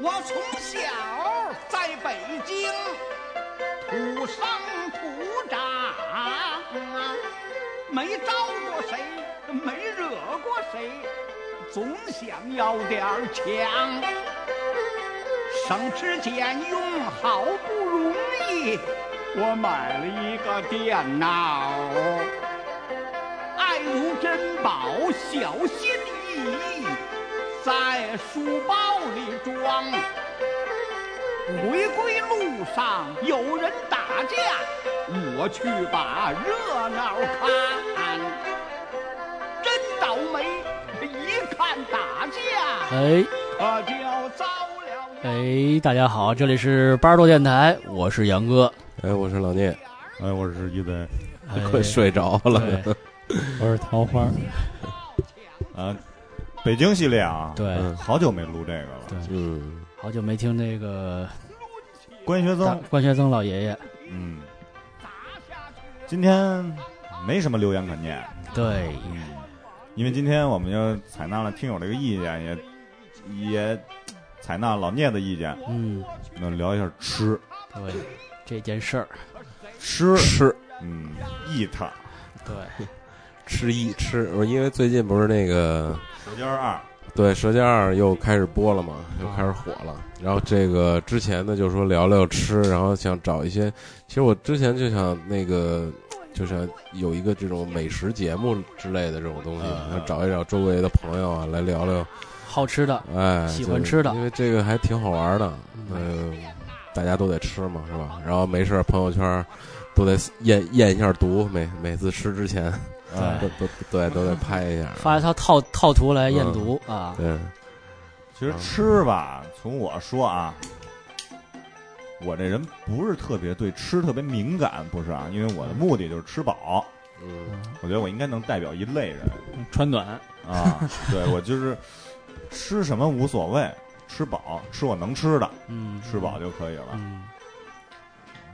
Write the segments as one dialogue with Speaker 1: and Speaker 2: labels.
Speaker 1: 我从小在北京土生土长啊，没招过谁，没惹过谁，总想要点儿强。省吃俭用，好不容易我买了一个电脑，爱如珍宝，小心翼翼。在书包里装。回归路上有人打架，我去把热闹看。真倒霉，一看打架，
Speaker 2: 哎
Speaker 1: 可就遭了殃。
Speaker 2: 哎，大家好，这里是八十多电台，我是杨哥。
Speaker 3: 哎，我是老聂，
Speaker 4: 哎，我是一贼
Speaker 2: 哎
Speaker 3: 快 睡着了。
Speaker 2: 对
Speaker 5: 我是桃花，
Speaker 4: 啊，北京系列啊，，
Speaker 2: 对，
Speaker 3: 嗯
Speaker 4: 好久没录这个了。
Speaker 3: 嗯，
Speaker 2: 好久没听那个
Speaker 4: 关学
Speaker 2: 大
Speaker 4: 增，
Speaker 2: 关学增老爷爷，
Speaker 4: 嗯，今天没什么留言可念，
Speaker 2: 对，
Speaker 4: 嗯，因为今天我们就采纳了听友这个意见，也也采纳老聂的意见，
Speaker 2: 嗯，
Speaker 4: 那聊一下吃
Speaker 2: 对这件事儿，
Speaker 4: 吃，
Speaker 3: 吃
Speaker 4: 嗯，eat
Speaker 2: 对，
Speaker 3: 吃一吃，我因为最近不是那个
Speaker 4: 舌尖二，
Speaker 3: 对《舌尖二》又开始播了嘛，又开始火了。然后这个之前呢，就说聊聊吃，然后想找一些，其实我之前就想那个，就想有一个这种美食节目之类的这种东西，
Speaker 4: 嗯
Speaker 3: 想找一找周围的朋友啊来聊聊，
Speaker 2: 好吃的，
Speaker 5: 嗯
Speaker 3: 哎，
Speaker 2: 喜
Speaker 3: 就
Speaker 2: 欢吃的
Speaker 3: 因为这个还挺好玩的，嗯、大家都得吃嘛，是吧？然后没事儿朋友圈儿都得验验一下毒，每每次吃之前
Speaker 4: 啊
Speaker 2: 对
Speaker 3: 都都对都得拍一下，
Speaker 2: 发一套套套图来验毒
Speaker 5: 嗯
Speaker 2: 啊，
Speaker 3: 对，
Speaker 4: 其
Speaker 2: 嗯
Speaker 4: 实吃吧，从我说啊，我这人不是特别对吃特别敏感，不是啊，因为我的目的就是吃饱。
Speaker 3: 嗯
Speaker 4: 我觉得我应该能代表一类人
Speaker 5: 穿短，
Speaker 4: 啊，对我就是吃什么无所谓，吃饱，吃我能吃的，
Speaker 2: 嗯，
Speaker 4: 吃饱就可以了。
Speaker 2: 嗯，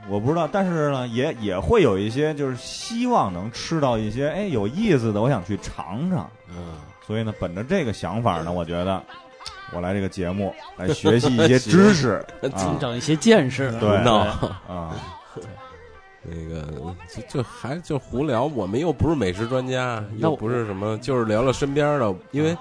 Speaker 4: 我不知道，但是呢，也也会有一些就是希望能吃到一些哎有意思的，我想去尝尝。
Speaker 3: 嗯。
Speaker 4: 所以呢，本着这个想法呢，我觉得我来这个节目来学习一些 知识
Speaker 2: 增
Speaker 4: 啊
Speaker 2: 长一些见识，
Speaker 4: 对
Speaker 3: 闹，
Speaker 4: 啊。
Speaker 3: 那个就就还就胡聊，我们又不是美食专家，
Speaker 2: 嗯那
Speaker 3: 又
Speaker 2: 我
Speaker 3: 不是什么，就是聊聊身边的，因为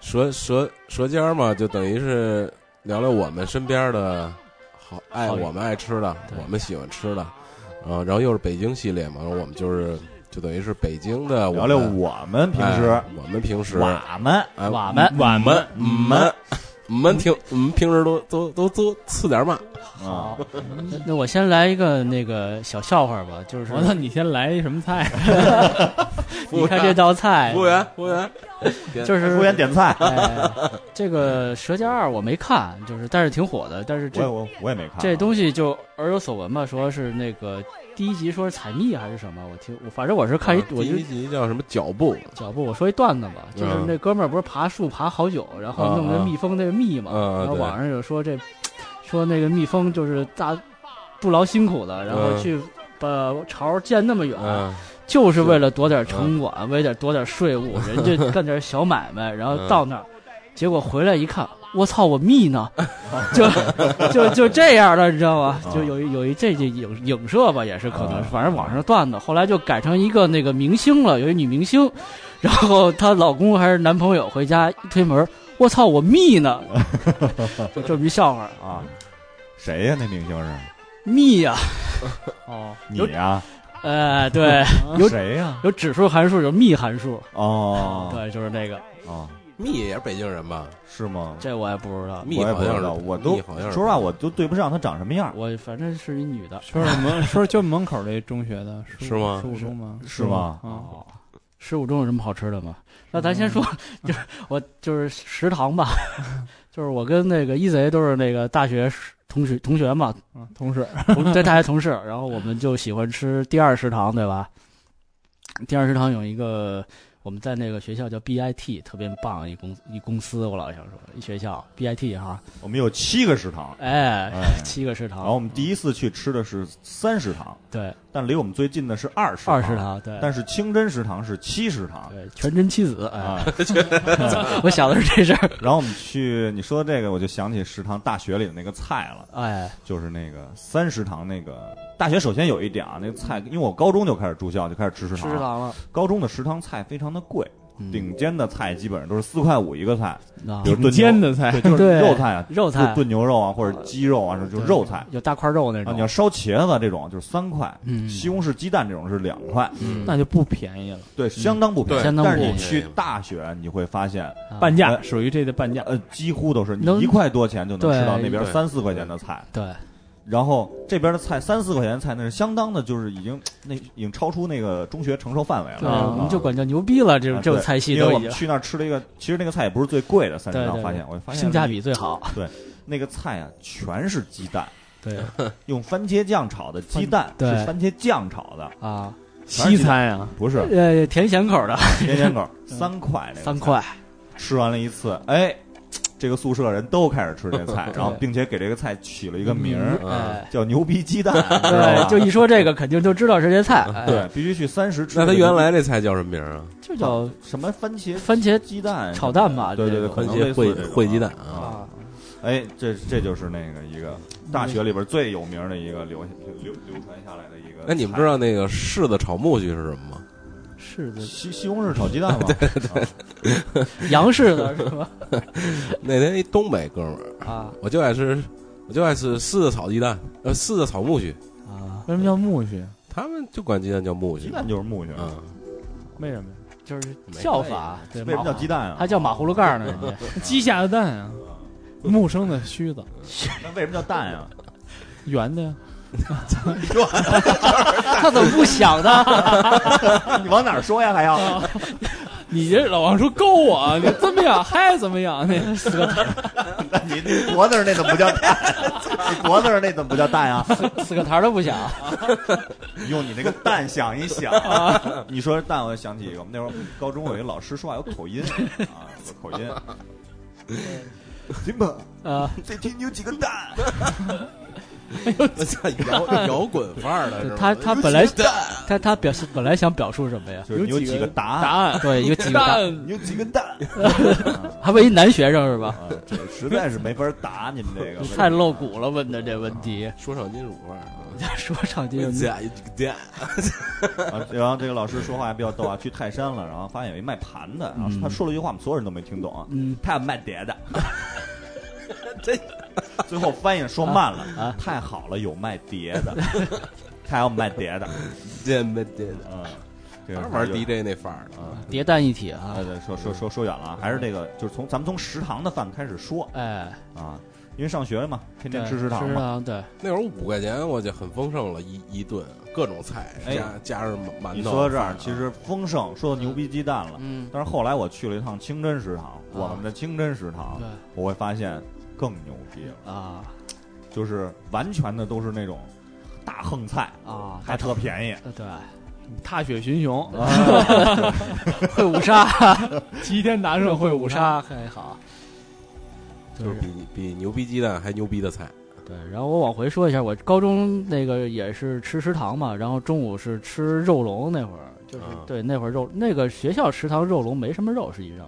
Speaker 3: 舌舌舌尖儿嘛，就等于是聊聊我们身边的好爱
Speaker 2: 好
Speaker 3: 我们爱吃的，
Speaker 2: 对
Speaker 3: 我们喜欢吃的，啊，然后又是北京系列嘛，我们就是就等于是北京的，
Speaker 4: 聊
Speaker 3: 我
Speaker 4: 聊
Speaker 3: 们
Speaker 4: 我们平
Speaker 3: 哎
Speaker 4: 时
Speaker 3: 我们平时
Speaker 4: 我们
Speaker 3: 哎
Speaker 2: 我们
Speaker 5: 晚
Speaker 3: 我们我们我们平我们平时都都都都吃点嘛，
Speaker 4: 啊，
Speaker 2: 那那我先来一个那个小笑话吧，就是
Speaker 5: 我说你先来一什么菜？ 啊
Speaker 2: 你看这道菜
Speaker 3: 服，务员服务员，
Speaker 2: 就是
Speaker 4: 服务员点菜，
Speaker 2: 哎，这个《舌尖二》我没看，就是但是挺火的，但是
Speaker 4: 我也
Speaker 2: 这
Speaker 4: 我我也没看啊
Speaker 2: 这东西就耳有所闻嘛，说是那个第一集说是采蜜还是什么，我听我反正我是看一、
Speaker 3: 啊
Speaker 2: 我
Speaker 3: 第
Speaker 2: 就
Speaker 3: 一集叫什么脚步，
Speaker 2: 脚步，我说一段子吧，就是
Speaker 3: 嗯
Speaker 2: 那哥们儿不是爬树爬好久，然后
Speaker 3: 啊
Speaker 2: 弄那
Speaker 3: 啊
Speaker 2: 蜜蜂那个蜜嘛，
Speaker 3: 嗯
Speaker 2: 然后
Speaker 3: 对
Speaker 2: 网上有说这说那个蜜蜂就是大不劳辛苦的，然后
Speaker 3: 嗯
Speaker 2: 去。把巢建那么远，
Speaker 3: 嗯。
Speaker 2: 就是嗯为了躲点城管，为了躲点税务，人 家干点小买卖，然后到那儿，结果回来一看，我操，我蜜呢，就就就这样了，你知道吗？
Speaker 4: 啊
Speaker 2: 就有一有一这这影影射吧，也是可能，反正网上段子，后来就改成一个那个明星了，有一女明星，然后她老公还是男朋友回家一推门，我操，我蜜呢， 就这么一笑话，
Speaker 4: 啊，谁呀？那明星是
Speaker 2: 蜜呀、哦，有
Speaker 4: 你呀？
Speaker 2: 呃对，有
Speaker 4: 谁呀？
Speaker 2: 有指数函数，有幂函数，
Speaker 4: 哦
Speaker 2: 对，就是那个。
Speaker 4: 哦，
Speaker 3: 蜜也是北京人吧？
Speaker 4: 是吗？
Speaker 2: 这我也不知道，
Speaker 3: 蜜
Speaker 4: 我也
Speaker 3: 好
Speaker 4: 不
Speaker 3: 像
Speaker 4: 知
Speaker 3: 是
Speaker 4: 道，我都
Speaker 3: 蜜好像是
Speaker 4: 说实话，我都对不上他长什么样，
Speaker 2: 我反正是一女的。
Speaker 5: 说是门， 说就门口这中学的，
Speaker 3: 是吗
Speaker 5: 十五中吗？
Speaker 4: 是吗？
Speaker 5: 啊，
Speaker 2: 哦，十五中有什么好吃的吗？那咱先说，
Speaker 4: 嗯
Speaker 2: 就是我就是食堂 吧，就是我跟那个一贼都是那个大学同学同学 嘛，
Speaker 5: 嗯同事
Speaker 2: 同在大学同事，然后我们就喜欢吃第二食堂，对吧？第二食堂有一个。我们在那个学校叫 BIT，特别棒一公一公司，我老想说一学校 BIT 哈，
Speaker 4: 我们有七个食堂，
Speaker 2: 哎，
Speaker 4: 哎
Speaker 2: 七个食堂，
Speaker 4: 哦然后我们第一次去吃的是三食堂，
Speaker 2: 对
Speaker 4: 但离我们最近的是二食堂，
Speaker 2: 二食，堂对，
Speaker 4: 但是清真食堂是七食堂
Speaker 2: 对全真七子，哎，
Speaker 4: 啊。
Speaker 2: 我想的是这事 儿，
Speaker 4: 然后我们去，你说这个，我就想起食堂大学里的那个菜了。
Speaker 2: 哎，
Speaker 4: 就是那个三食堂那个大学，首先有一点啊，那个菜，因为我高中就开始住校，就开始吃食
Speaker 2: 吃
Speaker 4: 堂。
Speaker 2: 糖了，
Speaker 4: 高中的食堂菜非常的贵，
Speaker 2: 嗯
Speaker 4: 顶尖的菜基本上都是四块五一个菜，
Speaker 2: 啊
Speaker 4: 比如炖
Speaker 5: 顶
Speaker 4: 牛
Speaker 5: 尖的菜
Speaker 4: 对，就是
Speaker 2: 对
Speaker 4: 肉菜啊，
Speaker 2: 肉
Speaker 4: 就
Speaker 2: 菜
Speaker 4: 炖牛肉啊，或者鸡肉啊，就就是肉菜。
Speaker 2: 有大块肉那
Speaker 4: 啊，
Speaker 2: 种
Speaker 4: 你要，烧茄子这种就是三块，
Speaker 2: 嗯
Speaker 4: 西红柿鸡蛋这种是两块，
Speaker 3: 嗯
Speaker 5: 那就不便宜了，
Speaker 4: 对，相当不便宜。
Speaker 2: 嗯相当
Speaker 4: 但是
Speaker 2: 不
Speaker 4: 你
Speaker 2: 便
Speaker 3: 宜
Speaker 4: 去大学，你会发现，
Speaker 2: 啊
Speaker 5: 半价
Speaker 4: 呃
Speaker 5: 属于这的半价。
Speaker 4: 呃，几乎都是你
Speaker 2: 能
Speaker 4: 一块多钱就能吃到
Speaker 2: 对
Speaker 4: 那边
Speaker 3: 对
Speaker 4: 三四块钱的菜，
Speaker 2: 对，
Speaker 4: 然后这边的菜三四块钱的菜，那是相当的，就是已经那已经超出那个中学承受范围了。
Speaker 2: 对，
Speaker 5: 啊
Speaker 2: 我们就管叫牛逼了，这
Speaker 4: 啊
Speaker 2: 种这种
Speaker 4: 对
Speaker 2: 菜系
Speaker 4: 因为
Speaker 2: 都
Speaker 4: 我
Speaker 2: 已
Speaker 4: 们
Speaker 2: 经
Speaker 4: 去那儿吃了一个，其实那个菜也不是最贵的，三十
Speaker 2: 对
Speaker 4: 上
Speaker 2: 对
Speaker 4: 发
Speaker 2: 对
Speaker 4: 现，我发现
Speaker 2: 性价比最 好，
Speaker 4: 那个菜啊，全是鸡蛋，
Speaker 2: 对
Speaker 4: 用番茄酱炒的鸡蛋，
Speaker 2: 对
Speaker 4: 是番茄酱炒的，
Speaker 2: 啊，
Speaker 5: 西餐啊，
Speaker 4: 不是
Speaker 2: 呃，甜咸口的
Speaker 4: 天天狗 三块那个菜
Speaker 2: 三，块，
Speaker 4: 吃完了一次，哎，这个宿舍人都开始吃这菜， 然后
Speaker 2: 对
Speaker 4: 并且给这个菜起了一个名儿
Speaker 3: 嗯
Speaker 2: 哎，
Speaker 4: 叫牛逼鸡蛋，你知道吧
Speaker 2: 对，
Speaker 4: 嗯
Speaker 2: 就一说这个，肯定就知道是这菜，哎
Speaker 4: 对，，必须去三十吃。
Speaker 3: 那他原来这菜叫什么名儿啊？
Speaker 2: 就叫
Speaker 4: 什么番茄
Speaker 2: 番茄
Speaker 4: 鸡蛋
Speaker 2: 炒蛋吧
Speaker 4: 对对对，
Speaker 2: 这种
Speaker 4: 可
Speaker 3: 番
Speaker 4: 能
Speaker 3: 茄
Speaker 4: 类似
Speaker 3: 烩
Speaker 4: 这种
Speaker 3: 烩鸡蛋啊，
Speaker 2: 啊，
Speaker 4: 哎，这这就是那个一个大学里边最有名的一个流流流传下来的一个菜。
Speaker 3: 那你们知道那个柿子炒苜蓿是什么吗？
Speaker 2: 柿 子，
Speaker 4: 西西红柿炒鸡蛋 吗？对对
Speaker 2: 洋柿子是吧？
Speaker 3: 那天一东北哥们儿，
Speaker 2: 啊
Speaker 3: 我就爱吃，我就爱吃柿子炒鸡蛋，呃，柿子炒苜蓿，
Speaker 2: 啊，
Speaker 5: 为什么叫苜蓿？
Speaker 3: 他们就管鸡蛋叫苜
Speaker 4: 鸡
Speaker 3: 蓿
Speaker 4: 蛋就是木须。
Speaker 3: 啊。
Speaker 5: 为什么呀？
Speaker 2: 就是叫法，对，
Speaker 4: 啊为什么叫鸡蛋啊？
Speaker 2: 它叫马葫芦盖 儿呢，人家
Speaker 5: 鸡下的蛋啊，木生的须子，
Speaker 4: 那为什么叫蛋啊？
Speaker 5: 圆 的呀。
Speaker 2: 他怎么不想 呢？
Speaker 4: 啊你往哪儿说呀？还要
Speaker 5: 你这老王说勾我啊，你怎么样？嗨，怎么 样？那四个
Speaker 4: 你你脖子上那怎么不叫蛋？ 你脖子上那怎么不叫蛋啊？
Speaker 2: 死个儿都不想，
Speaker 4: 用你那个蛋想一想，你说蛋，我就想起一个，我们那会儿高中有一个老师说话有口音啊，有口音。金宝，
Speaker 2: 啊，
Speaker 4: 这题你有几个蛋？
Speaker 3: 摇摇滚范儿的
Speaker 2: 他他本来他他表示本来想表述什么 呀？
Speaker 4: 就是你有几个答
Speaker 5: 答
Speaker 4: 案？
Speaker 5: 案，
Speaker 2: 对，一个鸡蛋，
Speaker 4: 你有几个蛋？
Speaker 2: 还问一男学生是吧？
Speaker 4: 啊，这实在是没法答你们这个，
Speaker 2: 太露骨了，问的这问题。
Speaker 3: 说唱金属范儿，啊
Speaker 2: 说唱界
Speaker 3: 有几个蛋？
Speaker 4: 啊，然后这个老师说话也比较逗啊，去泰山了，然后发现有一卖盘的，然后他说了一句话，我们所有人都没听懂啊，
Speaker 2: 嗯
Speaker 4: 他要卖 碟的，
Speaker 3: 这
Speaker 4: 最后翻译说慢了，
Speaker 2: 啊
Speaker 4: 太好了，有卖碟 的，他要卖碟的，
Speaker 3: 这没这的，
Speaker 4: 嗯，这个
Speaker 3: 他玩
Speaker 4: 就
Speaker 3: DJ 那范儿的。
Speaker 4: 啊，
Speaker 2: 叠蛋一体啊
Speaker 4: 哎，，对说说说说远了啊，还是这个，就是从咱们从食堂的饭开始说
Speaker 2: 哎，
Speaker 4: 啊，因为上学了嘛，天天
Speaker 2: 对
Speaker 4: 吃食堂
Speaker 2: 吃食
Speaker 4: 嘛，
Speaker 2: 堂对，
Speaker 3: 那会儿五块钱我就很丰盛了，一一顿各种菜，
Speaker 4: 哎
Speaker 3: 加加上馒
Speaker 4: 你
Speaker 3: 馒头。啊
Speaker 4: 说到这儿，其实丰盛，说到牛逼鸡蛋了，
Speaker 2: 嗯，
Speaker 4: 但是后来我去了一趟清真食堂，我们的清真食堂，
Speaker 2: 对
Speaker 4: 我会发现更牛逼了，
Speaker 2: 啊
Speaker 4: 就是完全的都是那种大横菜，
Speaker 2: 啊，
Speaker 4: 还特便宜。
Speaker 2: 对，
Speaker 5: 踏雪寻熊，
Speaker 2: 会五杀，
Speaker 5: 齐天大圣会五
Speaker 2: 五
Speaker 5: 杀，
Speaker 2: 杀还好。
Speaker 3: 就是比比牛逼鸡蛋还牛逼的菜，
Speaker 2: 对，然后我往回说一下，我高中那个也是吃食堂嘛，然后中午是吃肉龙，那会儿就是、
Speaker 3: 啊
Speaker 2: 对那会儿肉那个学校食堂肉龙没什么肉实际上，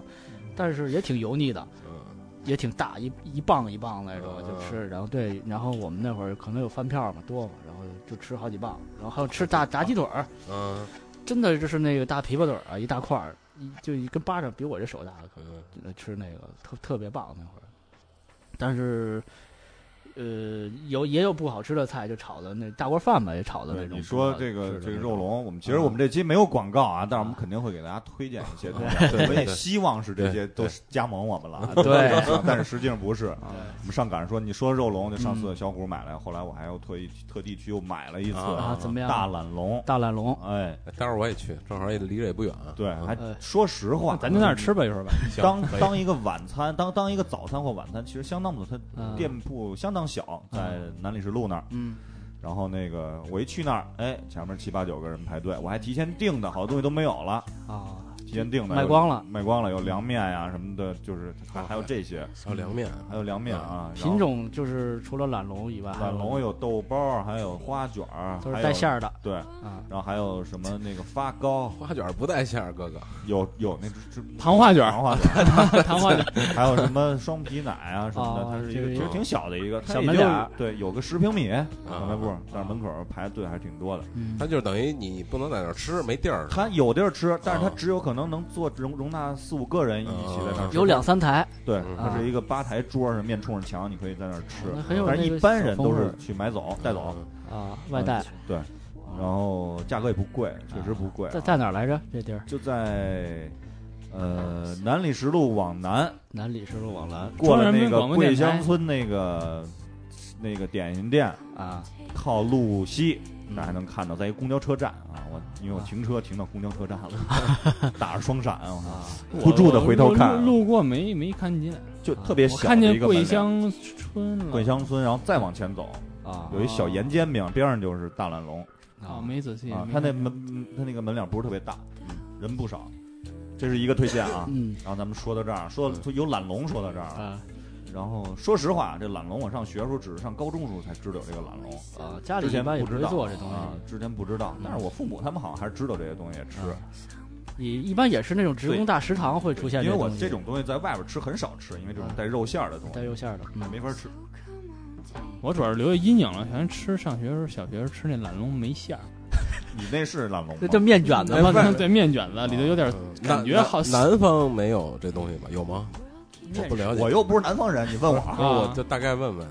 Speaker 2: 但是也挺油腻的，
Speaker 3: 嗯，
Speaker 2: 也挺大一一磅一磅那种
Speaker 3: 啊
Speaker 2: 就吃，然后对，然后我们那会儿可能有饭票嘛多嘛，然后就吃好几磅，然后还有吃大炸鸡腿儿，
Speaker 3: 嗯
Speaker 2: 真的就是那个大琵琶腿儿啊，一大块儿，一就一跟巴掌比我这手大可
Speaker 3: 嗯，
Speaker 2: 能吃那个特特别棒那会儿，但是。呃，有也有不好吃的菜，就炒的那大锅饭吧，也炒的那
Speaker 4: 对，
Speaker 2: 种。
Speaker 4: 你说这个这个肉，龙，我们其实我们这期没有广告啊，但是我们肯定会给大家推荐一些东西。啊
Speaker 3: 对
Speaker 4: 我
Speaker 3: 对
Speaker 4: 也
Speaker 3: 对
Speaker 4: 希望是这些都
Speaker 3: 对
Speaker 4: 加盟我们了啊，
Speaker 2: 对
Speaker 4: 都是这种但是实际上不是。啊我们上赶上说，你说肉龙，就上次小虎买来，后来我还又特意特地去又买了一次
Speaker 3: 啊
Speaker 2: 啊，怎么样？
Speaker 4: 大懒龙，
Speaker 2: 大懒龙，
Speaker 4: 哎，
Speaker 3: 待会儿我也去，正好也离着也不远。啊嗯
Speaker 4: 对，还
Speaker 2: 呃
Speaker 4: 说实话，
Speaker 5: 咱就那儿吃吧，一会儿吧。
Speaker 3: 行
Speaker 4: 当
Speaker 3: 可以
Speaker 4: 当一个晚餐，当当一个早餐或晚餐，其实相当不错。它
Speaker 2: 嗯
Speaker 4: 店铺相当小，在南礼士路那儿。
Speaker 2: 嗯，
Speaker 4: 然后那个我一去那儿，哎，前面七八九个人排队，我还提前订的，好多东西都没有了。
Speaker 2: 啊，
Speaker 4: 提间定的，
Speaker 2: 卖光了
Speaker 4: 有卖光了，有凉面呀、什么的，就是还还有这些，
Speaker 3: 还有凉面，
Speaker 4: 还有凉面啊，然后
Speaker 2: 嗯品种就是除了懒龙以外，还有
Speaker 4: 懒龙有豆包儿，还有花卷儿，
Speaker 2: 都是
Speaker 4: 还
Speaker 2: 带
Speaker 4: 有
Speaker 2: 馅儿的
Speaker 4: 对，
Speaker 2: 啊，
Speaker 4: 然后还有什么那个发糕，
Speaker 3: 花卷不带馅儿，哥哥
Speaker 4: 有有那只
Speaker 5: 糖化卷儿
Speaker 4: 糖化卷儿，
Speaker 2: 糖化啊卷
Speaker 4: 还有什么双皮奶啊什么
Speaker 2: 哦
Speaker 4: 的，它是一个
Speaker 2: 就是
Speaker 4: 其实挺小的一个
Speaker 2: 小门脸儿，
Speaker 4: 它也就对，有个十平米小卖部，但是门口排队还是挺多的。
Speaker 3: 他就是等于你不能在那儿吃，没地儿。
Speaker 4: 它有地儿吃，但是它
Speaker 3: 啊
Speaker 4: 只有可能能坐容容纳四五个人一起在那儿
Speaker 2: 啊
Speaker 4: 吃。
Speaker 2: 有两三台，
Speaker 4: 对，它
Speaker 2: 啊哦
Speaker 4: 是一个吧台桌上面冲着墙，你可以在那儿吃
Speaker 2: 那很有。
Speaker 4: 但是
Speaker 2: 那个
Speaker 4: 一般人
Speaker 2: 小风
Speaker 4: 都
Speaker 2: 味
Speaker 4: 是
Speaker 2: 儿
Speaker 4: 去买走带走，
Speaker 2: 啊，外带
Speaker 4: 嗯对，然后价格也不贵，确实不贵啊。
Speaker 2: 在在哪儿来着？这地儿
Speaker 4: 就在呃南礼石路往南
Speaker 2: 南礼士路往南
Speaker 4: 过了那
Speaker 5: 中央人民广
Speaker 4: 个
Speaker 5: 播
Speaker 4: 桂
Speaker 5: 电台
Speaker 4: 香村那个那个点心店，
Speaker 2: 啊，
Speaker 4: 靠路西，那还能看到，在一公交车站啊，我因为我停车停到公交车站了，打着双闪啊， 我操不住的回头看啊
Speaker 5: 我，路路过没没看见，
Speaker 4: 就特别
Speaker 5: 我
Speaker 4: 小
Speaker 5: 看
Speaker 4: 的一
Speaker 5: 见
Speaker 4: 个
Speaker 5: 桂
Speaker 4: 门脸。
Speaker 5: 香村了，
Speaker 4: 桂香村，然后再往前走，
Speaker 2: 啊
Speaker 4: 有一小盐煎饼，边上就是大懒龙
Speaker 5: 啊，没仔细
Speaker 4: 啊。
Speaker 5: 没
Speaker 4: 它那
Speaker 5: 看见
Speaker 4: 门，它那个门脸不是特别大，
Speaker 5: 嗯
Speaker 4: 人不少。这是一个推荐啊。
Speaker 2: 嗯
Speaker 4: 然后咱们说到这儿，说有懒龙说到这儿，
Speaker 2: 啊
Speaker 4: 然后说实话，这懒龙我上学的时候，只是上高中时候才知道有这个懒龙。
Speaker 2: 啊，家里
Speaker 4: 之
Speaker 2: 一
Speaker 4: 前
Speaker 2: 般也
Speaker 4: 不
Speaker 2: 不
Speaker 4: 知
Speaker 2: 会
Speaker 4: 道
Speaker 2: 做这东
Speaker 4: 啊
Speaker 2: 西，，
Speaker 4: 之前不知道，但是我父母他们好像还是知道这些东西吃，
Speaker 2: 你一般也是那种职工大食堂会啊出现
Speaker 4: 因为我
Speaker 2: 东西啊
Speaker 4: 这种东西在外边吃很少吃，因为这种带肉馅儿的东
Speaker 2: 带
Speaker 4: 西
Speaker 2: 肉馅儿的，嗯
Speaker 4: 没法吃。
Speaker 5: 我主要是留下阴影了，全吃上学时候小学时候吃那懒龙没馅儿，
Speaker 4: 你那是懒龙
Speaker 2: 那
Speaker 4: 吗？
Speaker 2: 叫面卷子嘛，啊
Speaker 5: 对对面卷子里头有点
Speaker 3: 嗯
Speaker 4: 呃
Speaker 3: 南
Speaker 5: 感觉好
Speaker 3: 南南方没有这东西吧？有吗？我不了解，
Speaker 4: 我又不是南方人，你问我啊，
Speaker 5: 啊
Speaker 3: 我就大概问问。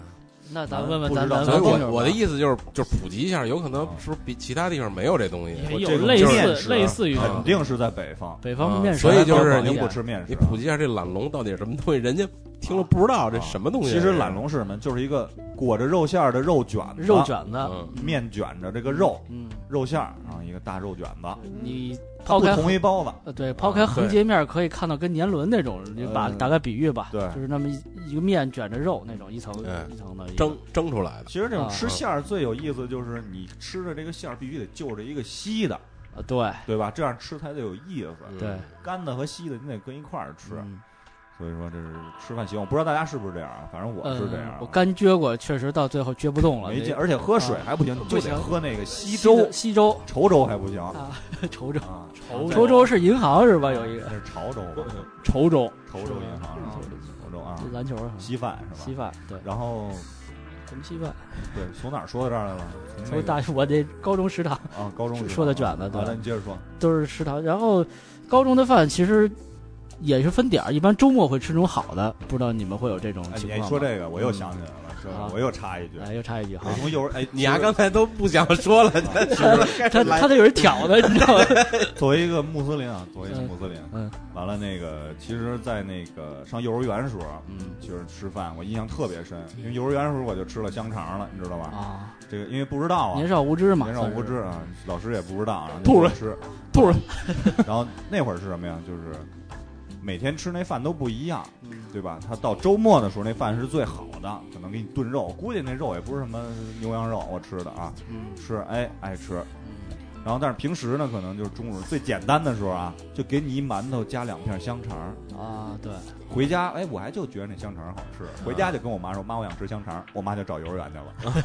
Speaker 2: 那咱问问
Speaker 4: 不
Speaker 2: 咱
Speaker 4: 知道
Speaker 2: 咱
Speaker 3: 所以
Speaker 2: 问
Speaker 3: 我
Speaker 2: 听众
Speaker 3: 我的
Speaker 2: 吧
Speaker 3: 意思就是，就是普及一下，有可能是不是比其他地方没有这东西？
Speaker 5: 也
Speaker 4: 我
Speaker 5: 有
Speaker 4: 这种
Speaker 5: 类
Speaker 4: 经验
Speaker 5: 似
Speaker 4: 是
Speaker 5: 类似于这
Speaker 3: 啊
Speaker 5: 种
Speaker 4: 肯定是在北方，
Speaker 2: 北方面食，
Speaker 3: 所以就是
Speaker 4: 肯
Speaker 3: 你
Speaker 4: 定不吃面
Speaker 3: 你
Speaker 4: 食。啊
Speaker 3: 普及一下这懒龙到底是什么东西？人家听了不知道这什么东西啊。
Speaker 4: 其实懒龙是什么？就是一个裹着肉馅儿的肉卷子，
Speaker 2: 肉卷子
Speaker 3: 这，个，嗯，
Speaker 4: 面卷着这个肉
Speaker 2: 嗯，
Speaker 4: 肉馅儿，啊然后一个大肉卷子，
Speaker 2: 你
Speaker 4: 它
Speaker 2: 抛
Speaker 4: 不
Speaker 2: 开
Speaker 4: 同于包子。
Speaker 2: 呃对抛开横截面可以看到跟年轮那种，你把
Speaker 4: 嗯
Speaker 2: 打个比喻吧，
Speaker 4: 对
Speaker 2: 就是那么一一个面卷着肉那种一层
Speaker 3: 哎
Speaker 2: 一层的一个
Speaker 3: 蒸蒸出来的。
Speaker 4: 其实这种
Speaker 2: 啊
Speaker 4: 吃馅儿最有意思，就是你吃的这个馅儿必须得就着一个稀的，
Speaker 2: 呃对
Speaker 4: 对吧？这样吃才得有意思。
Speaker 3: 嗯
Speaker 2: 对，
Speaker 4: 干的和稀的你得跟一块儿吃，
Speaker 2: 嗯
Speaker 4: 所以说这是吃饭习惯。我不知道大家是不是这样啊，反正我是这样啊。
Speaker 2: 嗯我干撅过，确实到最后撅不动了，
Speaker 4: 没
Speaker 2: 那嗯
Speaker 4: 劲，而且喝水还不行，你就
Speaker 2: 不行
Speaker 4: 得喝那个
Speaker 2: 稀
Speaker 4: 稀粥
Speaker 2: 粥，稀 粥，
Speaker 4: 稠粥还不行
Speaker 2: 啊稠粥，
Speaker 4: 啊。
Speaker 2: 稠粥是银行是吧？有一个
Speaker 4: 那是潮州吧，
Speaker 5: 稠粥，
Speaker 4: 稠州银行啊，潮州啊，
Speaker 2: 篮球啊
Speaker 4: 稀饭是吧？
Speaker 2: 稀。饭，对，
Speaker 4: 然后
Speaker 2: 什么稀饭？
Speaker 4: 对，从哪儿说到这儿来了？
Speaker 2: 从
Speaker 4: 从
Speaker 2: 大我这高中食堂
Speaker 4: 啊高中
Speaker 2: 说的卷子对
Speaker 4: 对。那你接着说，
Speaker 2: 都是食堂，然后高中的饭其实也是分点儿，一般周末会吃那种好的，不知道你们会有这种
Speaker 4: 哎，
Speaker 2: 嗯情
Speaker 4: 你
Speaker 2: 况
Speaker 4: 一
Speaker 2: 吗？
Speaker 4: 说这个，我又想起来了，是吧
Speaker 2: 啊
Speaker 4: 我又插一句，
Speaker 2: 来又插一句哈
Speaker 4: 我，从幼儿哎，
Speaker 3: 你呀，刚才都不想说了，
Speaker 2: 他他得有人挑的，你知道吗？
Speaker 4: 作为一个穆斯林啊，作为一个穆斯林，
Speaker 2: 嗯，
Speaker 4: 完了那个，其实，在那个上幼儿园的时候，
Speaker 2: 嗯
Speaker 4: 就是吃饭，我印象特别深，因为幼儿园的时候我就吃了香肠了，你知道吧？
Speaker 2: 啊，
Speaker 4: 这个因为不知道啊，
Speaker 2: 年少无知嘛，
Speaker 4: 年少无
Speaker 2: 算
Speaker 4: 知
Speaker 2: 是，
Speaker 4: 啊，老师也不知道啊，然后就
Speaker 5: 吐了
Speaker 4: 吃，
Speaker 5: 吐了，
Speaker 4: 然后那会儿是什么呀？就是每天吃那饭都不一样，
Speaker 2: 嗯
Speaker 4: 对吧？他到周末的时候，那饭是最好的，可能给你炖肉，估计那肉也不是什么牛羊肉，我吃的啊，
Speaker 2: 嗯
Speaker 4: 吃哎爱吃。然后，但是平时呢，可能就是中午最简单的时候啊，就给你一馒头加两片香肠，
Speaker 2: 啊，对，
Speaker 4: 回家，哎，我还就觉得那香肠好吃，回家就跟我妈说，妈，我想吃香肠，我妈就找幼儿园去了，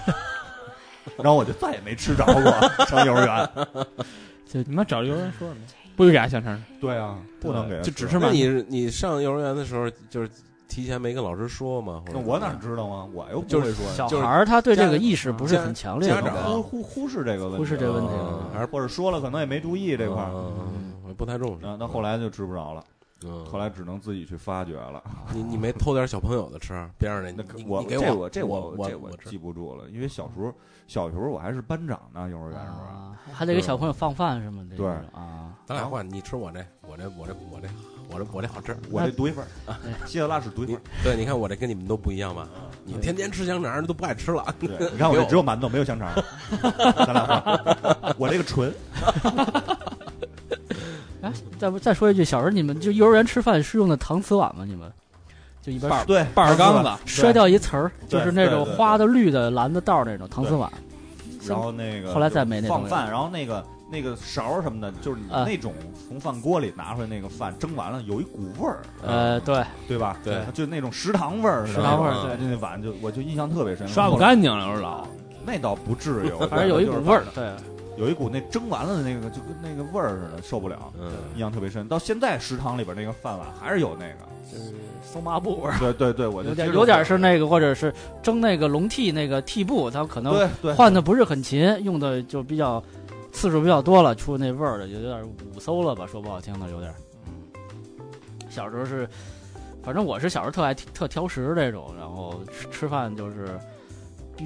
Speaker 4: 然后我就再也没吃着过上幼儿园。
Speaker 5: 你妈找幼儿园说什么？不许给他香肠，
Speaker 4: 对啊，不能给她
Speaker 5: 就只
Speaker 4: 吃。
Speaker 5: 吃
Speaker 3: 那
Speaker 5: 馒头。
Speaker 3: 你你上幼儿园的时候，就是提前没跟老师说吗？或者
Speaker 4: 那我哪知道啊？我又不
Speaker 3: 就
Speaker 4: 会
Speaker 3: 是
Speaker 4: 说呀，
Speaker 2: 小
Speaker 3: 就是
Speaker 2: 孩儿他对这
Speaker 3: 家
Speaker 2: 个意识不是很强烈
Speaker 3: 家
Speaker 2: 的，
Speaker 3: 长
Speaker 4: 忽忽忽视这个问题，啊
Speaker 2: 忽视这个问题
Speaker 3: 了
Speaker 4: 还是或者说了，可能也没注意这块儿。啊
Speaker 3: 嗯我不太重视
Speaker 4: 然。后，那后来就吃不着了，
Speaker 3: 嗯，
Speaker 4: 后来只能自己去发掘了。
Speaker 3: 你你没偷点小朋友的吃，边上人
Speaker 4: 那
Speaker 3: 哎你
Speaker 4: 我
Speaker 3: 你给
Speaker 4: 这
Speaker 3: 我
Speaker 4: 这
Speaker 3: 我
Speaker 4: 这
Speaker 3: 我
Speaker 4: 我
Speaker 3: 吃
Speaker 4: 记不住了，因为小时候小时候我还是班长呢，幼儿园时候。
Speaker 2: 啊，还得给小朋友放饭什么的，
Speaker 4: 对
Speaker 2: 啊，
Speaker 3: 咱俩换，你吃我这，我这我这我这我这我这好吃。
Speaker 4: 我这独一份儿， 希特拉是独一份
Speaker 3: 你
Speaker 4: 儿。
Speaker 3: 对，你看我这跟你们都不一样吧？你天天吃香肠都不爱吃了。
Speaker 4: 对，你看我这只有馒头，没有香肠。咱俩换，我这个纯
Speaker 2: 哎，再不再说一句，小时候你们就幼儿园吃饭是用的搪瓷碗吗？你们就一般
Speaker 4: 儿对
Speaker 5: 半儿缸，子，
Speaker 2: 摔掉一瓷儿，
Speaker 4: 对
Speaker 2: 就是那种
Speaker 4: 对对对
Speaker 2: 花的、绿的、蓝的道儿那种搪瓷碗。
Speaker 4: 然后那个
Speaker 2: 后来再没那东
Speaker 4: 放
Speaker 2: 西
Speaker 4: 饭，然后那个那个勺儿什么的，就是你
Speaker 2: 啊
Speaker 4: 那种从饭锅里拿出来那个饭蒸完了，有一股味儿，
Speaker 2: 呃，对，
Speaker 4: 对吧？
Speaker 3: 对，
Speaker 4: 就那种食堂味儿似的，
Speaker 2: 食堂味儿
Speaker 4: 哎那碗就我就印象特别深，
Speaker 5: 刷不
Speaker 4: 后来，
Speaker 5: 干净了，我说老
Speaker 4: 那倒不至于，
Speaker 2: 反正有一股味
Speaker 4: 儿，
Speaker 2: 儿，对，
Speaker 4: 有一股那蒸完了的那个就跟那个味儿似的，受不了，
Speaker 3: 嗯，
Speaker 4: 印象特别深。到现在食堂里边那个饭碗还是有那 个，
Speaker 2: 就是松麻布味儿，
Speaker 4: 对对对，我就
Speaker 2: 有点
Speaker 4: 接受
Speaker 2: 有点
Speaker 4: 不
Speaker 2: 是
Speaker 4: 了
Speaker 2: 那个，或者是蒸那个笼屉那个屉布，它可能
Speaker 4: 对对
Speaker 2: 换的不是很勤，用的就比较次数比较多了，出那味儿了，有点捂馊了吧？说不好听的，有点。小时候是，反正我是小时候特爱特挑食这种，然后吃吃饭就是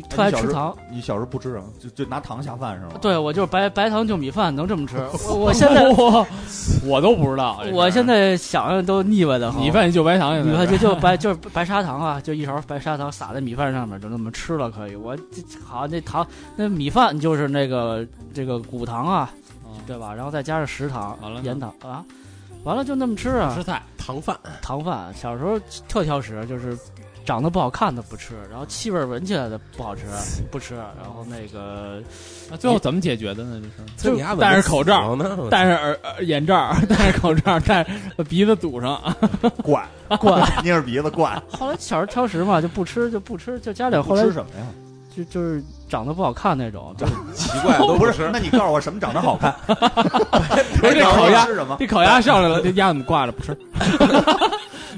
Speaker 2: 特爱
Speaker 4: 哎你小
Speaker 2: 吃
Speaker 4: 时候
Speaker 2: 糖，
Speaker 4: 你小时候不吃啊，就就拿糖下饭是吗？
Speaker 2: 对，我就是白白糖就米饭，能这 么吃。我我现在
Speaker 5: 我
Speaker 4: 哎
Speaker 5: 我都不知道，这事儿
Speaker 2: 我现在想想都腻歪的很。
Speaker 5: 米饭就白 糖，现在
Speaker 2: 米饭就就白就是白砂糖啊，就一勺白砂糖撒在米饭上面，就那么吃了可以。我这好那糖那米饭就是那个这个骨糖啊，对吧？然后再加上食糖
Speaker 5: 哦完了、呢
Speaker 2: 盐糖啊，完了就那么吃啊
Speaker 5: 吃，菜，
Speaker 3: 糖饭
Speaker 2: 糖饭。小时候特挑食，就是长得不好看的不吃，然后气味闻起来的不好吃不吃，然后那个
Speaker 5: 那最后怎么解决的呢？这事儿
Speaker 3: 这你丫怎么
Speaker 5: 戴着口罩
Speaker 3: 死了呢，
Speaker 5: 戴着耳耳眼罩， 戴着口罩，戴着把鼻子堵上，
Speaker 4: 灌
Speaker 2: 灌。
Speaker 4: 捏着鼻子 灌。
Speaker 2: 后来小时候挑食嘛，就不吃就不吃，就家里后
Speaker 4: 不
Speaker 2: 来
Speaker 4: 吃什么呀？
Speaker 2: 就就是长得不好看那种，就
Speaker 3: 奇怪都
Speaker 4: 不
Speaker 3: 吃
Speaker 4: 是，，那你告诉我什么长得好看？
Speaker 5: 不是这烤鸭
Speaker 4: 吃什么？
Speaker 5: 这烤鸭上来了，这鸭怎么挂着不 吃？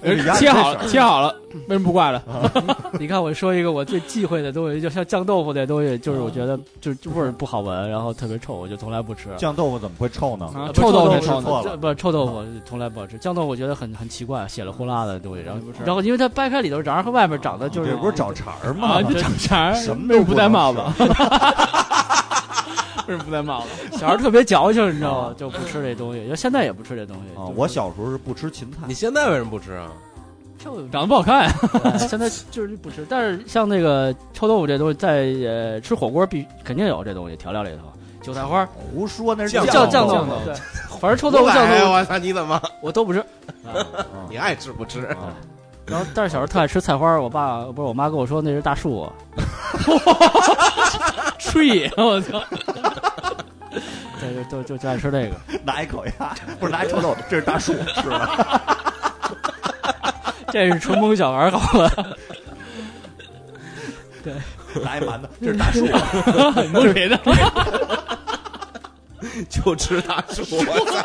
Speaker 4: 这鸭
Speaker 5: 切好了，切好了，为什么不挂着？
Speaker 2: 你看我说一个我最忌讳的东西，就像酱豆腐这东西，就是我觉得就是就味儿不好闻，然后特别臭，我就从来不吃。
Speaker 4: 酱豆腐怎么会臭呢？
Speaker 5: 啊
Speaker 2: 臭豆腐
Speaker 4: 啊
Speaker 2: 臭
Speaker 4: 臭豆腐错了
Speaker 2: 不臭豆腐从来不好吃，酱豆腐我觉得很很奇怪，血了呼啦的东西，然后然后因为它掰开里头瓤儿和外面长得就
Speaker 4: 你
Speaker 2: 是
Speaker 4: 这嗯不是找茬儿吗
Speaker 5: 啊，？你长啥？
Speaker 4: 什么都
Speaker 5: 为什么不戴帽子？
Speaker 4: 不
Speaker 5: 为什么不戴帽子？
Speaker 2: 小孩儿特别矫情，你知道吗？就不吃这东西，就现在也不吃这东西。
Speaker 4: 啊，
Speaker 2: 就是
Speaker 4: 我小时候是不吃芹菜
Speaker 3: 你，现在为什么不吃啊？
Speaker 2: 臭
Speaker 5: 长得不好看 呀。
Speaker 2: 现在就是不吃，但是像那个臭豆腐这东西，在呃吃火锅必肯定有这东西调料里头，韭菜花、
Speaker 4: 胡说那是
Speaker 3: 酱
Speaker 2: 酱
Speaker 4: 酱
Speaker 2: 豆
Speaker 5: 酱豆腐
Speaker 2: 对，反正臭豆腐、酱
Speaker 3: 哎
Speaker 2: 豆腐
Speaker 3: 我操，你怎么
Speaker 2: 我都不吃。
Speaker 4: 啊
Speaker 3: 你爱吃不吃？
Speaker 4: 啊
Speaker 2: 然后，但是小时候特爱吃菜花，我爸不是我妈跟我说那是大树，
Speaker 5: tree，我操！
Speaker 2: 对，就就就就爱吃这个。
Speaker 4: 拿一烤鸭，不是拿一臭豆腐，这是大树吃的。
Speaker 2: 这是春风小孩儿好吧？
Speaker 4: 拿一馒头，这是大树。
Speaker 5: 摸 谁的？
Speaker 3: 就吃大树。我操！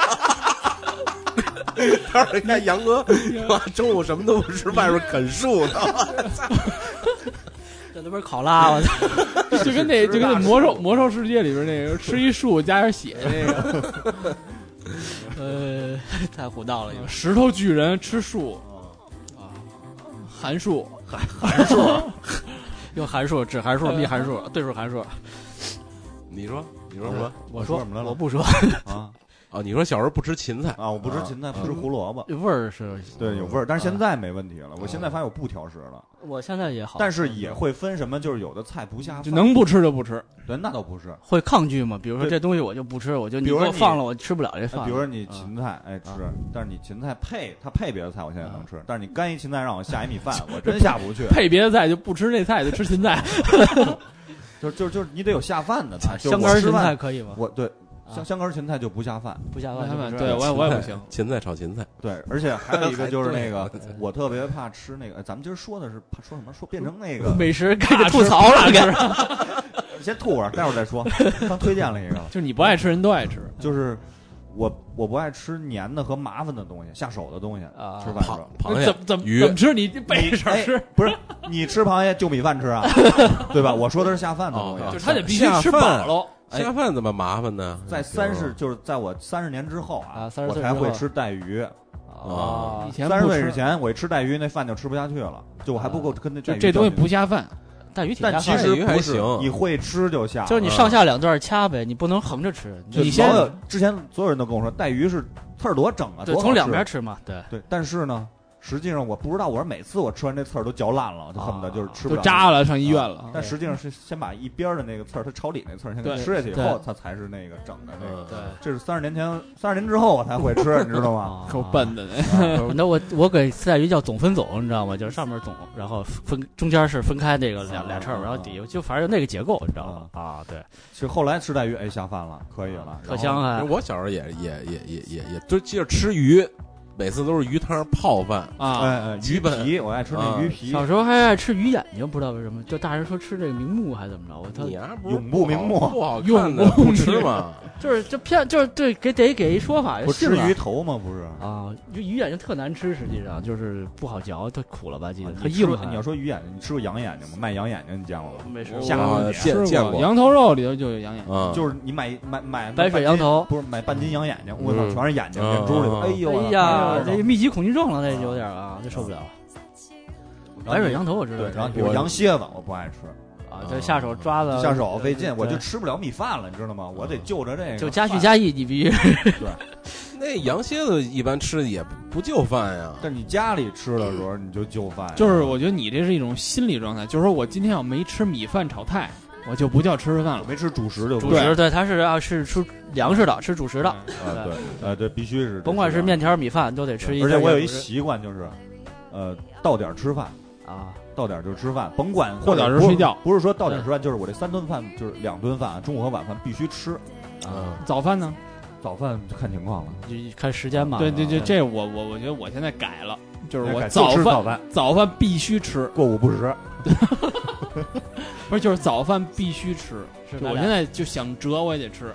Speaker 3: 他说：“你看杨 哥，妈中午什么都不吃，外边啃树呢。
Speaker 2: 在那边考拉，我操！
Speaker 5: 就跟那就跟那魔兽魔兽世界里边那个吃一树加点血那个
Speaker 2: 呃，太胡闹了，你们
Speaker 5: 石头巨人吃树啊，函数
Speaker 2: 用函数、指函数、幂函数、对数函数。”
Speaker 3: 你说，你说什么？
Speaker 2: 我
Speaker 4: 说
Speaker 2: 说
Speaker 4: 什么来着
Speaker 2: 我不说，
Speaker 4: 啊
Speaker 3: 哦，你说小时候不吃芹菜，
Speaker 4: 啊！我不吃芹菜，不吃胡萝卜，
Speaker 2: 味儿是，
Speaker 4: 对，有味儿。但是现在没问题了，我现在发现我不挑食了，
Speaker 2: 我现在也好，
Speaker 4: 但是也会分什么，就是有的菜不下
Speaker 5: 就
Speaker 4: 饭，
Speaker 5: 能不吃就不吃，
Speaker 4: 对，那倒不是。
Speaker 2: 会抗拒吗？比如说
Speaker 4: 对
Speaker 2: 这东西我就不吃，我就你
Speaker 4: 比
Speaker 2: 给
Speaker 4: 如说
Speaker 2: 我
Speaker 4: 你
Speaker 2: 放了，我吃不了这饭。
Speaker 4: 哎比如说你芹菜，哎吃，但是你芹菜配它配别的菜，我现在能吃，但是你干一芹菜让我下一米饭，我真下不去。
Speaker 5: 配别的菜就不吃那菜，就吃芹菜。
Speaker 4: 就就就是你得有下饭的菜，就
Speaker 2: 啊香
Speaker 4: 我
Speaker 2: 干儿
Speaker 4: 吃
Speaker 2: 芹
Speaker 4: 饭
Speaker 2: 菜，可以吗？
Speaker 4: 我对香
Speaker 2: 啊
Speaker 4: 香干芹菜就不下饭，
Speaker 2: 不下饭就不吃，
Speaker 5: 对，我也我也不行。
Speaker 3: 芹菜炒芹菜，
Speaker 4: 对，而且还 有一个
Speaker 3: 还
Speaker 4: 就是那
Speaker 3: 对
Speaker 4: 个，我特别怕吃那个，哎咱们今儿说的是怕说什么？说变成那个，
Speaker 2: 美食开始吐槽了，开始
Speaker 4: 先吐会儿，待会儿再说。刚推荐了一个，
Speaker 5: 就是你不爱吃，人都爱吃。
Speaker 4: 就是我我不爱吃黏的和麻烦的东西，下手的东西，
Speaker 2: 啊
Speaker 4: 吃饭的时
Speaker 3: 螃
Speaker 4: 候。
Speaker 3: 螃
Speaker 5: 怎
Speaker 3: 蟹
Speaker 5: 么、怎么
Speaker 3: 鱼
Speaker 5: 怎么吃？你背着
Speaker 4: 哎
Speaker 5: 吃，
Speaker 4: 不是你吃螃蟹就米饭吃 啊，对吧？我说的是下饭的东
Speaker 3: 哦
Speaker 5: 就
Speaker 4: 西
Speaker 5: 是， 他得必须吃饱喽。
Speaker 4: 哎
Speaker 3: 下饭怎么麻烦呢？
Speaker 4: 在三十
Speaker 3: 比
Speaker 4: 就是在我三十年之后啊
Speaker 2: 啊，30
Speaker 4: 我
Speaker 2: 岁
Speaker 4: 才
Speaker 2: 之
Speaker 4: 会
Speaker 2: 后
Speaker 4: 吃带鱼。哦
Speaker 3: 啊
Speaker 5: 以前
Speaker 4: 三十
Speaker 5: 不
Speaker 4: 岁
Speaker 5: 吃
Speaker 4: 之前，我一吃带鱼那饭就吃不下去了，就我还不够跟那带
Speaker 5: 就
Speaker 4: 鱼
Speaker 5: 这东西
Speaker 4: 较劲
Speaker 5: 不下饭，
Speaker 2: 带鱼挺下
Speaker 4: 但其
Speaker 2: 饭的，
Speaker 4: 实
Speaker 3: 带鱼还
Speaker 4: 不是
Speaker 3: 行
Speaker 4: 你会吃就下。
Speaker 2: 就是你上下两段掐呗，你不能横着吃，
Speaker 4: 就
Speaker 2: 你
Speaker 4: 所
Speaker 2: 先
Speaker 4: 有之前所有人都跟我说，带鱼是刺儿多整啊，
Speaker 2: 对
Speaker 4: 多好
Speaker 2: 从两
Speaker 4: 吃
Speaker 2: 边吃嘛，对
Speaker 4: 对。但是呢，实际上我不知道，我是每次我吃完这刺儿都嚼烂了，我就恨不得就是吃不
Speaker 5: 都
Speaker 2: 啊
Speaker 4: 了。
Speaker 5: 扎了，上医院了。
Speaker 4: 但实际上是先把一边儿的那个刺儿，它朝里那刺儿先给
Speaker 5: 对
Speaker 4: 吃下去以
Speaker 2: 对
Speaker 4: 后，它才是那个整的那个。
Speaker 3: 嗯，
Speaker 4: 这是三十年前，三十年之后我才会吃，你知道
Speaker 2: 啊
Speaker 4: 吗？
Speaker 5: 够笨的那，
Speaker 2: 哦那我我给四带鱼叫总分总，你知道吗？就是上面总，然后分中间是分开那个
Speaker 4: 啊
Speaker 2: 俩俩翅
Speaker 4: 啊
Speaker 2: 儿，然后底下就反正就那个结构，你知道吗？啊，对，
Speaker 4: 其实后来吃带鱼，哎，下饭了，可以了，
Speaker 2: 可香啊！
Speaker 3: 我小时候也也也也也也就接着吃鱼，每次都是鱼汤泡饭，
Speaker 4: 然后。
Speaker 5: 啊，
Speaker 4: 哎哎，
Speaker 3: 基
Speaker 4: 鱼
Speaker 3: 本
Speaker 4: 皮，我爱吃那
Speaker 3: 啊
Speaker 4: 鱼皮，
Speaker 2: 小时候还爱吃鱼眼睛，不知道为什么，就大人说吃这个明目还怎么着，我他
Speaker 3: 你啊不
Speaker 4: 永不瞑目
Speaker 3: 不好看的
Speaker 5: 永不瞑目
Speaker 3: 不吃嘛，
Speaker 2: 就是就骗，就是对给得给一说法，
Speaker 4: 不
Speaker 2: 信
Speaker 4: 吃
Speaker 2: 了
Speaker 4: 鱼头吗？不是，
Speaker 2: 啊，就鱼眼睛特难吃，实际上就是不好嚼，它苦了吧唧的，它
Speaker 4: 啊你吃
Speaker 2: 啊硬
Speaker 4: 过
Speaker 2: 还。
Speaker 4: 你要说鱼眼睛，你吃过羊眼睛吗？卖羊眼睛你见过吗？
Speaker 2: 没吃
Speaker 5: 我
Speaker 2: 过
Speaker 3: 下过
Speaker 5: 我
Speaker 3: 去
Speaker 5: 吃
Speaker 3: 啊见见过
Speaker 5: 羊头肉里头就有羊眼，
Speaker 3: 啊，
Speaker 4: 啊就是你买买买
Speaker 2: 白水羊，头
Speaker 4: 买，不是买半斤羊眼睛，我操，
Speaker 3: 嗯
Speaker 4: 全是眼睛眼珠里头，
Speaker 3: 啊
Speaker 4: 哎呦，
Speaker 2: 哎呀，这密集恐惧症了，那就有点啊，这受不了。白水羊
Speaker 4: 头，
Speaker 2: 头我知道
Speaker 4: 对，，然后比
Speaker 2: 这
Speaker 4: 如
Speaker 2: 个
Speaker 4: 羊蝎子我不爱吃，
Speaker 2: 啊，这下手抓的
Speaker 4: 下手费劲，我就
Speaker 2: 对
Speaker 4: 吃不了米饭了，你知道吗？我得就着这个，
Speaker 2: 就加叙，加意，你必须
Speaker 3: 那羊蝎子一般吃的也不不就饭呀，
Speaker 4: 但是你家里吃的时候你就就饭，
Speaker 5: 嗯就是我觉得你这是一种心理状态，就是说我今天要没吃米饭炒菜，我就不叫吃吃饭
Speaker 4: 我
Speaker 5: 了。
Speaker 4: 没吃主食就
Speaker 2: 主
Speaker 4: 不
Speaker 2: 食，对，它是啊是吃粮食的，吃主食的，
Speaker 4: 啊，对，呃，对，必须是，
Speaker 2: 甭管是面，条米饭都得吃一。
Speaker 4: 而且我有一习惯就是，呃，到点儿吃饭。
Speaker 2: 啊，
Speaker 4: 到点儿就吃饭，甭管
Speaker 5: 到点儿就
Speaker 4: 或者不
Speaker 5: 睡觉嗯
Speaker 4: 不是说到点儿吃饭，就是我这三顿饭就是两顿饭，中午和晚饭必须吃，
Speaker 3: 啊，
Speaker 5: 早饭呢？
Speaker 4: 早饭就看情况了。
Speaker 2: 就看时间嘛。
Speaker 5: 对对对，
Speaker 2: 啊
Speaker 5: 这我我我觉得我现在改了，就是我
Speaker 4: 改
Speaker 5: 早
Speaker 4: 就吃
Speaker 5: 饭
Speaker 4: 早饭
Speaker 5: 早饭必须吃，
Speaker 4: 过午不食，
Speaker 5: 不是就是早饭必须吃。
Speaker 2: 是
Speaker 5: 就
Speaker 2: 咱
Speaker 5: 我
Speaker 2: 俩
Speaker 5: 现在就想折我也得吃，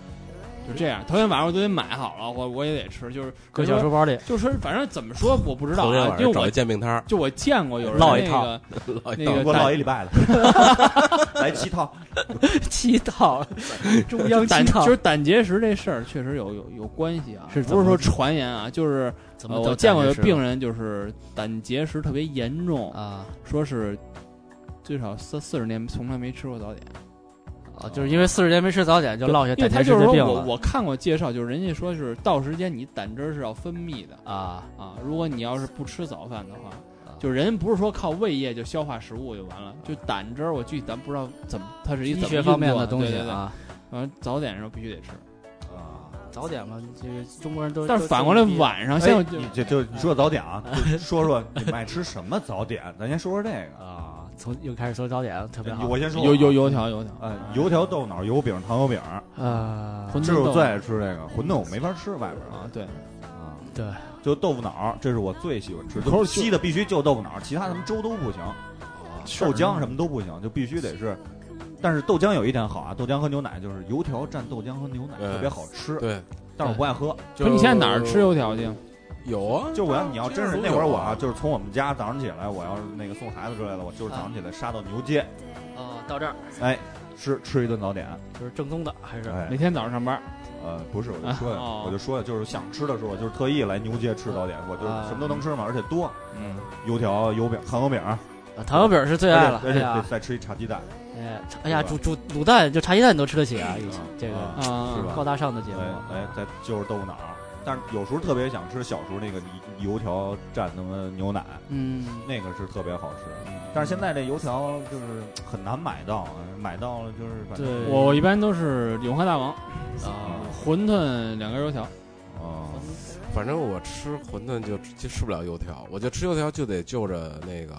Speaker 5: 就这样。头天晚上我都得买好了，我我也得吃，就是
Speaker 2: 搁小书包里
Speaker 5: 就是反正怎么说我不知道
Speaker 3: 昨天
Speaker 5: 啊
Speaker 3: 晚，
Speaker 5: 就
Speaker 3: 上找
Speaker 5: 我
Speaker 3: 一煎饼摊儿，
Speaker 5: 就我见过有人
Speaker 2: 烙一
Speaker 5: 那
Speaker 2: 套
Speaker 5: 个
Speaker 3: 老
Speaker 5: 那
Speaker 4: 等
Speaker 5: 个
Speaker 4: 我
Speaker 5: 大
Speaker 4: 老一礼 拜了，来七套，啊
Speaker 2: 七 套，中央七
Speaker 5: 胆
Speaker 2: 套
Speaker 5: 其实胆结石这事儿确实有有有关系啊，
Speaker 2: 是怎
Speaker 5: 不是
Speaker 2: 么
Speaker 5: 说
Speaker 2: 回
Speaker 5: 传言啊？就是
Speaker 2: 怎
Speaker 5: 呃
Speaker 2: 么
Speaker 5: 我见过有病人就是胆结石特别严重，
Speaker 2: 啊
Speaker 5: 说是最少三四十年从来没吃过早点，
Speaker 2: 啊，就是因为四十年没吃早点就落下
Speaker 5: 因为
Speaker 2: 胆
Speaker 5: 他
Speaker 2: 结石
Speaker 5: 就是
Speaker 2: 的
Speaker 5: 说
Speaker 2: 病
Speaker 5: 我
Speaker 2: 了
Speaker 5: 我看过介绍，就是人家说是到时间你胆汁儿是要分泌的
Speaker 2: 啊，
Speaker 5: 啊，如果你要是不吃早饭的话
Speaker 2: 啊。
Speaker 5: 就人不是说靠胃液就消化食物就完了，就胆汁儿，我具体咱不知道怎么，它是一
Speaker 2: 医
Speaker 5: 个怎么
Speaker 2: 学方面
Speaker 5: 运作
Speaker 2: 的东
Speaker 5: 对
Speaker 2: 西
Speaker 5: 对对
Speaker 2: 啊。
Speaker 5: 反正早点的时候必须得吃，
Speaker 2: 早点嘛，这个中国人都。
Speaker 5: 但是反过来，晚上
Speaker 4: 哎
Speaker 5: 像
Speaker 4: 你这就你说早点啊，就说说你们爱吃什么早点，咱先说说这 个。
Speaker 2: 啊，从又开始说早点了，特别好。
Speaker 4: 我先说啊，
Speaker 5: 油油油条油条，
Speaker 4: 呃，油条、豆脑、油饼、糖油饼，
Speaker 2: 啊，
Speaker 5: 馄
Speaker 4: 这
Speaker 5: 饨
Speaker 4: 是我
Speaker 5: 豆
Speaker 4: 最爱吃这个。馄饨我没法吃外边
Speaker 5: 啊，对，
Speaker 4: 的啊，
Speaker 2: 对，
Speaker 4: 就豆腐脑，这是我最喜欢吃
Speaker 5: 可
Speaker 4: 的，
Speaker 5: 是
Speaker 4: 稀的必须就豆腐脑，其他什么粥都不行，豆浆什么都不行，就必须得是。但是豆浆有一点好啊，豆浆和牛奶就是油条蘸豆浆和牛奶
Speaker 3: 对
Speaker 4: 特别好吃，
Speaker 3: 对，
Speaker 4: 但是我不爱喝。
Speaker 5: 不
Speaker 3: 就是
Speaker 5: 你现在哪儿吃油条去？
Speaker 3: 有啊？
Speaker 4: 就我要你要真是
Speaker 3: 这
Speaker 4: 那
Speaker 3: 样
Speaker 4: 会儿
Speaker 3: 都有
Speaker 4: 我啊，，就是从我们家早上起来，我要是那个送孩子之类的，我就是早上起来杀到牛街，
Speaker 2: 哦，到这儿
Speaker 4: 哎，吃吃一顿早点，
Speaker 2: 就是正宗的，还是
Speaker 4: 哎
Speaker 5: 每，天早上上班，
Speaker 4: 呃，不是，我就说呀，
Speaker 5: 啊哦
Speaker 4: 我就说呀，就是想吃的时候，我就是特意来牛街吃早点，我就是
Speaker 2: 啊
Speaker 4: 什么都能吃嘛，而且多，
Speaker 5: 嗯，
Speaker 4: 油条、油饼、糖油饼，
Speaker 2: 啊糖油饼是最爱了。
Speaker 4: 而
Speaker 2: 哎
Speaker 4: 且而且
Speaker 2: 呀，
Speaker 4: 再吃一茶鸡蛋，
Speaker 2: 哎哎呀，煮煮卤蛋就茶叶蛋你都吃得起啊，以前这个嗯
Speaker 4: 啊
Speaker 5: 啊，
Speaker 4: 是吧
Speaker 2: 高大上的节目
Speaker 4: 哎哎，再就是豆腐脑。但是有时候特别想吃小时候那个油条蘸什么牛奶，
Speaker 2: 嗯，
Speaker 4: 那个是特别好吃。但是现在这油条就是很难买到，啊买到了就是反正
Speaker 2: 对
Speaker 5: 我我一般都是永和大王，
Speaker 2: 啊，
Speaker 5: 馄饨两根油条，
Speaker 4: 哦，
Speaker 3: 反正我吃馄饨就就吃不了油条，我就吃油条就得就着那个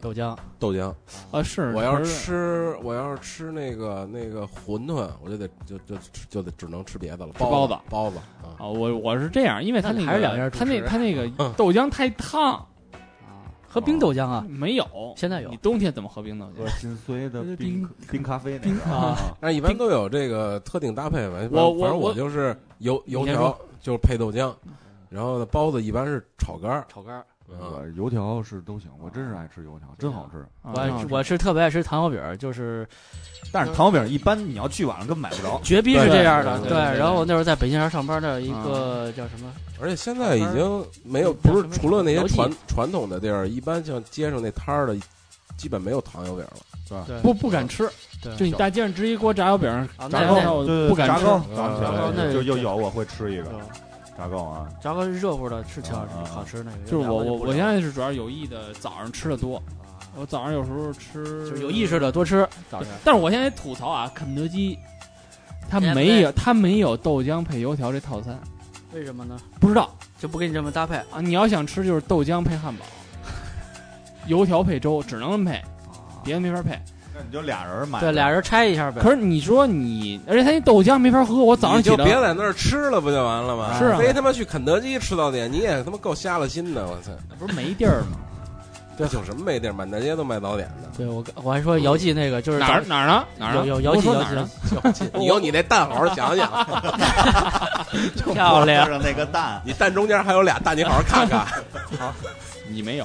Speaker 2: 豆浆
Speaker 3: 豆浆。
Speaker 5: 啊是，
Speaker 3: 我要
Speaker 5: 可
Speaker 3: 是
Speaker 5: 是
Speaker 3: 吃我要是吃那个那个馄饨，我就得就就就就得只能吃别的了，
Speaker 5: 吃包
Speaker 3: 子
Speaker 5: 子
Speaker 3: 包子啊，
Speaker 5: 啊，我我是这样，因为它
Speaker 2: 那
Speaker 5: 那个
Speaker 2: 还是两样主
Speaker 5: 它那
Speaker 2: 食
Speaker 5: 它那个豆浆太烫，
Speaker 2: 啊，喝冰豆浆啊，
Speaker 5: 没有，
Speaker 2: 现在有
Speaker 5: 你冬天怎么喝冰豆
Speaker 4: 喝
Speaker 5: 浆？
Speaker 4: 紧随的
Speaker 5: 冰
Speaker 4: 冰冰咖啡那个
Speaker 5: 啊，
Speaker 3: 但是一般都有这个特定搭配吧。反正
Speaker 5: 我我
Speaker 3: 反正
Speaker 5: 我
Speaker 3: 我就是油油
Speaker 5: 你先
Speaker 3: 条就是配豆浆，然后呢包子一般是炒肝儿，
Speaker 2: 炒肝儿。
Speaker 3: 嗯，
Speaker 4: 我油条是都行，我真是爱吃油条，真好吃。
Speaker 5: 啊
Speaker 2: 我
Speaker 5: 挺好吃
Speaker 2: 我是特别爱吃糖油饼，就是
Speaker 4: 但是糖油饼一般你要去晚上根本买不着，
Speaker 2: 绝逼是这样的。
Speaker 3: 对
Speaker 5: 对对对对
Speaker 2: 然后我那时候在北京园上班的一个叫什么
Speaker 3: 而且现在已经没有，
Speaker 2: 炒肝
Speaker 3: 不
Speaker 2: 儿
Speaker 3: 是除了那
Speaker 2: 老
Speaker 3: 些
Speaker 2: 记
Speaker 3: 传传统的地儿，一般像街上那摊儿的，基本没有糖油饼了。
Speaker 5: 不不敢吃
Speaker 2: 对，
Speaker 5: 就你大街上支一锅炸油饼
Speaker 2: 啊，
Speaker 5: 炸
Speaker 2: 那
Speaker 5: 糕
Speaker 2: 那
Speaker 5: 我
Speaker 4: 对
Speaker 5: 不敢
Speaker 4: 炸
Speaker 5: 吃，
Speaker 4: 糕啊
Speaker 3: 吃，
Speaker 4: 早上
Speaker 3: 炸
Speaker 4: 起
Speaker 3: 糕
Speaker 4: 来
Speaker 2: 那
Speaker 4: 就就又有我会吃一个
Speaker 2: 对
Speaker 4: 炸糕啊，
Speaker 2: 炸糕是热乎的，吃起来
Speaker 4: 啊
Speaker 2: 好吃那个。
Speaker 5: 就是我我我现
Speaker 2: 在
Speaker 5: 在是主要有意的早上吃的多，我早上有时候吃
Speaker 2: 啊就是有意识的多吃，早
Speaker 5: 对
Speaker 2: 上
Speaker 5: 但是我现在吐槽啊，肯德基它
Speaker 2: 哎
Speaker 5: 没有它没有豆浆配油条这套餐，
Speaker 2: 为什么呢？
Speaker 5: 不知道
Speaker 2: 就不给你这么搭配。
Speaker 5: 啊。你要想吃就是豆浆配汉堡， 油条配粥，只能配，别的没法配。
Speaker 4: 那你就俩人买，
Speaker 2: 哦对，俩人拆一下呗。
Speaker 5: 可是你说你，而且他那豆浆没法喝，我早上
Speaker 3: 你
Speaker 5: 起
Speaker 3: 就
Speaker 5: 来
Speaker 3: 别在那儿吃了，不就完了吗？
Speaker 5: 是啊
Speaker 3: 非他妈去肯德基吃到点，你也他妈够瞎了心的，我操！
Speaker 5: 不是没地儿吗？
Speaker 3: 这有什么没地儿，满大街都卖早点的。
Speaker 2: 对我我还说姚记那个就是
Speaker 5: 哪儿哪儿呢？哪儿呢？
Speaker 2: 有有姚
Speaker 5: 我
Speaker 2: 记
Speaker 5: 说
Speaker 2: 姚
Speaker 5: 哪儿啊呢
Speaker 2: 记？
Speaker 3: 你有你那蛋，好好想想，
Speaker 2: 漂亮。
Speaker 4: 的那个蛋，
Speaker 3: 你蛋中间还有俩蛋，你好好看 看。
Speaker 5: 你 没有，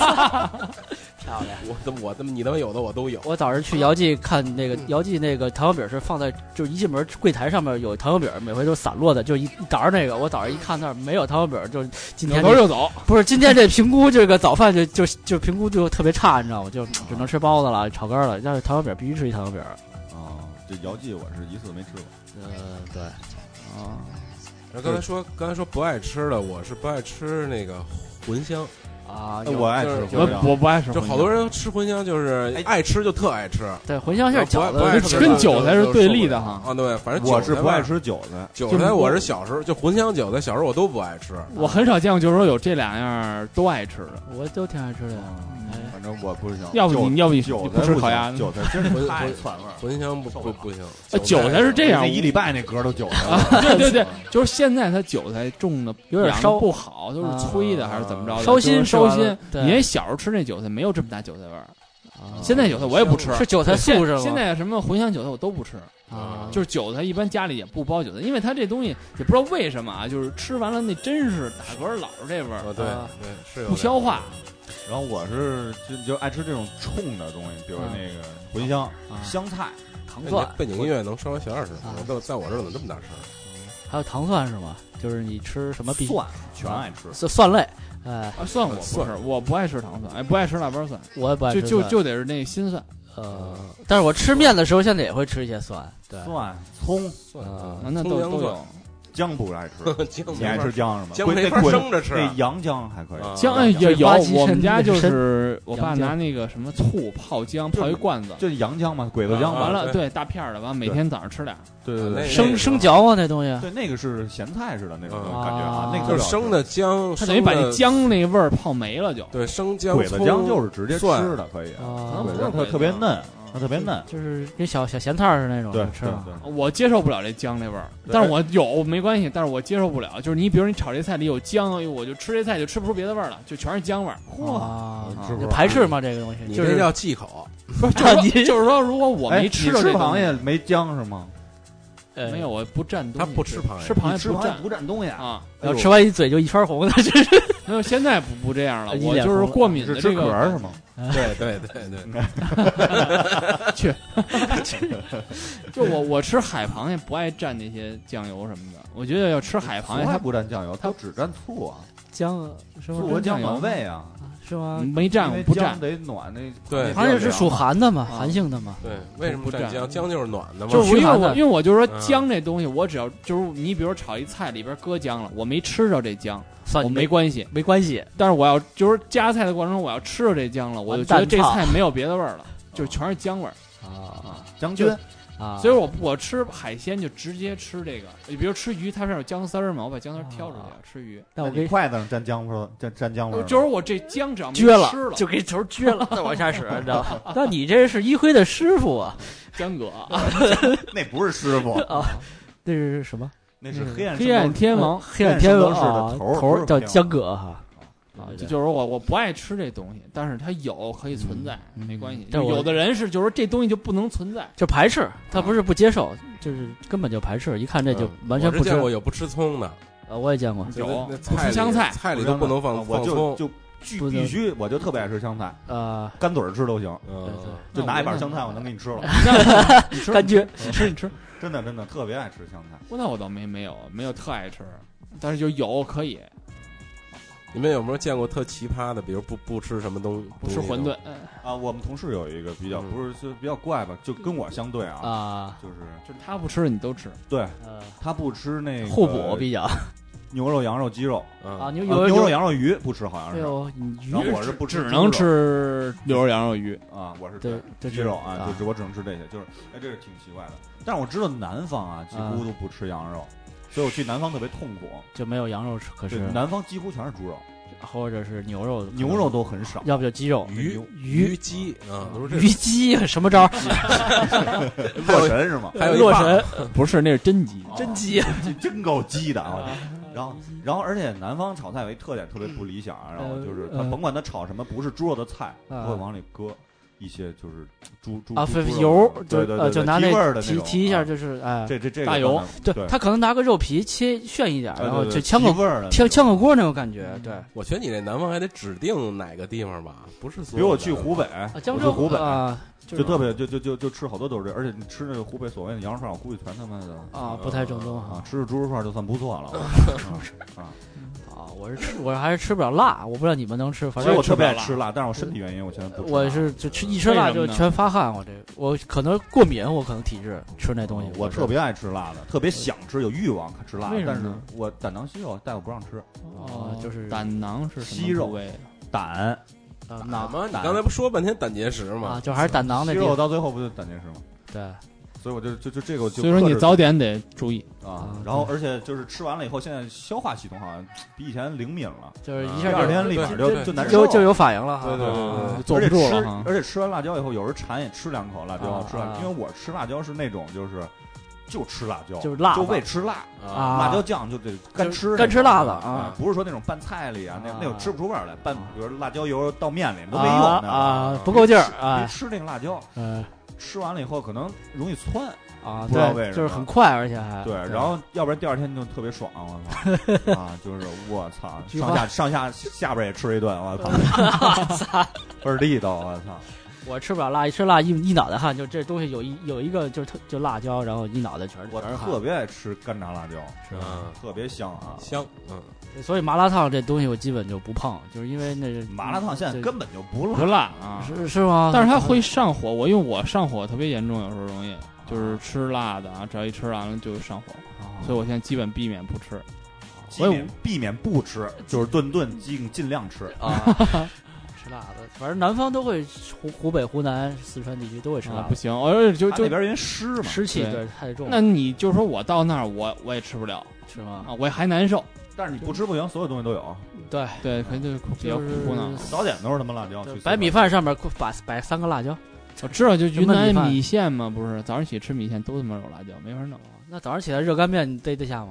Speaker 2: 漂亮。
Speaker 3: 我的我的你他妈有的我都有。
Speaker 2: 我早
Speaker 5: 嗯
Speaker 2: 上去姚记看那个姚记那个糖油饼是放在就是一进门柜台上面有糖油饼，每回都散落的，就一一沓儿那个。我早上一看那儿没有糖油饼，就今
Speaker 5: 扭
Speaker 2: 天
Speaker 5: 头
Speaker 2: 这
Speaker 5: 就走。
Speaker 2: 不是今天这评估这个早饭就就就评估就特别差，你知道吗？就只能吃包子了、炒肝了，但是糖油饼必须吃一糖油饼。
Speaker 4: 哦，这姚记我是一次没吃过，
Speaker 5: 呃
Speaker 2: 嗯，对，哦
Speaker 5: 啊，
Speaker 3: 然后刚才说刚才说不爱吃的，我是不爱吃那个茴香，
Speaker 2: 啊，
Speaker 4: 哎
Speaker 2: 有
Speaker 4: 我爱
Speaker 3: 就
Speaker 4: 吃
Speaker 3: 是
Speaker 4: 茴
Speaker 5: 我
Speaker 4: 香，
Speaker 5: 我不爱吃，
Speaker 3: 就好多。人吃茴香就是
Speaker 4: 哎
Speaker 3: 爱吃就特爱吃，啊
Speaker 2: 对茴香馅儿饺
Speaker 3: 不爱不爱
Speaker 2: 子
Speaker 3: 吃
Speaker 5: 这跟韭菜是对立的哈
Speaker 3: 啊，对，反正
Speaker 4: 我
Speaker 3: 韭
Speaker 4: 是
Speaker 3: 菜
Speaker 4: 不爱
Speaker 3: 吧。
Speaker 4: 吃韭菜，
Speaker 3: 韭菜我是小时候就茴香韭菜，小时候我都不爱吃。
Speaker 2: 嗯
Speaker 5: 我很少见过，就是说有这两样都爱吃的。
Speaker 2: 我都挺爱吃的。
Speaker 5: 哦
Speaker 2: 哎
Speaker 4: 哦反正我不行。
Speaker 5: 要不你要不你
Speaker 4: 韭
Speaker 5: 你
Speaker 4: 韭菜
Speaker 5: 吃
Speaker 4: 不
Speaker 5: 烤鸭
Speaker 4: 行，？韭菜真是太窜味儿了。
Speaker 3: 茴香不不不行，
Speaker 5: 呃韭菜是这样啊
Speaker 4: 那，一 礼拜那格都韭菜了，
Speaker 5: 对对对，就是现在它韭菜种的
Speaker 2: 有点
Speaker 5: 养得
Speaker 2: 烧
Speaker 5: 不好，都是催的
Speaker 3: 啊
Speaker 5: 还是怎么着的？
Speaker 2: 烧
Speaker 5: 就是
Speaker 2: 心
Speaker 5: 烧
Speaker 2: 是
Speaker 5: 心
Speaker 2: 吧。对
Speaker 5: 你连小时候吃那韭菜没有这么大韭菜味儿，
Speaker 2: 啊
Speaker 5: 现在韭菜我也不吃。
Speaker 2: 是韭菜素
Speaker 5: 现
Speaker 2: 是吗？
Speaker 5: 现在什么茴香韭菜我都不吃，
Speaker 2: 啊，
Speaker 5: 就是韭菜一般家里也不包韭菜，因为它这东西也不知道为什么啊，就是吃完了那真是打嗝老是这味
Speaker 3: 啊
Speaker 5: 儿，
Speaker 3: 对
Speaker 2: 啊
Speaker 3: 对是有
Speaker 5: 不消化。
Speaker 4: 然后我是就就爱吃这种冲的东西，比如
Speaker 2: 啊
Speaker 4: 那个茴香、
Speaker 2: 啊
Speaker 4: 香菜，
Speaker 2: 糖
Speaker 3: 点。哎你
Speaker 2: 蒜
Speaker 3: 这，背景音乐能稍微小点声
Speaker 2: 啊
Speaker 3: 吗？在在我这儿怎么这么大声？
Speaker 2: 还有糖蒜是吗？就是你吃什么必
Speaker 4: 蒜全爱吃。
Speaker 2: 蒜蒜类，哎，
Speaker 5: 啊，蒜我不
Speaker 3: 蒜
Speaker 5: 吃，我不爱吃糖蒜，哎，不爱吃腊八蒜，
Speaker 2: 我也不爱
Speaker 5: 就
Speaker 2: 吃
Speaker 5: 就
Speaker 2: 蒜
Speaker 5: 就得是那心蒜。
Speaker 2: 呃，但是我吃面的时候现在也会吃一些蒜，对，
Speaker 4: 蒜、葱、
Speaker 3: 蒜
Speaker 2: 啊
Speaker 5: 啊，那
Speaker 3: 葱
Speaker 5: 都
Speaker 3: 姜
Speaker 5: 都
Speaker 3: 蒜
Speaker 5: 有。
Speaker 4: 姜不爱吃，
Speaker 3: 姜
Speaker 4: 你爱吃姜是吗？
Speaker 3: 姜
Speaker 4: 滚
Speaker 3: 没
Speaker 4: 那
Speaker 3: 法
Speaker 4: 滚
Speaker 3: 生着吃
Speaker 4: 那洋姜还可以。
Speaker 3: 啊
Speaker 5: 姜哎也有
Speaker 2: 八级，
Speaker 5: 我
Speaker 2: 参
Speaker 5: 们家
Speaker 2: 参
Speaker 5: 就是我爸
Speaker 2: 洋姜
Speaker 5: 拿那个什么醋泡姜，
Speaker 4: 就是
Speaker 5: 泡一罐子，
Speaker 4: 就是洋姜嘛，鬼子姜
Speaker 3: 啊
Speaker 4: 嘛。
Speaker 5: 完了
Speaker 3: 对
Speaker 5: 对大片儿的，完了每天早上吃俩。
Speaker 4: 对对
Speaker 3: 那
Speaker 5: 嗯
Speaker 4: 对，
Speaker 2: 生
Speaker 3: 个
Speaker 2: 生嚼啊吗？那东西
Speaker 4: 对那个是咸菜似的那种
Speaker 3: 啊
Speaker 4: 感觉啊，那
Speaker 3: 就是
Speaker 4: 个特别好吃
Speaker 3: 生的姜，
Speaker 5: 它等于把
Speaker 3: 生
Speaker 5: 那
Speaker 3: 的
Speaker 5: 姜那味儿泡没了就。
Speaker 3: 对生姜
Speaker 4: 鬼子
Speaker 3: 葱嗯
Speaker 4: 姜就是直接吃的，可以。
Speaker 2: 啊
Speaker 4: 鬼
Speaker 5: 能不
Speaker 4: 子
Speaker 5: 是
Speaker 4: 姜它
Speaker 5: 鬼子
Speaker 4: 特别
Speaker 5: 姜
Speaker 4: 嫩，啊它特别嫩。
Speaker 2: 就是跟小小咸菜儿似的那
Speaker 3: 嗯
Speaker 2: 种，
Speaker 4: 对
Speaker 2: 吃
Speaker 4: 对
Speaker 3: 啊
Speaker 2: 吗？哦
Speaker 4: 对，
Speaker 5: 我接受不了这姜那味儿，
Speaker 4: 对
Speaker 5: 但是我有没关系，但是我接受不了。就是你比如你炒这菜里有姜，哎呦我就吃这菜就吃不出别的味儿了，就全 是姜味儿。
Speaker 2: 哇
Speaker 4: 吃不
Speaker 2: 你
Speaker 4: 出
Speaker 2: 排斥吗？这个东西
Speaker 3: 你
Speaker 2: 就
Speaker 3: 这
Speaker 2: 是
Speaker 3: 叫忌口，
Speaker 5: 不是，就是
Speaker 2: 你
Speaker 5: 说就是说，如果我
Speaker 4: 哎
Speaker 5: 没
Speaker 4: 你
Speaker 5: 吃
Speaker 4: 吃
Speaker 5: 到这东
Speaker 4: 螃
Speaker 5: 西
Speaker 4: 蟹没姜是吗？
Speaker 2: 呃
Speaker 5: 没有，，我不蘸东西。
Speaker 3: 他不吃螃蟹
Speaker 5: 吃螃
Speaker 4: 你
Speaker 5: 蟹
Speaker 4: 吃
Speaker 5: 不
Speaker 4: 螃蟹
Speaker 5: 蘸
Speaker 4: 不蘸东西啊，
Speaker 5: 啊。
Speaker 2: 然后吃完一嘴就一圈红的， 真是
Speaker 5: 没有，现在不不这样了，
Speaker 2: 呃一
Speaker 5: 我
Speaker 2: 脸
Speaker 5: 就是
Speaker 2: 红
Speaker 5: 过
Speaker 4: 哎你
Speaker 5: 敏
Speaker 4: 是
Speaker 5: 的
Speaker 4: 吃
Speaker 5: 这
Speaker 4: 壳儿是
Speaker 5: 个。
Speaker 4: 吗？
Speaker 3: 对对对对，
Speaker 5: 就我我吃海螃蟹不爱蘸那些酱油什么的，我觉得要吃海螃蟹
Speaker 4: 从来
Speaker 5: 它
Speaker 4: 不蘸酱油，它只蘸醋啊，
Speaker 2: 姜是
Speaker 4: 醋
Speaker 2: 吗
Speaker 4: 和？
Speaker 5: 酱
Speaker 4: 酱
Speaker 5: 油
Speaker 4: 暖胃啊。
Speaker 2: 是吗？
Speaker 5: 没蘸
Speaker 4: 因
Speaker 5: 我
Speaker 4: 为
Speaker 5: 不蘸
Speaker 4: 姜。得暖那
Speaker 3: 对
Speaker 2: 螃蟹是属寒的嘛，
Speaker 5: 啊
Speaker 2: 寒性的嘛。
Speaker 3: 对，为什么
Speaker 5: 不
Speaker 3: 蘸
Speaker 5: 蘸
Speaker 3: 姜？姜就是暖的嘛。
Speaker 5: 就是因为
Speaker 2: 驱寒
Speaker 5: 我
Speaker 2: 的
Speaker 5: 因为我就说
Speaker 3: 嗯
Speaker 5: 姜这东西，我只要就是你比如炒一菜里边搁姜了，我没吃着这姜，
Speaker 2: 算啊
Speaker 5: 我
Speaker 2: 你
Speaker 5: 没啊关系。
Speaker 2: 没关系，
Speaker 5: 但是我要就是夹菜的过程中，我要吃着这姜了，我就觉得这菜没有别的味
Speaker 2: 哦
Speaker 5: 儿了，就全是姜味儿。
Speaker 2: 啊
Speaker 4: 将
Speaker 5: 军
Speaker 4: 军，
Speaker 2: 啊！
Speaker 5: 所以我我吃海鲜就直接吃这个，你比如吃鱼，它是有姜丝儿嘛，我把姜丝儿挑出来
Speaker 2: 啊
Speaker 5: 吃鱼。
Speaker 2: 但我
Speaker 4: 你
Speaker 2: 给
Speaker 4: 筷子上蘸姜味儿，蘸蘸姜味儿吗，
Speaker 5: 就是我这姜只要没吃
Speaker 2: 撅了，
Speaker 5: 了，
Speaker 2: 就给头撅了，再往下使，你知道吗？ 那你这是一辉的师傅啊？
Speaker 5: 姜哥，
Speaker 4: 那不是师傅，
Speaker 2: 啊，那是什么？
Speaker 4: 那是黑暗
Speaker 5: 嗯黑暗天王
Speaker 2: 黑暗天鹅
Speaker 4: 圣斗士的头儿
Speaker 2: 啊
Speaker 4: 不
Speaker 2: 头
Speaker 4: 是
Speaker 2: 叫
Speaker 4: 天鹅
Speaker 2: 江哥哈。
Speaker 5: 啊
Speaker 2: 啊，
Speaker 5: 就就是我我不爱吃这东西，但是它有可以存在，
Speaker 2: 嗯
Speaker 5: 没关系。
Speaker 2: 但我
Speaker 5: 有的人是就是说这东西就不能存在，
Speaker 2: 就排斥，他不是不接受，就是根本就排斥，一看这就完全
Speaker 3: 嗯我
Speaker 2: 不
Speaker 3: 是
Speaker 2: 吃
Speaker 3: 见。过有不吃葱的，
Speaker 2: 呃，我也见过，
Speaker 3: 就是
Speaker 5: 有
Speaker 3: 那
Speaker 5: 不吃
Speaker 3: 里
Speaker 5: 香菜
Speaker 3: 菜里都不能放
Speaker 4: 啊我
Speaker 3: 放
Speaker 4: 就
Speaker 3: 葱。
Speaker 4: 就
Speaker 2: 不
Speaker 4: 必
Speaker 2: 能
Speaker 4: 必须，我就特别爱吃香菜，
Speaker 2: 呃，
Speaker 4: 干嘴儿吃都行，
Speaker 3: 嗯
Speaker 2: 对对
Speaker 4: 就拿一把
Speaker 5: 那我
Speaker 4: 香菜，我能给你吃了，
Speaker 5: 你吃
Speaker 2: 感觉
Speaker 5: 你吃你吃，
Speaker 4: 真的真的特别爱吃香菜。
Speaker 5: 那我倒没没有没有特爱吃，但是就有可以。
Speaker 3: 你们有没有见过特奇葩的？比如不不吃什么东西，
Speaker 5: 不吃馄饨
Speaker 4: 啊，我们同事有一个比较
Speaker 3: 嗯
Speaker 4: 不是就比较怪吧，就跟我相对啊，
Speaker 2: 啊，
Speaker 4: 就是
Speaker 5: 就是他不吃的你都吃，
Speaker 4: 对
Speaker 2: 呃，
Speaker 4: 他不吃那个
Speaker 2: 互补比较
Speaker 4: 牛肉、羊肉、鸡肉，
Speaker 3: 啊
Speaker 2: 啊，，牛有
Speaker 4: 啊牛肉、
Speaker 2: 有
Speaker 4: 羊肉、鱼不吃，好像
Speaker 2: 哎
Speaker 4: 是。
Speaker 2: 呦，你鱼
Speaker 4: 然后我是不吃
Speaker 5: 只
Speaker 4: 猪
Speaker 5: 能
Speaker 4: 肉
Speaker 5: 吃牛肉、羊肉、鱼。
Speaker 4: 啊，我是
Speaker 2: 对这
Speaker 4: 鸡
Speaker 2: 是
Speaker 4: 肉
Speaker 2: 啊
Speaker 4: 啊，就是我只能吃这些，就是哎，这是挺奇怪的。但是我知道南方啊，几乎都不吃羊肉，所以我去南方特别痛苦。
Speaker 2: 就没有羊肉吃，可
Speaker 4: 对
Speaker 2: 是，
Speaker 4: 南方几乎全是猪肉，
Speaker 2: 或者是牛肉，
Speaker 4: 牛肉，都很 少。
Speaker 2: 要不就鸡肉，
Speaker 3: 鱼
Speaker 2: 鱼
Speaker 3: 鸡啊，都是这
Speaker 2: 鱼鸡什么招儿？
Speaker 4: 洛神是吗？
Speaker 3: 还
Speaker 5: 呃
Speaker 3: 有一
Speaker 2: 洛
Speaker 3: 半
Speaker 2: 神
Speaker 5: 不是，那是真鸡。
Speaker 2: 真鸡，
Speaker 4: 这真够鸡的啊！然后，然后，而且南方炒菜有一特点特别不理想啊，然后就是他
Speaker 2: 呃
Speaker 4: 甭管他炒什么，不是猪肉的菜，
Speaker 2: 啊
Speaker 4: 他会往里搁一些就是猪猪
Speaker 2: 啊，
Speaker 4: 猪
Speaker 2: 粉
Speaker 4: 猪肉
Speaker 2: 油
Speaker 4: 的
Speaker 2: 就
Speaker 4: 对对
Speaker 2: 呃
Speaker 4: 对，
Speaker 2: 就拿
Speaker 4: 鸡味儿
Speaker 2: 那
Speaker 4: 的
Speaker 2: 提
Speaker 4: 种
Speaker 2: 提一下，
Speaker 4: 啊
Speaker 2: 就是哎，
Speaker 4: 这这这个
Speaker 5: 大油
Speaker 4: 不能，
Speaker 2: 对
Speaker 4: 对
Speaker 2: 他可能拿个肉皮切炫一点，
Speaker 4: 啊
Speaker 2: 然后就
Speaker 4: 对对
Speaker 2: 炝
Speaker 4: 鸡
Speaker 2: 个
Speaker 4: 味儿的那
Speaker 2: 炝
Speaker 4: 种嗯
Speaker 2: 炝个锅那种感觉，对。啊
Speaker 3: 我觉得你这南方还得指定哪个地方吧，不是所
Speaker 4: 比
Speaker 3: 有的
Speaker 4: 如我去湖北，
Speaker 2: 啊，
Speaker 4: 我
Speaker 2: 江
Speaker 4: 去
Speaker 2: 浙
Speaker 4: 湖北，
Speaker 2: 啊，
Speaker 4: 就特别就就就就吃好多都是这，而且你吃那个湖北所谓的羊肉串，我估计全他妈的
Speaker 2: 啊，不太正宗
Speaker 4: 啊
Speaker 2: 哈，
Speaker 4: 吃着猪肉串就算不错了。
Speaker 2: 啊！我是吃，我还是吃不了辣，我不知道你们能吃，
Speaker 4: 其
Speaker 2: 反
Speaker 4: 实
Speaker 2: 正
Speaker 4: 嗯我
Speaker 5: 我
Speaker 4: 特
Speaker 5: 吃不
Speaker 4: 别
Speaker 5: 了
Speaker 4: 爱吃辣，但是我身体原因我现在不吃辣。
Speaker 2: 嗯我是就吃一吃辣
Speaker 5: 为什
Speaker 2: 就
Speaker 5: 么呢
Speaker 2: 全发汗，我这我可能过敏，我可能体质吃那东西，
Speaker 4: 哦我特别爱吃辣的，特别想吃，有欲望吃辣
Speaker 5: 为，什
Speaker 4: 但
Speaker 5: 么
Speaker 4: 是
Speaker 5: 呢
Speaker 4: 我胆囊息肉，大夫不让吃
Speaker 2: 哦就是
Speaker 5: 胆囊是什么
Speaker 4: 息肉
Speaker 5: 部位
Speaker 4: 胆
Speaker 2: 啊
Speaker 3: 哪
Speaker 2: 囊
Speaker 3: 吗？你
Speaker 4: 胆
Speaker 3: 刚才不说半天胆结石
Speaker 2: 啊，
Speaker 3: 吗？
Speaker 2: 就还是胆囊那
Speaker 4: 息
Speaker 2: 地
Speaker 4: 肉，
Speaker 2: 方，
Speaker 4: 到最后不就胆结石吗？
Speaker 2: 对，
Speaker 4: 所以我就就就这个我就
Speaker 5: 所以说
Speaker 4: 克
Speaker 5: 你
Speaker 4: 制
Speaker 5: 早点得注意。
Speaker 4: 啊
Speaker 2: 啊，
Speaker 4: 然后而且就是吃完了以后，现在消化系统好像比以前灵敏了，
Speaker 2: 就是一
Speaker 4: 第
Speaker 2: 下
Speaker 3: 啊
Speaker 4: 二
Speaker 2: 就
Speaker 4: 天立马
Speaker 3: 对
Speaker 4: 就
Speaker 3: 对
Speaker 4: 就难受啊
Speaker 2: 就
Speaker 4: 了，
Speaker 2: 就有反应了哈，
Speaker 3: 对对对对
Speaker 2: 啊
Speaker 3: 对，
Speaker 5: 坐不住了哈
Speaker 4: 而且吃而且吃完辣椒以后，有时候馋也吃两口辣椒，
Speaker 2: 啊
Speaker 4: 吃辣
Speaker 2: 啊
Speaker 4: 因为我吃辣椒是那种就是就吃辣椒，
Speaker 2: 就是辣
Speaker 4: 就
Speaker 2: 的
Speaker 4: 为吃辣，
Speaker 2: 啊
Speaker 4: 辣椒酱就得干吃那种
Speaker 2: 干吃辣的
Speaker 4: 啊
Speaker 2: 啊，
Speaker 4: 不是说那种拌菜里啊，那
Speaker 2: 啊
Speaker 4: 那种吃不出味儿来，拌
Speaker 2: 啊
Speaker 4: 比如辣椒油到面里都没用
Speaker 2: 啊
Speaker 4: 那个
Speaker 2: 啊，不够劲儿
Speaker 4: 你
Speaker 2: 啊，
Speaker 4: 吃那个辣椒，
Speaker 2: 嗯
Speaker 4: 吃完了以后可能容易窜，
Speaker 2: 啊，
Speaker 4: 不知道为
Speaker 2: 对，
Speaker 4: 什么
Speaker 2: 就是很快，而且还
Speaker 4: 对，然后要不然第二天就特别爽，我 操啊，就是我操，
Speaker 2: 菊
Speaker 4: 上
Speaker 2: 花
Speaker 4: 下上下下边也吃一顿，我操， 倍儿地道，我操，
Speaker 2: 我吃不了辣，一吃辣一一脑袋汗，就这东西有一有一个就是特就辣椒，然后一脑袋全是
Speaker 4: 我
Speaker 2: 全是汗
Speaker 4: 特别爱吃干炸辣椒，
Speaker 2: 是吧
Speaker 3: 啊，
Speaker 4: 特别香啊！
Speaker 3: 香，嗯，
Speaker 2: 所以麻辣烫这东西我基本就不碰，就是因为那是
Speaker 4: 麻辣烫现在
Speaker 2: 嗯对
Speaker 4: 根本就不
Speaker 5: 不
Speaker 4: 辣，
Speaker 5: 辣啊，
Speaker 2: 是是吗？
Speaker 5: 但是它会上火。我因为我上火特别严重，有时候容易就是吃辣的啊，只要一吃完了就上火，
Speaker 2: 啊，
Speaker 5: 所以我现在基本避免不吃。
Speaker 4: 避免避免不吃，就是顿顿尽尽量吃。
Speaker 2: 吃辣的，反正南方都会湖湖北、湖南、四川地区都会吃辣
Speaker 5: 啊，
Speaker 2: 的，
Speaker 5: 不行，而且就
Speaker 4: 他那
Speaker 5: 就
Speaker 4: 边因为湿嘛，
Speaker 2: 湿气
Speaker 5: 对
Speaker 2: 对太重，
Speaker 5: 那你就说我到那儿，我我也吃不了
Speaker 2: 是吗？
Speaker 5: 啊，我还难受。
Speaker 4: 但是你不吃不行，所有东西都有，
Speaker 2: 对，
Speaker 5: 对，肯定就比较
Speaker 2: 就是
Speaker 5: 苦恼。
Speaker 4: 早点都是他妈辣椒。去
Speaker 2: 白米饭上面把摆三个辣椒，
Speaker 5: 我知道，就云
Speaker 2: 焖米
Speaker 5: 南
Speaker 2: 饭
Speaker 5: 米线嘛，不是早上起吃米线都他妈有辣椒，没法弄。
Speaker 2: 那早上起来热干面你逮得下吗？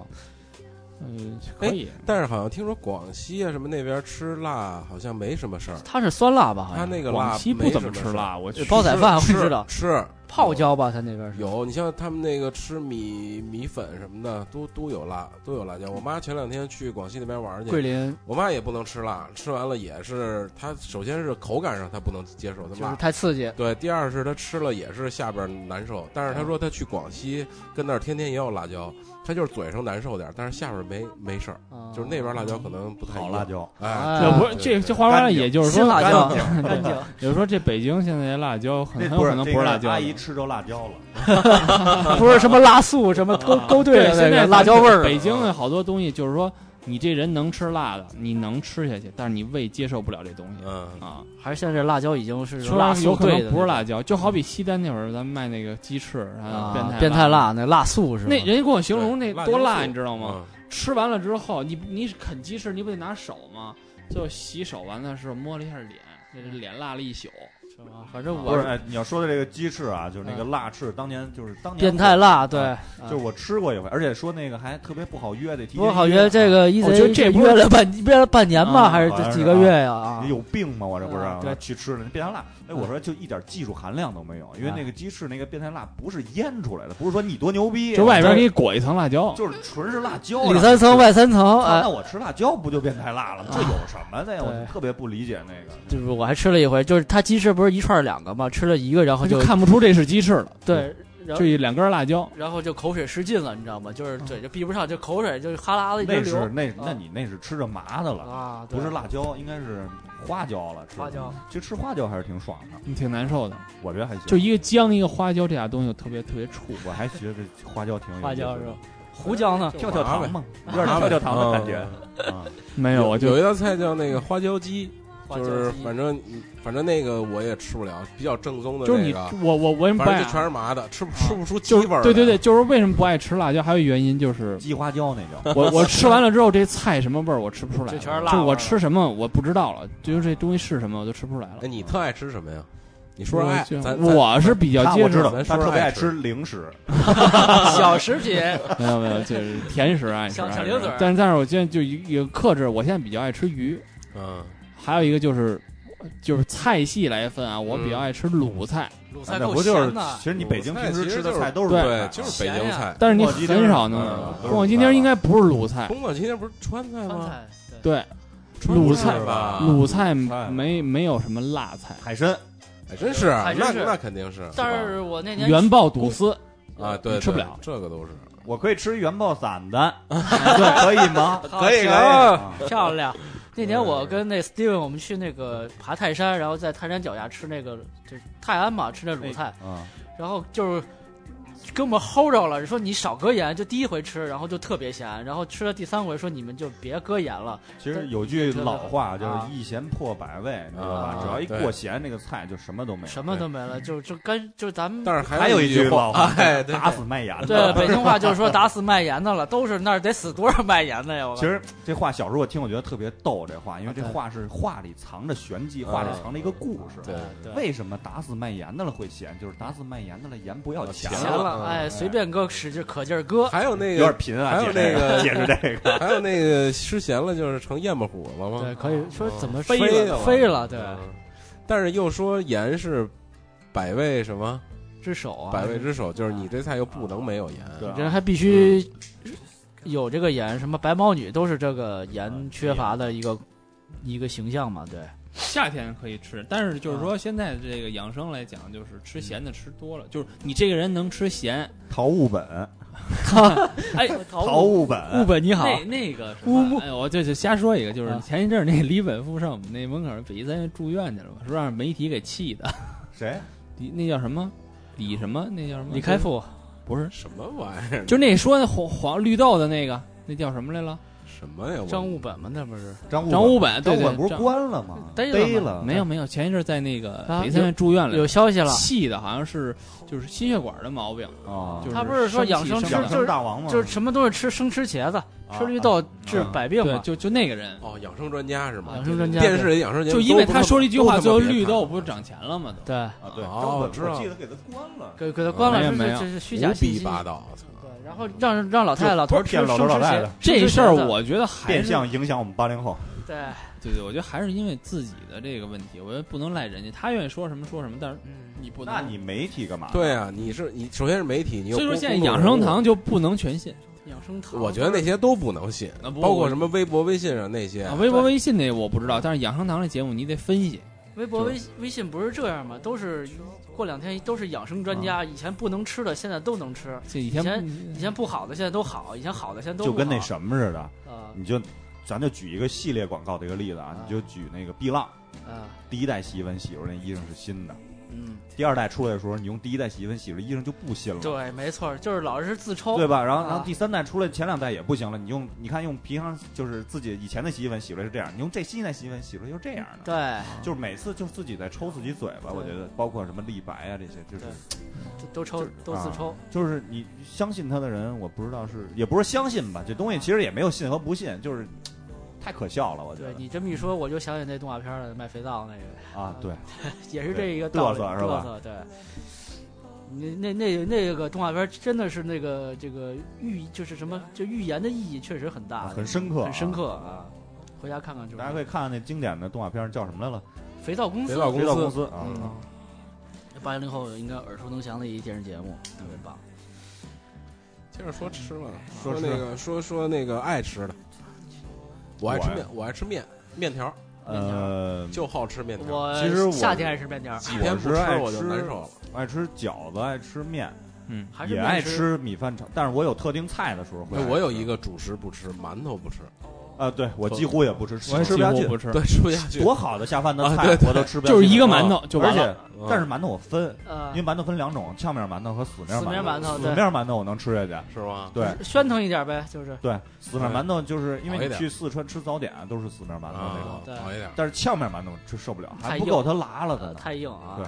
Speaker 5: 嗯，可以。
Speaker 3: 但是好像听说广西啊什么那边吃辣好像没什么事儿，
Speaker 2: 它是酸辣吧？好
Speaker 3: 他
Speaker 2: 像
Speaker 3: 那个
Speaker 5: 哎广
Speaker 3: 辣
Speaker 5: 西不
Speaker 3: 没
Speaker 5: 怎
Speaker 3: 什
Speaker 5: 么
Speaker 3: 么
Speaker 5: 吃
Speaker 3: 事儿，
Speaker 5: 辣，我去
Speaker 2: 煲仔饭我
Speaker 3: 吃
Speaker 2: 知道，
Speaker 3: 吃
Speaker 2: 泡椒吧，它那边是
Speaker 3: 有，你像他们那个吃米米粉什么的，都都有辣，都有辣椒。我妈前两天去广西那边玩儿
Speaker 2: 桂
Speaker 3: 去，
Speaker 2: 林，
Speaker 3: 我妈也不能吃辣，吃完了也是，她首先是口感上她不能接受，她
Speaker 2: 就是
Speaker 3: 辣。
Speaker 2: 太刺激
Speaker 3: 对，第二是她吃了也是下边儿难受，但是她说她去广西跟那儿天天也有辣椒，她就是嘴上难受点儿，但是下边儿没没事儿，
Speaker 2: 啊，
Speaker 3: 就是那边儿辣椒可能不太
Speaker 4: 好
Speaker 3: 一
Speaker 4: 辣
Speaker 3: 样，
Speaker 4: 椒，
Speaker 3: 哎，
Speaker 5: 这
Speaker 2: 啊
Speaker 5: 不是
Speaker 3: 对
Speaker 5: 这
Speaker 3: 对
Speaker 5: 这话外了，也就是
Speaker 2: 新
Speaker 5: 说，
Speaker 2: 辣椒嗯 干净。
Speaker 5: 也就是说，这北京现在这辣椒很
Speaker 4: 那
Speaker 5: 很有可能
Speaker 4: 啊这
Speaker 5: 不
Speaker 4: 个
Speaker 5: 是辣椒的。
Speaker 4: 阿姨吃着辣椒了，
Speaker 2: 不是什么辣素，什么勾勾兑的那
Speaker 5: 现在
Speaker 2: 个辣椒味儿。
Speaker 5: 北京的好多东西就是说，你这人能吃辣的，你能吃下去，但是你胃接受不了这东西
Speaker 3: 嗯，
Speaker 5: 啊。
Speaker 2: 还是现在这辣椒已经是
Speaker 5: 说
Speaker 2: 辣
Speaker 5: 辣
Speaker 2: 素
Speaker 5: 有可
Speaker 2: 兑
Speaker 5: 能
Speaker 2: 的，
Speaker 5: 不是辣椒，就好比西单那会儿咱们卖那个鸡翅，然后
Speaker 2: 啊，
Speaker 5: 变
Speaker 2: 变
Speaker 5: 态
Speaker 2: 态。辣，那辣素是吗
Speaker 5: 那人家给我形容那
Speaker 3: 对辣椒
Speaker 5: 多辣，
Speaker 3: 素
Speaker 5: 你知道吗？
Speaker 3: 嗯
Speaker 5: 吃完了之后，你你啃鸡翅，你不得拿手吗？最后洗手完的时候摸了一下脸，这
Speaker 3: 嗯
Speaker 5: 脸辣了一宿。
Speaker 2: 是吗？反正
Speaker 4: 不是？
Speaker 2: 我
Speaker 4: 哎，你要说的这个鸡翅啊，就是那个辣翅，当年就是当年
Speaker 2: 变态，辣，对，
Speaker 4: 啊
Speaker 2: 啊
Speaker 4: 就是我吃过一回，而且说那个还特别不好约的，提前
Speaker 2: 不好
Speaker 4: 约啊
Speaker 2: 约这个一
Speaker 5: 我
Speaker 2: 贼
Speaker 5: 觉得这不是
Speaker 2: 约了半约了半年吧，
Speaker 5: 啊
Speaker 2: 还是这几个月呀啊
Speaker 4: 你？有病吗？我这不是、
Speaker 2: 啊对嗯
Speaker 4: 去吃了变态辣？哎，我说就一点技术含量都没有，因为
Speaker 2: 啊
Speaker 4: 那个鸡翅那个变态辣不是腌出来的，不是说你多牛逼，啊
Speaker 5: 就外边给你裹一层辣椒，
Speaker 4: 就是纯是辣椒。
Speaker 2: 里三层外三层，
Speaker 4: 然后吃，
Speaker 2: 哎
Speaker 4: 啊那，我吃辣椒不就变态辣了？这有什么的呀？我
Speaker 2: 对
Speaker 4: 特别不理解那个。
Speaker 2: 就是我还吃了一回，就是他鸡翅不是一串儿两个嘛，吃了一个，然后
Speaker 5: 他
Speaker 2: 就
Speaker 5: 就看不出这是鸡翅了。
Speaker 2: 对，然后
Speaker 5: 嗯就一两根辣椒，
Speaker 2: 然后就口水失禁了，你知道吗？就是嘴就闭不上，就口水就哈喇子一直
Speaker 4: 那是
Speaker 2: 流
Speaker 4: 那
Speaker 2: 啊
Speaker 4: 那你那是吃着麻的了，
Speaker 2: 啊，对
Speaker 4: 不是辣椒，应该是花椒了。吃的
Speaker 2: 花椒，
Speaker 4: 其实吃花椒还是挺爽的，
Speaker 5: 嗯挺难受的。
Speaker 4: 我觉得还行。
Speaker 5: 就一个姜，一个花椒，这俩东西特别特别怵。
Speaker 4: 我还觉得这花椒挺有意思的
Speaker 2: 花椒是吧？胡椒呢？
Speaker 4: 跳跳糖嘛，有点
Speaker 3: 麻
Speaker 4: 跳
Speaker 3: 烦
Speaker 4: 跳糖的感觉
Speaker 3: 嗯。
Speaker 4: 啊
Speaker 5: 没有，我
Speaker 3: 有
Speaker 5: 就
Speaker 3: 一道菜叫那个花椒鸡，
Speaker 2: 花椒
Speaker 3: 就是
Speaker 2: 鸡
Speaker 3: 反正你反正那个我也吃不了，比较正宗的
Speaker 5: 就是
Speaker 3: 那
Speaker 5: 你
Speaker 3: 个，
Speaker 5: 我我我也不
Speaker 3: 反
Speaker 5: 爱
Speaker 3: 正就全
Speaker 5: 啊，
Speaker 3: 是麻的，吃不吃不出鸡
Speaker 5: 就是
Speaker 3: 味儿。
Speaker 5: 对对对，，就是为什么不爱吃辣椒，还有原因就是
Speaker 4: 鸡花椒那 叫，
Speaker 5: 我我吃完了之后，这菜什么味儿我吃不出来，
Speaker 2: 这全是辣
Speaker 5: 就
Speaker 2: 味儿
Speaker 5: 我
Speaker 2: 了
Speaker 5: 吃什么我不知道了，就是这东西是什么我都吃不出来了
Speaker 3: 哎，。你特爱吃什么呀？你说
Speaker 5: 我
Speaker 3: 说爱，
Speaker 5: 就
Speaker 3: 咱咱
Speaker 5: 我是比较
Speaker 4: 他
Speaker 5: 接
Speaker 4: 我知
Speaker 5: 受
Speaker 4: 道，
Speaker 3: 咱
Speaker 4: 他
Speaker 3: 说
Speaker 4: 特别
Speaker 3: 爱
Speaker 4: 爱
Speaker 3: 吃
Speaker 4: 吃零食，
Speaker 2: 小食品，
Speaker 5: 没有没有，就是甜食啊爱吃
Speaker 2: 小
Speaker 5: 爱
Speaker 2: 小
Speaker 5: 吃
Speaker 2: 零嘴儿
Speaker 5: 但是但是我现在就一有克制，我现在比较爱吃鱼，
Speaker 3: 嗯，
Speaker 5: 还有一个就是就是菜系来分啊，我比较爱吃鲁菜，
Speaker 2: 鲁
Speaker 4: 那
Speaker 2: 菜够
Speaker 4: 不就是
Speaker 2: 咸的
Speaker 4: 其。实你北京平时吃的菜都是
Speaker 5: 对
Speaker 4: 这
Speaker 3: 对
Speaker 4: 样，
Speaker 3: 就
Speaker 4: 的
Speaker 3: 是北京菜。
Speaker 5: 但是你
Speaker 4: 宫保鸡丁
Speaker 5: 很少能
Speaker 3: 嗯
Speaker 5: 宫保鸡丁应该不是鲁菜，
Speaker 3: 宫保鸡丁啊不是川菜
Speaker 2: 川
Speaker 3: 吗？
Speaker 2: 菜对
Speaker 5: 对，
Speaker 3: 川
Speaker 5: 鲁
Speaker 3: 菜
Speaker 5: 菜
Speaker 3: 吧，
Speaker 5: 鲁菜
Speaker 4: 菜
Speaker 5: 没没有什么辣菜，
Speaker 4: 海参，
Speaker 3: 还哎真是，啊
Speaker 2: 还真
Speaker 3: 那
Speaker 2: 是
Speaker 3: 那肯定是。
Speaker 2: 但
Speaker 3: 吧
Speaker 2: 是我那年
Speaker 5: 原爆肚丝
Speaker 3: 啊，对，
Speaker 5: 吃不
Speaker 3: 对
Speaker 5: 了
Speaker 3: 这个都是。
Speaker 4: 我可以吃原爆散的， 可以 吗？
Speaker 2: 好
Speaker 3: 可
Speaker 2: 行
Speaker 3: 以可以
Speaker 4: 啊
Speaker 2: 漂亮。那年我跟那 Steven 我们去那个爬泰山，然后在泰山脚下吃那个就是泰安嘛，吃那鲁菜，
Speaker 4: 啊，
Speaker 2: 然后就是给我们齁着了，说你少搁盐，就第一回吃，然后就特别咸，然后吃了第三回说你们就别搁盐了，
Speaker 4: 其实有句老话
Speaker 2: 对对
Speaker 4: 就是“一咸破百味”，你知道吧
Speaker 3: 啊？
Speaker 4: 只要一
Speaker 3: 对
Speaker 4: 过咸，那个菜就什么都没有，
Speaker 2: 什么都没了，就就干就咱们
Speaker 3: 但是还
Speaker 4: 还有
Speaker 3: 一
Speaker 4: 一句
Speaker 3: 话
Speaker 4: 老， 话
Speaker 3: 哎，对
Speaker 4: 打死卖盐
Speaker 2: 对
Speaker 4: 的。
Speaker 2: 北京话就是说打死卖盐的了，都是那儿得死多少卖盐的呀？我
Speaker 4: 其实这话小时候我听，我觉得特别逗，这话，因为这
Speaker 2: 啊对
Speaker 4: 话是话里藏着玄机，
Speaker 3: 啊
Speaker 4: 话里藏着一个故事。
Speaker 3: 对
Speaker 2: 对
Speaker 4: 为什么打死卖盐的了会咸？就是打死卖盐的了，盐不要钱
Speaker 2: 咸
Speaker 3: 咸了
Speaker 2: 了，
Speaker 3: 嗯
Speaker 2: 哎，
Speaker 3: 哎
Speaker 2: 随便搁使劲可劲儿搁，
Speaker 3: 还有那
Speaker 4: 有
Speaker 3: 个
Speaker 4: 点贫啊。
Speaker 3: 还有
Speaker 4: 解
Speaker 3: 那
Speaker 4: 释
Speaker 3: 个
Speaker 4: 解释这 个，
Speaker 3: 还有那个吃咸了就是成咽巴虎了吗？
Speaker 2: 对，可以说怎么
Speaker 3: 飞
Speaker 2: 了
Speaker 3: 了
Speaker 2: 飞了，对，
Speaker 3: 嗯但是又说盐是百味什么
Speaker 2: 之手啊，
Speaker 3: 百味之首，就是你这菜又不能没有盐。
Speaker 4: 对啊
Speaker 2: 这还必须有这个盐，什么白毛女都是这个盐缺乏的一个一个形象嘛，对，
Speaker 5: 夏天可以吃，但是就是说现在这个养生来讲，就是吃咸的吃多了，就是你这个人能吃咸，
Speaker 4: 陶物本，
Speaker 5: 哎，
Speaker 4: 陶物本，
Speaker 2: 物本你好，
Speaker 5: 那那个什
Speaker 2: 乌木
Speaker 5: 么，哎，我就就瞎说一个，就是
Speaker 2: 啊
Speaker 5: 前一阵儿那李本富上我们那门口儿北医三院住院去了吧，说让媒体给气的，
Speaker 4: 谁？
Speaker 5: 李那叫什么李什么那叫什么
Speaker 2: 李开复
Speaker 5: 不是，
Speaker 3: 什么玩意儿？
Speaker 5: 就那说那黄黄绿豆的那个，那叫什么来了？
Speaker 3: 什么呀？我
Speaker 2: 张物本嘛，那不是
Speaker 4: 张物
Speaker 5: 张武本，
Speaker 4: 张
Speaker 5: 对
Speaker 4: 物
Speaker 5: 对，
Speaker 4: 本不是
Speaker 5: 张
Speaker 4: 关了吗？
Speaker 2: 逮了吗
Speaker 4: 逮了，
Speaker 5: 没有没有，前一阵儿在那个
Speaker 2: 啊
Speaker 5: 北医三院住院
Speaker 2: 有
Speaker 5: 了，
Speaker 2: 消息了，
Speaker 5: 气的好像是就是心血管的毛病，
Speaker 4: 啊
Speaker 5: 就，是
Speaker 2: 他不是说养生
Speaker 5: 生
Speaker 2: 吃
Speaker 5: 气
Speaker 4: 养
Speaker 5: 生
Speaker 2: 就
Speaker 4: 生
Speaker 2: 是
Speaker 4: 大王嘛，
Speaker 2: 就是什么东西吃生吃茄子，
Speaker 4: 啊
Speaker 2: 吃绿豆治百病
Speaker 5: 对，
Speaker 2: 嘛，
Speaker 5: 就就那个人，
Speaker 3: 哦，养生专家是吗
Speaker 2: 养？生专家
Speaker 3: 电视里养生节目
Speaker 5: 就因为
Speaker 3: 都
Speaker 5: 他说了一句话，
Speaker 3: 都他妈
Speaker 5: 最后
Speaker 3: 别
Speaker 5: 绿
Speaker 3: 看
Speaker 5: 豆不是涨钱了吗？都
Speaker 2: 对，
Speaker 4: 啊，对，
Speaker 3: 哦
Speaker 4: 张武本
Speaker 3: 知道
Speaker 4: 我记得给他关了。
Speaker 2: 给给他关
Speaker 5: 没
Speaker 2: 了，
Speaker 5: 有
Speaker 2: 这
Speaker 5: 没
Speaker 2: 是
Speaker 5: 有
Speaker 2: 这是虚假
Speaker 3: 胡
Speaker 2: 信
Speaker 3: 逼
Speaker 2: 息，
Speaker 3: 八道，操
Speaker 2: 对，然后让让老太太老头儿吃
Speaker 4: 骗老头
Speaker 2: 生吃
Speaker 4: 老太
Speaker 2: 茄
Speaker 4: 太
Speaker 2: 子，
Speaker 5: 这事儿
Speaker 2: 生吃茄子
Speaker 5: 我觉得还
Speaker 4: 变
Speaker 5: 是
Speaker 4: 相影响我们八零后，
Speaker 2: 对，
Speaker 5: 对对，我觉得还是因为自己的这个问题，我觉得不能赖人家，他愿意说什么说什么，但是
Speaker 2: 嗯，
Speaker 5: 你不能。
Speaker 4: 那你媒体干嘛？
Speaker 3: 对啊，你是你首先是媒体，你又
Speaker 5: 所以说
Speaker 3: 公
Speaker 5: 现在
Speaker 3: 公众
Speaker 5: 养生
Speaker 3: 人物
Speaker 5: 堂就不能全信，
Speaker 2: 养生堂，
Speaker 3: 我觉得那些都不能信，
Speaker 5: 啊不
Speaker 3: 包括什么微博、微信上那些
Speaker 5: 啊，。微博、微信那我不知道，但是养生堂的节目你得分析。
Speaker 2: 微博、微微信不是这样吗？都是过两天都是养生专家，以前不能吃的现在都能吃，
Speaker 5: 这几天
Speaker 2: 以以前不好的现在都好，以前好的现在都
Speaker 4: 就跟那
Speaker 2: 啥
Speaker 4: 什么似的，
Speaker 2: 啊
Speaker 4: 你就咱就举一个系列广告的一个例子啊，
Speaker 2: 啊
Speaker 4: 你就举那个碧浪，
Speaker 2: 啊
Speaker 4: 第一代洗衣粉洗出来那衣裳是新的，
Speaker 2: 嗯，
Speaker 4: 第二代出来的时候，你用第一代洗衣粉洗出来衣裳就不新了。
Speaker 2: 对，没错，就是老是自抽，
Speaker 4: 对吧？然后，
Speaker 2: 啊
Speaker 4: 然后第三代出来，前两代也不行了。你用，你看用平常就是自己以前的洗衣粉洗出来是这样，你用这新一代洗衣粉洗出来就是这样的。
Speaker 2: 对，
Speaker 4: 就是每次就自己在抽自己嘴巴，
Speaker 2: 对
Speaker 4: 我觉得包括什么立白啊这些，就是
Speaker 2: 对都都抽
Speaker 4: 就是
Speaker 2: 都自抽，
Speaker 4: 啊就是你相信他的人，我不知道是也不是相信吧，这东西其实也没有信和不信，就是太可笑了，我觉
Speaker 2: 对
Speaker 4: 得
Speaker 2: 你这么一说，我就想起那动画片了，卖肥皂那个，
Speaker 4: 啊，对，
Speaker 2: 也是这一个道理，
Speaker 4: 嘚瑟是吧
Speaker 2: 嘚瑟对。那那那那个动画片真的是那个这个寓就是什么，就预言的意义确实很大，
Speaker 4: 啊很深刻，
Speaker 2: 很深。刻啊！回家看看就是
Speaker 4: 大家可以看看那经典的动画片叫什么来了？
Speaker 2: 肥皂公司，
Speaker 3: 肥皂公
Speaker 4: 肥皂公
Speaker 3: 司
Speaker 4: 司啊，
Speaker 2: 嗯，八零后应该耳熟能详的一电视节目，特别棒。
Speaker 3: 接着说吃吧，
Speaker 4: 说吃
Speaker 3: 那个说说那个爱吃的，我爱吃
Speaker 4: 我
Speaker 3: 面，我爱吃面面条，
Speaker 4: 呃，
Speaker 3: 就好吃面条。
Speaker 2: 我
Speaker 4: 其实我
Speaker 2: 夏天爱吃面条，
Speaker 3: 几天不
Speaker 4: 我是爱
Speaker 3: 我就
Speaker 4: 吃
Speaker 3: 难受了。
Speaker 4: 爱吃饺子，爱吃面，
Speaker 5: 嗯，
Speaker 2: 还是
Speaker 4: 也
Speaker 2: 面
Speaker 4: 爱
Speaker 2: 食
Speaker 4: 吃米饭炒，但是我有特定菜的时候会爱
Speaker 3: 哎
Speaker 4: 吃。
Speaker 3: 我有一个主食不吃，馒头不吃，
Speaker 4: 啊，对我几乎也不吃，吃
Speaker 5: 我也
Speaker 4: 吃不下
Speaker 5: 几
Speaker 4: 去
Speaker 5: 乎，不吃，
Speaker 3: 对，吃不下去。
Speaker 4: 多好的下饭的
Speaker 3: 啊
Speaker 4: 菜
Speaker 3: 对对
Speaker 4: 我都吃不下去，啊
Speaker 5: 就是一个馒头就
Speaker 4: 而
Speaker 5: 完了。
Speaker 4: 且但是馒头我分，
Speaker 2: 呃
Speaker 4: 因为馒头分两种，呛面馒头和死面
Speaker 2: 死面馒
Speaker 4: 馒
Speaker 2: 头
Speaker 4: 死
Speaker 2: 对
Speaker 4: 面馒头我能吃下去，
Speaker 3: 是吗？
Speaker 4: 对。
Speaker 2: 喧腾一点呗，就是
Speaker 4: 对，死面馒头就是因
Speaker 3: 好
Speaker 4: 为
Speaker 3: 一
Speaker 4: 你
Speaker 3: 点
Speaker 4: 去四川吃早点啊都是死面馒头那种
Speaker 3: 啊，，
Speaker 2: 对
Speaker 3: 好一点。
Speaker 4: 但是呛面馒头吃受不了，
Speaker 2: 太
Speaker 4: 还
Speaker 2: 硬
Speaker 4: 不够它拉了的
Speaker 2: 呃
Speaker 4: 呢。
Speaker 2: 太硬啊
Speaker 4: 对。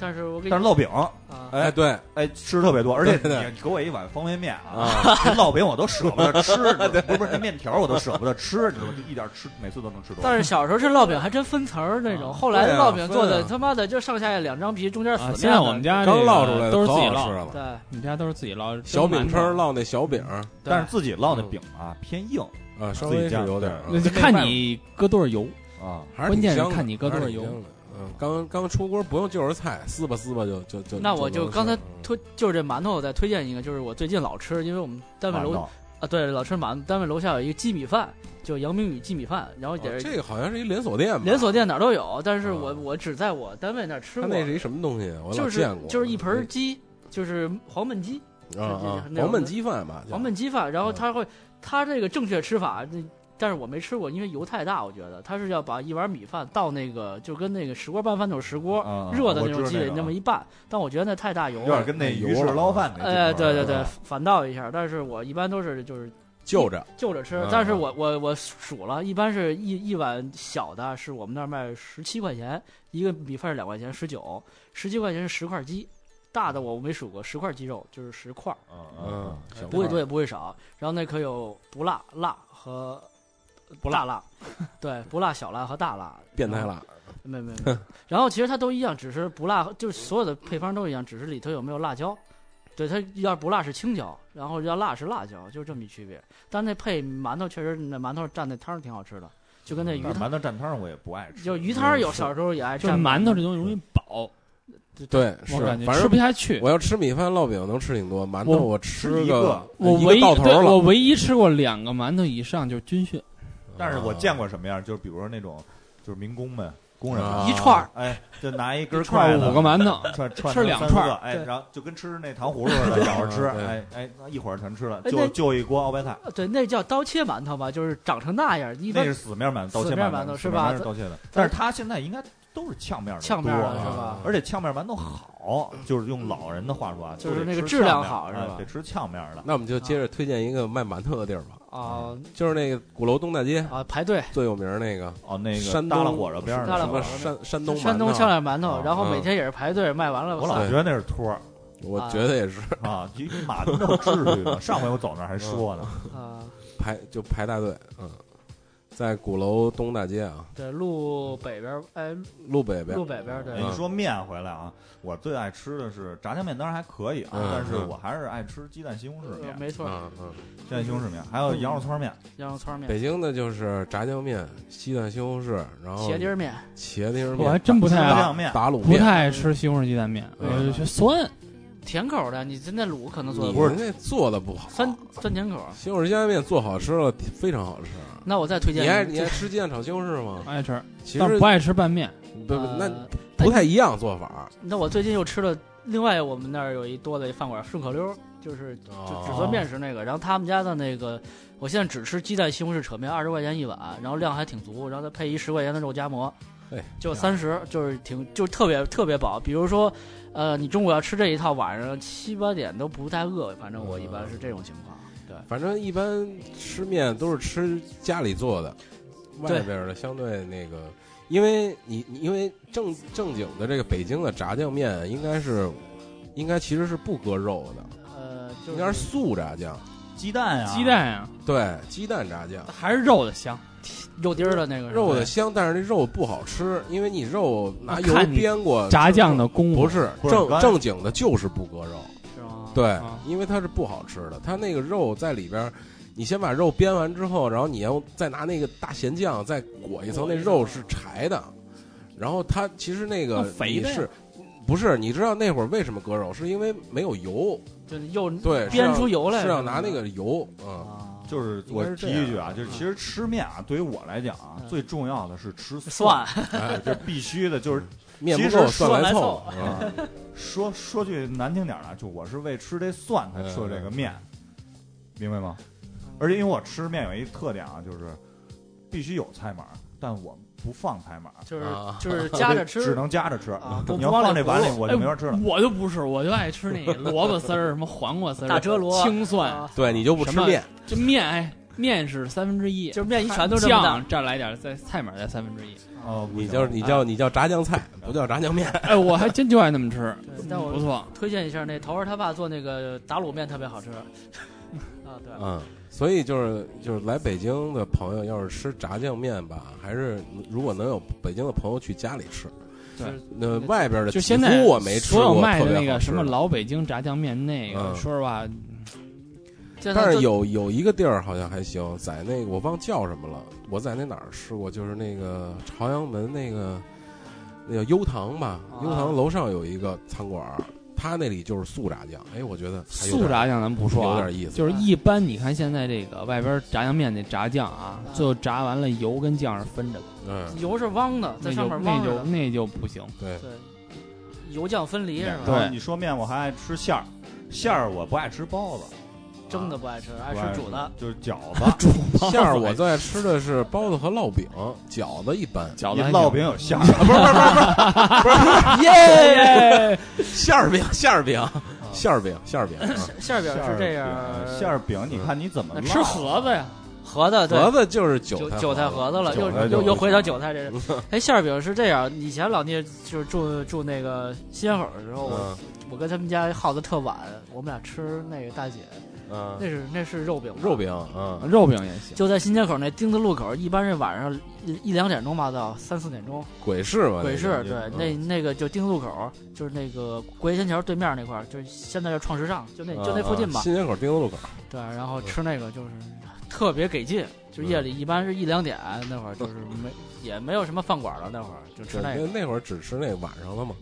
Speaker 2: 但是我给你
Speaker 4: 但是烙饼，
Speaker 2: 啊，
Speaker 3: 哎，对，
Speaker 4: 哎，吃特别多，而且
Speaker 3: 对对
Speaker 4: 你给我一碗方便面啊，
Speaker 3: 啊，
Speaker 4: 那烙饼我都舍不得 吃，不是不是，那面条我都舍不得吃，你知道吗？一点吃，每次都能吃多。
Speaker 2: 但是小时候吃烙饼还真分层儿那种，后来
Speaker 3: 对
Speaker 2: 的
Speaker 3: 啊
Speaker 2: 烙饼做
Speaker 3: 分
Speaker 2: 的
Speaker 3: 啊
Speaker 2: 他妈的就上下两张皮，中间死
Speaker 5: 啊
Speaker 2: 面的。
Speaker 5: 现在我们家这
Speaker 3: 刚
Speaker 5: 个
Speaker 3: 烙出来的
Speaker 5: 都是自
Speaker 3: 可
Speaker 5: 己
Speaker 3: 好吃
Speaker 5: 烙，
Speaker 3: 了。
Speaker 2: 对，
Speaker 5: 我们家都是自己烙
Speaker 3: 小饼铛
Speaker 5: 真馒头
Speaker 3: 烙那小饼儿
Speaker 4: 但是自己烙
Speaker 2: 嗯
Speaker 4: 那饼啊偏硬
Speaker 3: 啊，稍
Speaker 4: 自己
Speaker 3: 微是
Speaker 4: 加
Speaker 3: 有点儿
Speaker 4: 对
Speaker 3: 啊
Speaker 5: 那就看你搁多少油，
Speaker 4: 啊，
Speaker 3: 还是
Speaker 5: 关
Speaker 3: 挺
Speaker 5: 键是
Speaker 3: 香的
Speaker 5: 看你搁多少油
Speaker 3: 还是挺香的嗯，刚刚出锅不用就着菜，撕吧撕吧就就就。
Speaker 2: 那我
Speaker 3: 就
Speaker 2: 就
Speaker 3: 能
Speaker 2: 刚才
Speaker 3: 吃嗯
Speaker 2: 推就是这馒头，我再推荐一个，就是我最近老吃，因为我们单位
Speaker 4: 馒
Speaker 2: 楼
Speaker 4: 头
Speaker 2: 啊，对，老吃馒头，单位楼下有一个鸡米饭，就杨明宇鸡米饭，然后
Speaker 3: 哦
Speaker 2: 也是
Speaker 3: 这个好像是一连锁店吧？
Speaker 2: 连锁店哪儿都有，但是我
Speaker 3: 啊
Speaker 2: 我只在我单位那儿吃
Speaker 3: 它
Speaker 2: 过，
Speaker 3: 那是一什么东西啊？我老
Speaker 2: 就是
Speaker 3: 见过，
Speaker 2: 就是一盆儿鸡，就是黄焖鸡，
Speaker 3: 啊啊
Speaker 2: 那种
Speaker 3: 黄焖鸡饭吧，叫
Speaker 2: 黄焖鸡饭，然
Speaker 4: 嗯
Speaker 2: 后它会它这个正确吃法，那但是我没吃过，因为油太大，我觉得它是要把一碗米饭倒那个就跟那个石锅拌饭桶石锅
Speaker 4: 啊
Speaker 2: 热的
Speaker 4: 我
Speaker 2: 那种
Speaker 4: 知道
Speaker 2: 鸡
Speaker 4: 那
Speaker 2: 里
Speaker 4: 个
Speaker 2: 那么一拌，但我觉得那太大油
Speaker 4: 有点
Speaker 2: 了。
Speaker 4: 跟嗯那
Speaker 3: 油
Speaker 4: 鱼市
Speaker 3: 了
Speaker 4: 捞饭那劲啊儿
Speaker 2: 哎，对对
Speaker 4: 是
Speaker 2: 对
Speaker 4: 吧，
Speaker 2: 反倒一下，但是我一般都是就是
Speaker 3: 就着
Speaker 2: 就着吃
Speaker 3: 嗯，
Speaker 2: 但是我我我数了，一般是一一碗小的，是我们那儿卖十七块钱，一个米饭是两块钱，十九，十七块钱是十块鸡，大的我没数过，十块鸡肉就是十块，
Speaker 4: 嗯
Speaker 3: 嗯
Speaker 4: 嗯，
Speaker 3: 小
Speaker 2: 不会
Speaker 3: 块
Speaker 2: 多也不会少。然后那可有不辣、辣和不辣辣，对，不辣、小辣和大辣，
Speaker 3: 变态辣，
Speaker 2: 没没没。然后其实它都一样，只是不辣，就是所有的配方都一样，只是里头有没有辣椒。对，它要是不辣是青椒，然后要辣是辣椒，就这么一区别。但那配馒头确实，那馒头蘸那汤儿挺好吃的，就跟那鱼
Speaker 4: 但是
Speaker 2: 汤，
Speaker 4: 馒头蘸汤我也不爱吃，
Speaker 2: 就鱼汤儿有小时候也爱
Speaker 5: 嗯就是
Speaker 2: 蘸
Speaker 5: 馒头这东西容易饱，
Speaker 3: 对，是
Speaker 5: 我感觉，
Speaker 3: 反
Speaker 5: 吃
Speaker 3: 正
Speaker 5: 不下去。
Speaker 3: 我要吃米饭烙饼能吃挺多，馒头
Speaker 5: 我
Speaker 3: 我
Speaker 4: 吃
Speaker 3: 吃
Speaker 4: 一
Speaker 3: 个呃
Speaker 4: 个
Speaker 5: 我
Speaker 3: 一
Speaker 5: 唯
Speaker 3: 个
Speaker 5: 一
Speaker 3: 到头
Speaker 5: 对
Speaker 3: 了
Speaker 5: 我，唯一吃过两个馒头以上就是军训，
Speaker 4: 但是我见
Speaker 3: 过
Speaker 4: 过什么样，就是比如说那种就是民工们工人们，
Speaker 3: 啊
Speaker 2: 一串儿，
Speaker 4: 哎，就拿一根
Speaker 5: 一串
Speaker 4: 筷
Speaker 5: 儿
Speaker 4: 子
Speaker 5: 五个馒 头，
Speaker 4: 串串
Speaker 5: 吃
Speaker 4: 成
Speaker 5: 两
Speaker 4: 三
Speaker 5: 串
Speaker 4: 四个
Speaker 5: 儿
Speaker 4: 哎，
Speaker 5: 对
Speaker 4: 然后就跟吃那糖葫芦似 的，咬着吃，
Speaker 3: 嗯对
Speaker 4: 哎哎，一会儿全吃了，
Speaker 2: 哎
Speaker 4: 就
Speaker 2: 那
Speaker 4: 就一锅熬白菜，
Speaker 2: 对，那叫刀切馒头吧，就是长成那样，一
Speaker 4: 那
Speaker 2: 般
Speaker 4: 是死面馒头，刀
Speaker 2: 死
Speaker 4: 切
Speaker 2: 面
Speaker 4: 馒
Speaker 2: 馒头
Speaker 4: 死
Speaker 2: 是
Speaker 4: 面
Speaker 2: 吧
Speaker 4: 馒头是刀切的，但是他现在应该都是呛面的
Speaker 2: 呛面儿
Speaker 4: 多啊
Speaker 2: 的是吧？
Speaker 4: 而且呛面馒头好，就是用老人的话说啊，
Speaker 2: 就是
Speaker 4: 都得
Speaker 2: 那个
Speaker 4: 吃
Speaker 2: 质量
Speaker 4: 呛面儿
Speaker 2: 好是
Speaker 4: 哎
Speaker 2: 吧
Speaker 4: 得吃呛面儿的，
Speaker 3: 那我们就接着推荐一个卖馒头的地儿吧，
Speaker 2: 啊
Speaker 3: 就是那个鼓楼东大街
Speaker 2: 啊排队，
Speaker 3: 最有名儿那个
Speaker 4: 哦，那个
Speaker 3: 山
Speaker 4: 大拉
Speaker 3: 东
Speaker 4: 火烧边儿
Speaker 2: 大
Speaker 4: 的
Speaker 2: 拉
Speaker 4: 是
Speaker 2: 火
Speaker 3: 什么
Speaker 4: 吧，
Speaker 2: 烧
Speaker 3: 山山东
Speaker 2: 山东
Speaker 3: 馒头
Speaker 2: 呛面馒头
Speaker 4: 啊，
Speaker 2: 然后每
Speaker 3: 嗯
Speaker 2: 天也是排队卖完了，
Speaker 4: 我老
Speaker 3: 对
Speaker 4: 觉得那是托儿
Speaker 3: 我觉得也是
Speaker 4: 啊，一馒头至于吗？上回我走那儿还说呢，
Speaker 2: 啊，
Speaker 3: 排就排大队，嗯，在鼓楼东大街啊，
Speaker 2: 对，路北边儿，哎，
Speaker 3: 路北边
Speaker 2: 路，北边儿，对
Speaker 4: 哎，，
Speaker 3: 嗯
Speaker 4: 你说面回来啊，我最爱吃的是炸酱面，当然还可以啊，
Speaker 3: 嗯
Speaker 4: 但是
Speaker 3: 嗯
Speaker 4: 我还是爱吃鸡蛋西红柿面
Speaker 2: 呃，没错，
Speaker 3: 嗯嗯，
Speaker 4: 鸡蛋西红柿面，还有羊肉汆面，
Speaker 2: 羊肉汆面、
Speaker 3: 北京的就是炸酱面、西蛋西红柿，然后
Speaker 2: 茄丁儿面，
Speaker 3: 茄丁儿
Speaker 5: 我还
Speaker 3: 面、
Speaker 5: 真不太
Speaker 4: 炸
Speaker 5: 爱
Speaker 4: 酱面，
Speaker 3: 打卤
Speaker 5: 不
Speaker 3: 面。
Speaker 5: 太爱吃西红柿鸡蛋面，
Speaker 3: 嗯
Speaker 5: 我就觉得酸。
Speaker 2: 甜口的，你真的卤可能做的
Speaker 3: 不是那做的不好，
Speaker 2: 酸酸甜口。
Speaker 3: 西红柿鸡蛋面做好吃了，非常好吃。啊
Speaker 2: 那我再推荐
Speaker 3: 你爱
Speaker 2: 一
Speaker 3: 你
Speaker 2: 个
Speaker 3: 爱吃鸡蛋炒西红柿吗？
Speaker 5: 爱吃，
Speaker 3: 其
Speaker 5: 啊但
Speaker 3: 实
Speaker 5: 是不爱吃拌面。
Speaker 3: 不不
Speaker 2: 呃
Speaker 3: 那不太一样做法，
Speaker 2: 那我最近又吃了另外我们那儿有一多的饭馆顺口溜，就是就
Speaker 3: 哦
Speaker 2: 只做面食那个。然后他们家的那个，我现在只吃鸡蛋西红柿扯面，二十块钱一碗，然后量还挺足，然后再配一十块钱的肉夹馍
Speaker 3: 哎，
Speaker 2: 就三十，就是挺就特别特别饱。比如说，呃，你中午要吃这一套，晚上七八点都不太饿，反正我一般是这种情况。对。
Speaker 3: 反正一般吃面都是吃家里做的，
Speaker 2: 对
Speaker 3: 外边的相对那个，因为你你因为正正经的这个北京的炸酱面应该是，应该其实是不搁肉的，
Speaker 2: 呃，就
Speaker 3: 应该
Speaker 2: 是
Speaker 3: 是素炸酱，
Speaker 4: 鸡蛋呀，
Speaker 5: 鸡蛋呀，
Speaker 3: 对，鸡蛋炸酱，
Speaker 5: 啊还是肉的香。
Speaker 2: 肉丁儿的那个是吧
Speaker 3: 肉的香，但是那肉不好吃，因为你肉拿
Speaker 5: 我
Speaker 3: 油
Speaker 5: 看你
Speaker 3: 煸过，
Speaker 5: 炸酱的功夫
Speaker 3: 不是
Speaker 4: 不是
Speaker 3: 正
Speaker 4: 刚才
Speaker 3: 正经的，就是不搁肉。
Speaker 2: 是吗？
Speaker 3: 对
Speaker 5: 啊，
Speaker 3: 因为它是不好吃的，它那个肉在里边儿，你先把肉煸完之后，然后你要再拿那个大咸酱再裹一层，那肉是柴的，然后它其实那个
Speaker 5: 那肥的
Speaker 3: 你
Speaker 5: 呀
Speaker 3: 是。不是，你知道那会儿为什么割肉？是因为没有油，
Speaker 2: 就是又
Speaker 3: 对，
Speaker 2: 煸
Speaker 3: 是要
Speaker 2: 出油来
Speaker 3: 是要
Speaker 2: 吗
Speaker 3: 拿那个油，嗯，
Speaker 2: 啊，
Speaker 4: 就是我提一句啊，就是其实吃面啊，对于我来讲啊
Speaker 2: 嗯，
Speaker 4: 最重要的是吃
Speaker 3: 啊
Speaker 2: 蒜，
Speaker 4: 这必须的，就是
Speaker 3: 哎面
Speaker 4: 其
Speaker 3: 不
Speaker 4: 实
Speaker 3: 够
Speaker 4: 蒜
Speaker 3: 蒜
Speaker 2: 来
Speaker 3: 来
Speaker 2: 凑
Speaker 3: 凑，嗯
Speaker 4: 说说句难听点儿的，就我是为吃这蒜才吃这个面，
Speaker 3: 嗯
Speaker 4: 明白吗？而且因为我吃面有一特点啊，就是必须有菜码儿，但我不放菜码儿，
Speaker 2: 就是
Speaker 3: 啊
Speaker 2: 就是夹着
Speaker 4: 只
Speaker 2: 吃。
Speaker 4: 能夹着吃。
Speaker 2: 啊不
Speaker 4: 你要
Speaker 2: 不往
Speaker 4: 放
Speaker 2: 里
Speaker 4: 这碗里，
Speaker 2: 拨
Speaker 4: 我就没法吃了
Speaker 5: 哎。我就不是，我就爱吃 那萝卜丝儿、什么黄瓜丝儿、
Speaker 2: 大遮罗
Speaker 5: 青蒜，
Speaker 2: 啊
Speaker 3: 对你就不吃
Speaker 5: 什么
Speaker 3: 面，
Speaker 5: 这面哎，面是三分之一，
Speaker 2: 就是面一
Speaker 5: 它
Speaker 2: 拳头这么大，
Speaker 5: 酱这儿来点儿，再菜码儿再三分之一。
Speaker 4: 哦，不
Speaker 3: 你
Speaker 4: 行
Speaker 3: 叫你叫你叫炸酱菜，不叫炸酱面。
Speaker 5: 哎，我还真就爱那么吃，
Speaker 2: 对
Speaker 5: 嗯
Speaker 2: 但我
Speaker 5: 不错。
Speaker 2: 推荐一下那桃花他爸做那个打卤面特别好吃。啊，对，
Speaker 3: 嗯，所以就是就是来北京的朋友，要是吃炸酱面吧，还是如果能有北京的朋友去家里吃。
Speaker 5: 对
Speaker 3: 那外边的
Speaker 5: 就
Speaker 3: 几
Speaker 5: 现在
Speaker 3: 乎我没吃
Speaker 5: 所有
Speaker 3: 过
Speaker 5: 卖
Speaker 3: 特
Speaker 5: 的
Speaker 3: 别
Speaker 5: 那
Speaker 3: 好
Speaker 5: 个
Speaker 3: 吃
Speaker 5: 什么
Speaker 3: 的
Speaker 5: 老北京炸酱面，那个
Speaker 3: 嗯
Speaker 5: 说实话，
Speaker 2: 就他
Speaker 3: 但是
Speaker 2: 做
Speaker 3: 有有一个地儿好像还行，在那个我忘叫什么了，我在那哪儿吃过，就是那个朝阳门那个那叫悠唐吧，
Speaker 2: 啊
Speaker 3: 悠唐楼上有一个餐馆儿，他那里就是素炸酱，哎，我觉得还有
Speaker 5: 素
Speaker 3: 点
Speaker 5: 炸酱咱不说
Speaker 3: 有
Speaker 5: 啊
Speaker 3: 点，意思，
Speaker 5: 就是一般你看现在这个外边炸酱面那炸酱啊，最后炸完了油跟酱是分着的，
Speaker 3: 嗯，
Speaker 2: 油是汪的，在
Speaker 5: 那
Speaker 2: 上
Speaker 5: 就
Speaker 2: 面
Speaker 5: 那
Speaker 2: 汪着
Speaker 5: 就
Speaker 2: 的，
Speaker 5: 那就不行。。
Speaker 3: 对，
Speaker 2: 对，油酱分离是
Speaker 4: 然
Speaker 2: 吧？
Speaker 4: 后你说面，我还爱吃馅儿，馅儿我不爱吃包子，
Speaker 2: 蒸的不爱吃，爱
Speaker 4: 不爱
Speaker 2: 吃煮的。
Speaker 4: 就是饺子
Speaker 5: 煮
Speaker 3: 馅儿我最爱吃的是包子和烙饼，饺子一般，
Speaker 5: 饺
Speaker 4: 你
Speaker 5: 子还
Speaker 4: 烙
Speaker 5: 行
Speaker 4: 饼有馅儿，
Speaker 5: 耶，
Speaker 3: 馅 儿饼，馅儿饼，
Speaker 2: 啊
Speaker 3: 馅儿饼，馅儿饼，啊
Speaker 2: 馅馅儿饼是这样
Speaker 4: 馅儿，饼馅儿饼，你看你怎么
Speaker 5: 那
Speaker 4: 烙
Speaker 5: 吃盒子呀，
Speaker 2: 盒子对
Speaker 3: 盒子就是
Speaker 2: 韭
Speaker 3: 韭
Speaker 2: 韭菜盒子了，又
Speaker 4: 韭菜
Speaker 2: 又
Speaker 4: 就
Speaker 2: 又回到韭菜这个。哎，馅儿饼是这样，以前老聂就是住住那个西安口的时候，我
Speaker 3: 嗯
Speaker 2: 我跟他们家耗的特晚，我们俩吃那个大姐，那
Speaker 3: 嗯，
Speaker 2: 是那是肉饼吧，
Speaker 3: 肉饼，嗯，
Speaker 5: 肉饼也行。
Speaker 2: 就在新街口那丁字路口，一般是晚上一一两点钟吧，到三四点钟。
Speaker 3: 鬼市嘛，
Speaker 2: 鬼市
Speaker 3: 那个
Speaker 2: 对，
Speaker 3: 嗯
Speaker 2: 那那个就丁字路口，就是那个国际天桥对面那块儿，就是现在叫创时尚，就那就那附近
Speaker 3: 啊
Speaker 2: 吧。
Speaker 3: 新街口丁字路口，
Speaker 2: 对，然后吃那个就是特别给劲，就是夜里一般是一两点那会儿，就是没也没有什么饭馆了，那会儿就吃那个
Speaker 3: 那那会儿只吃那晚上了嘛，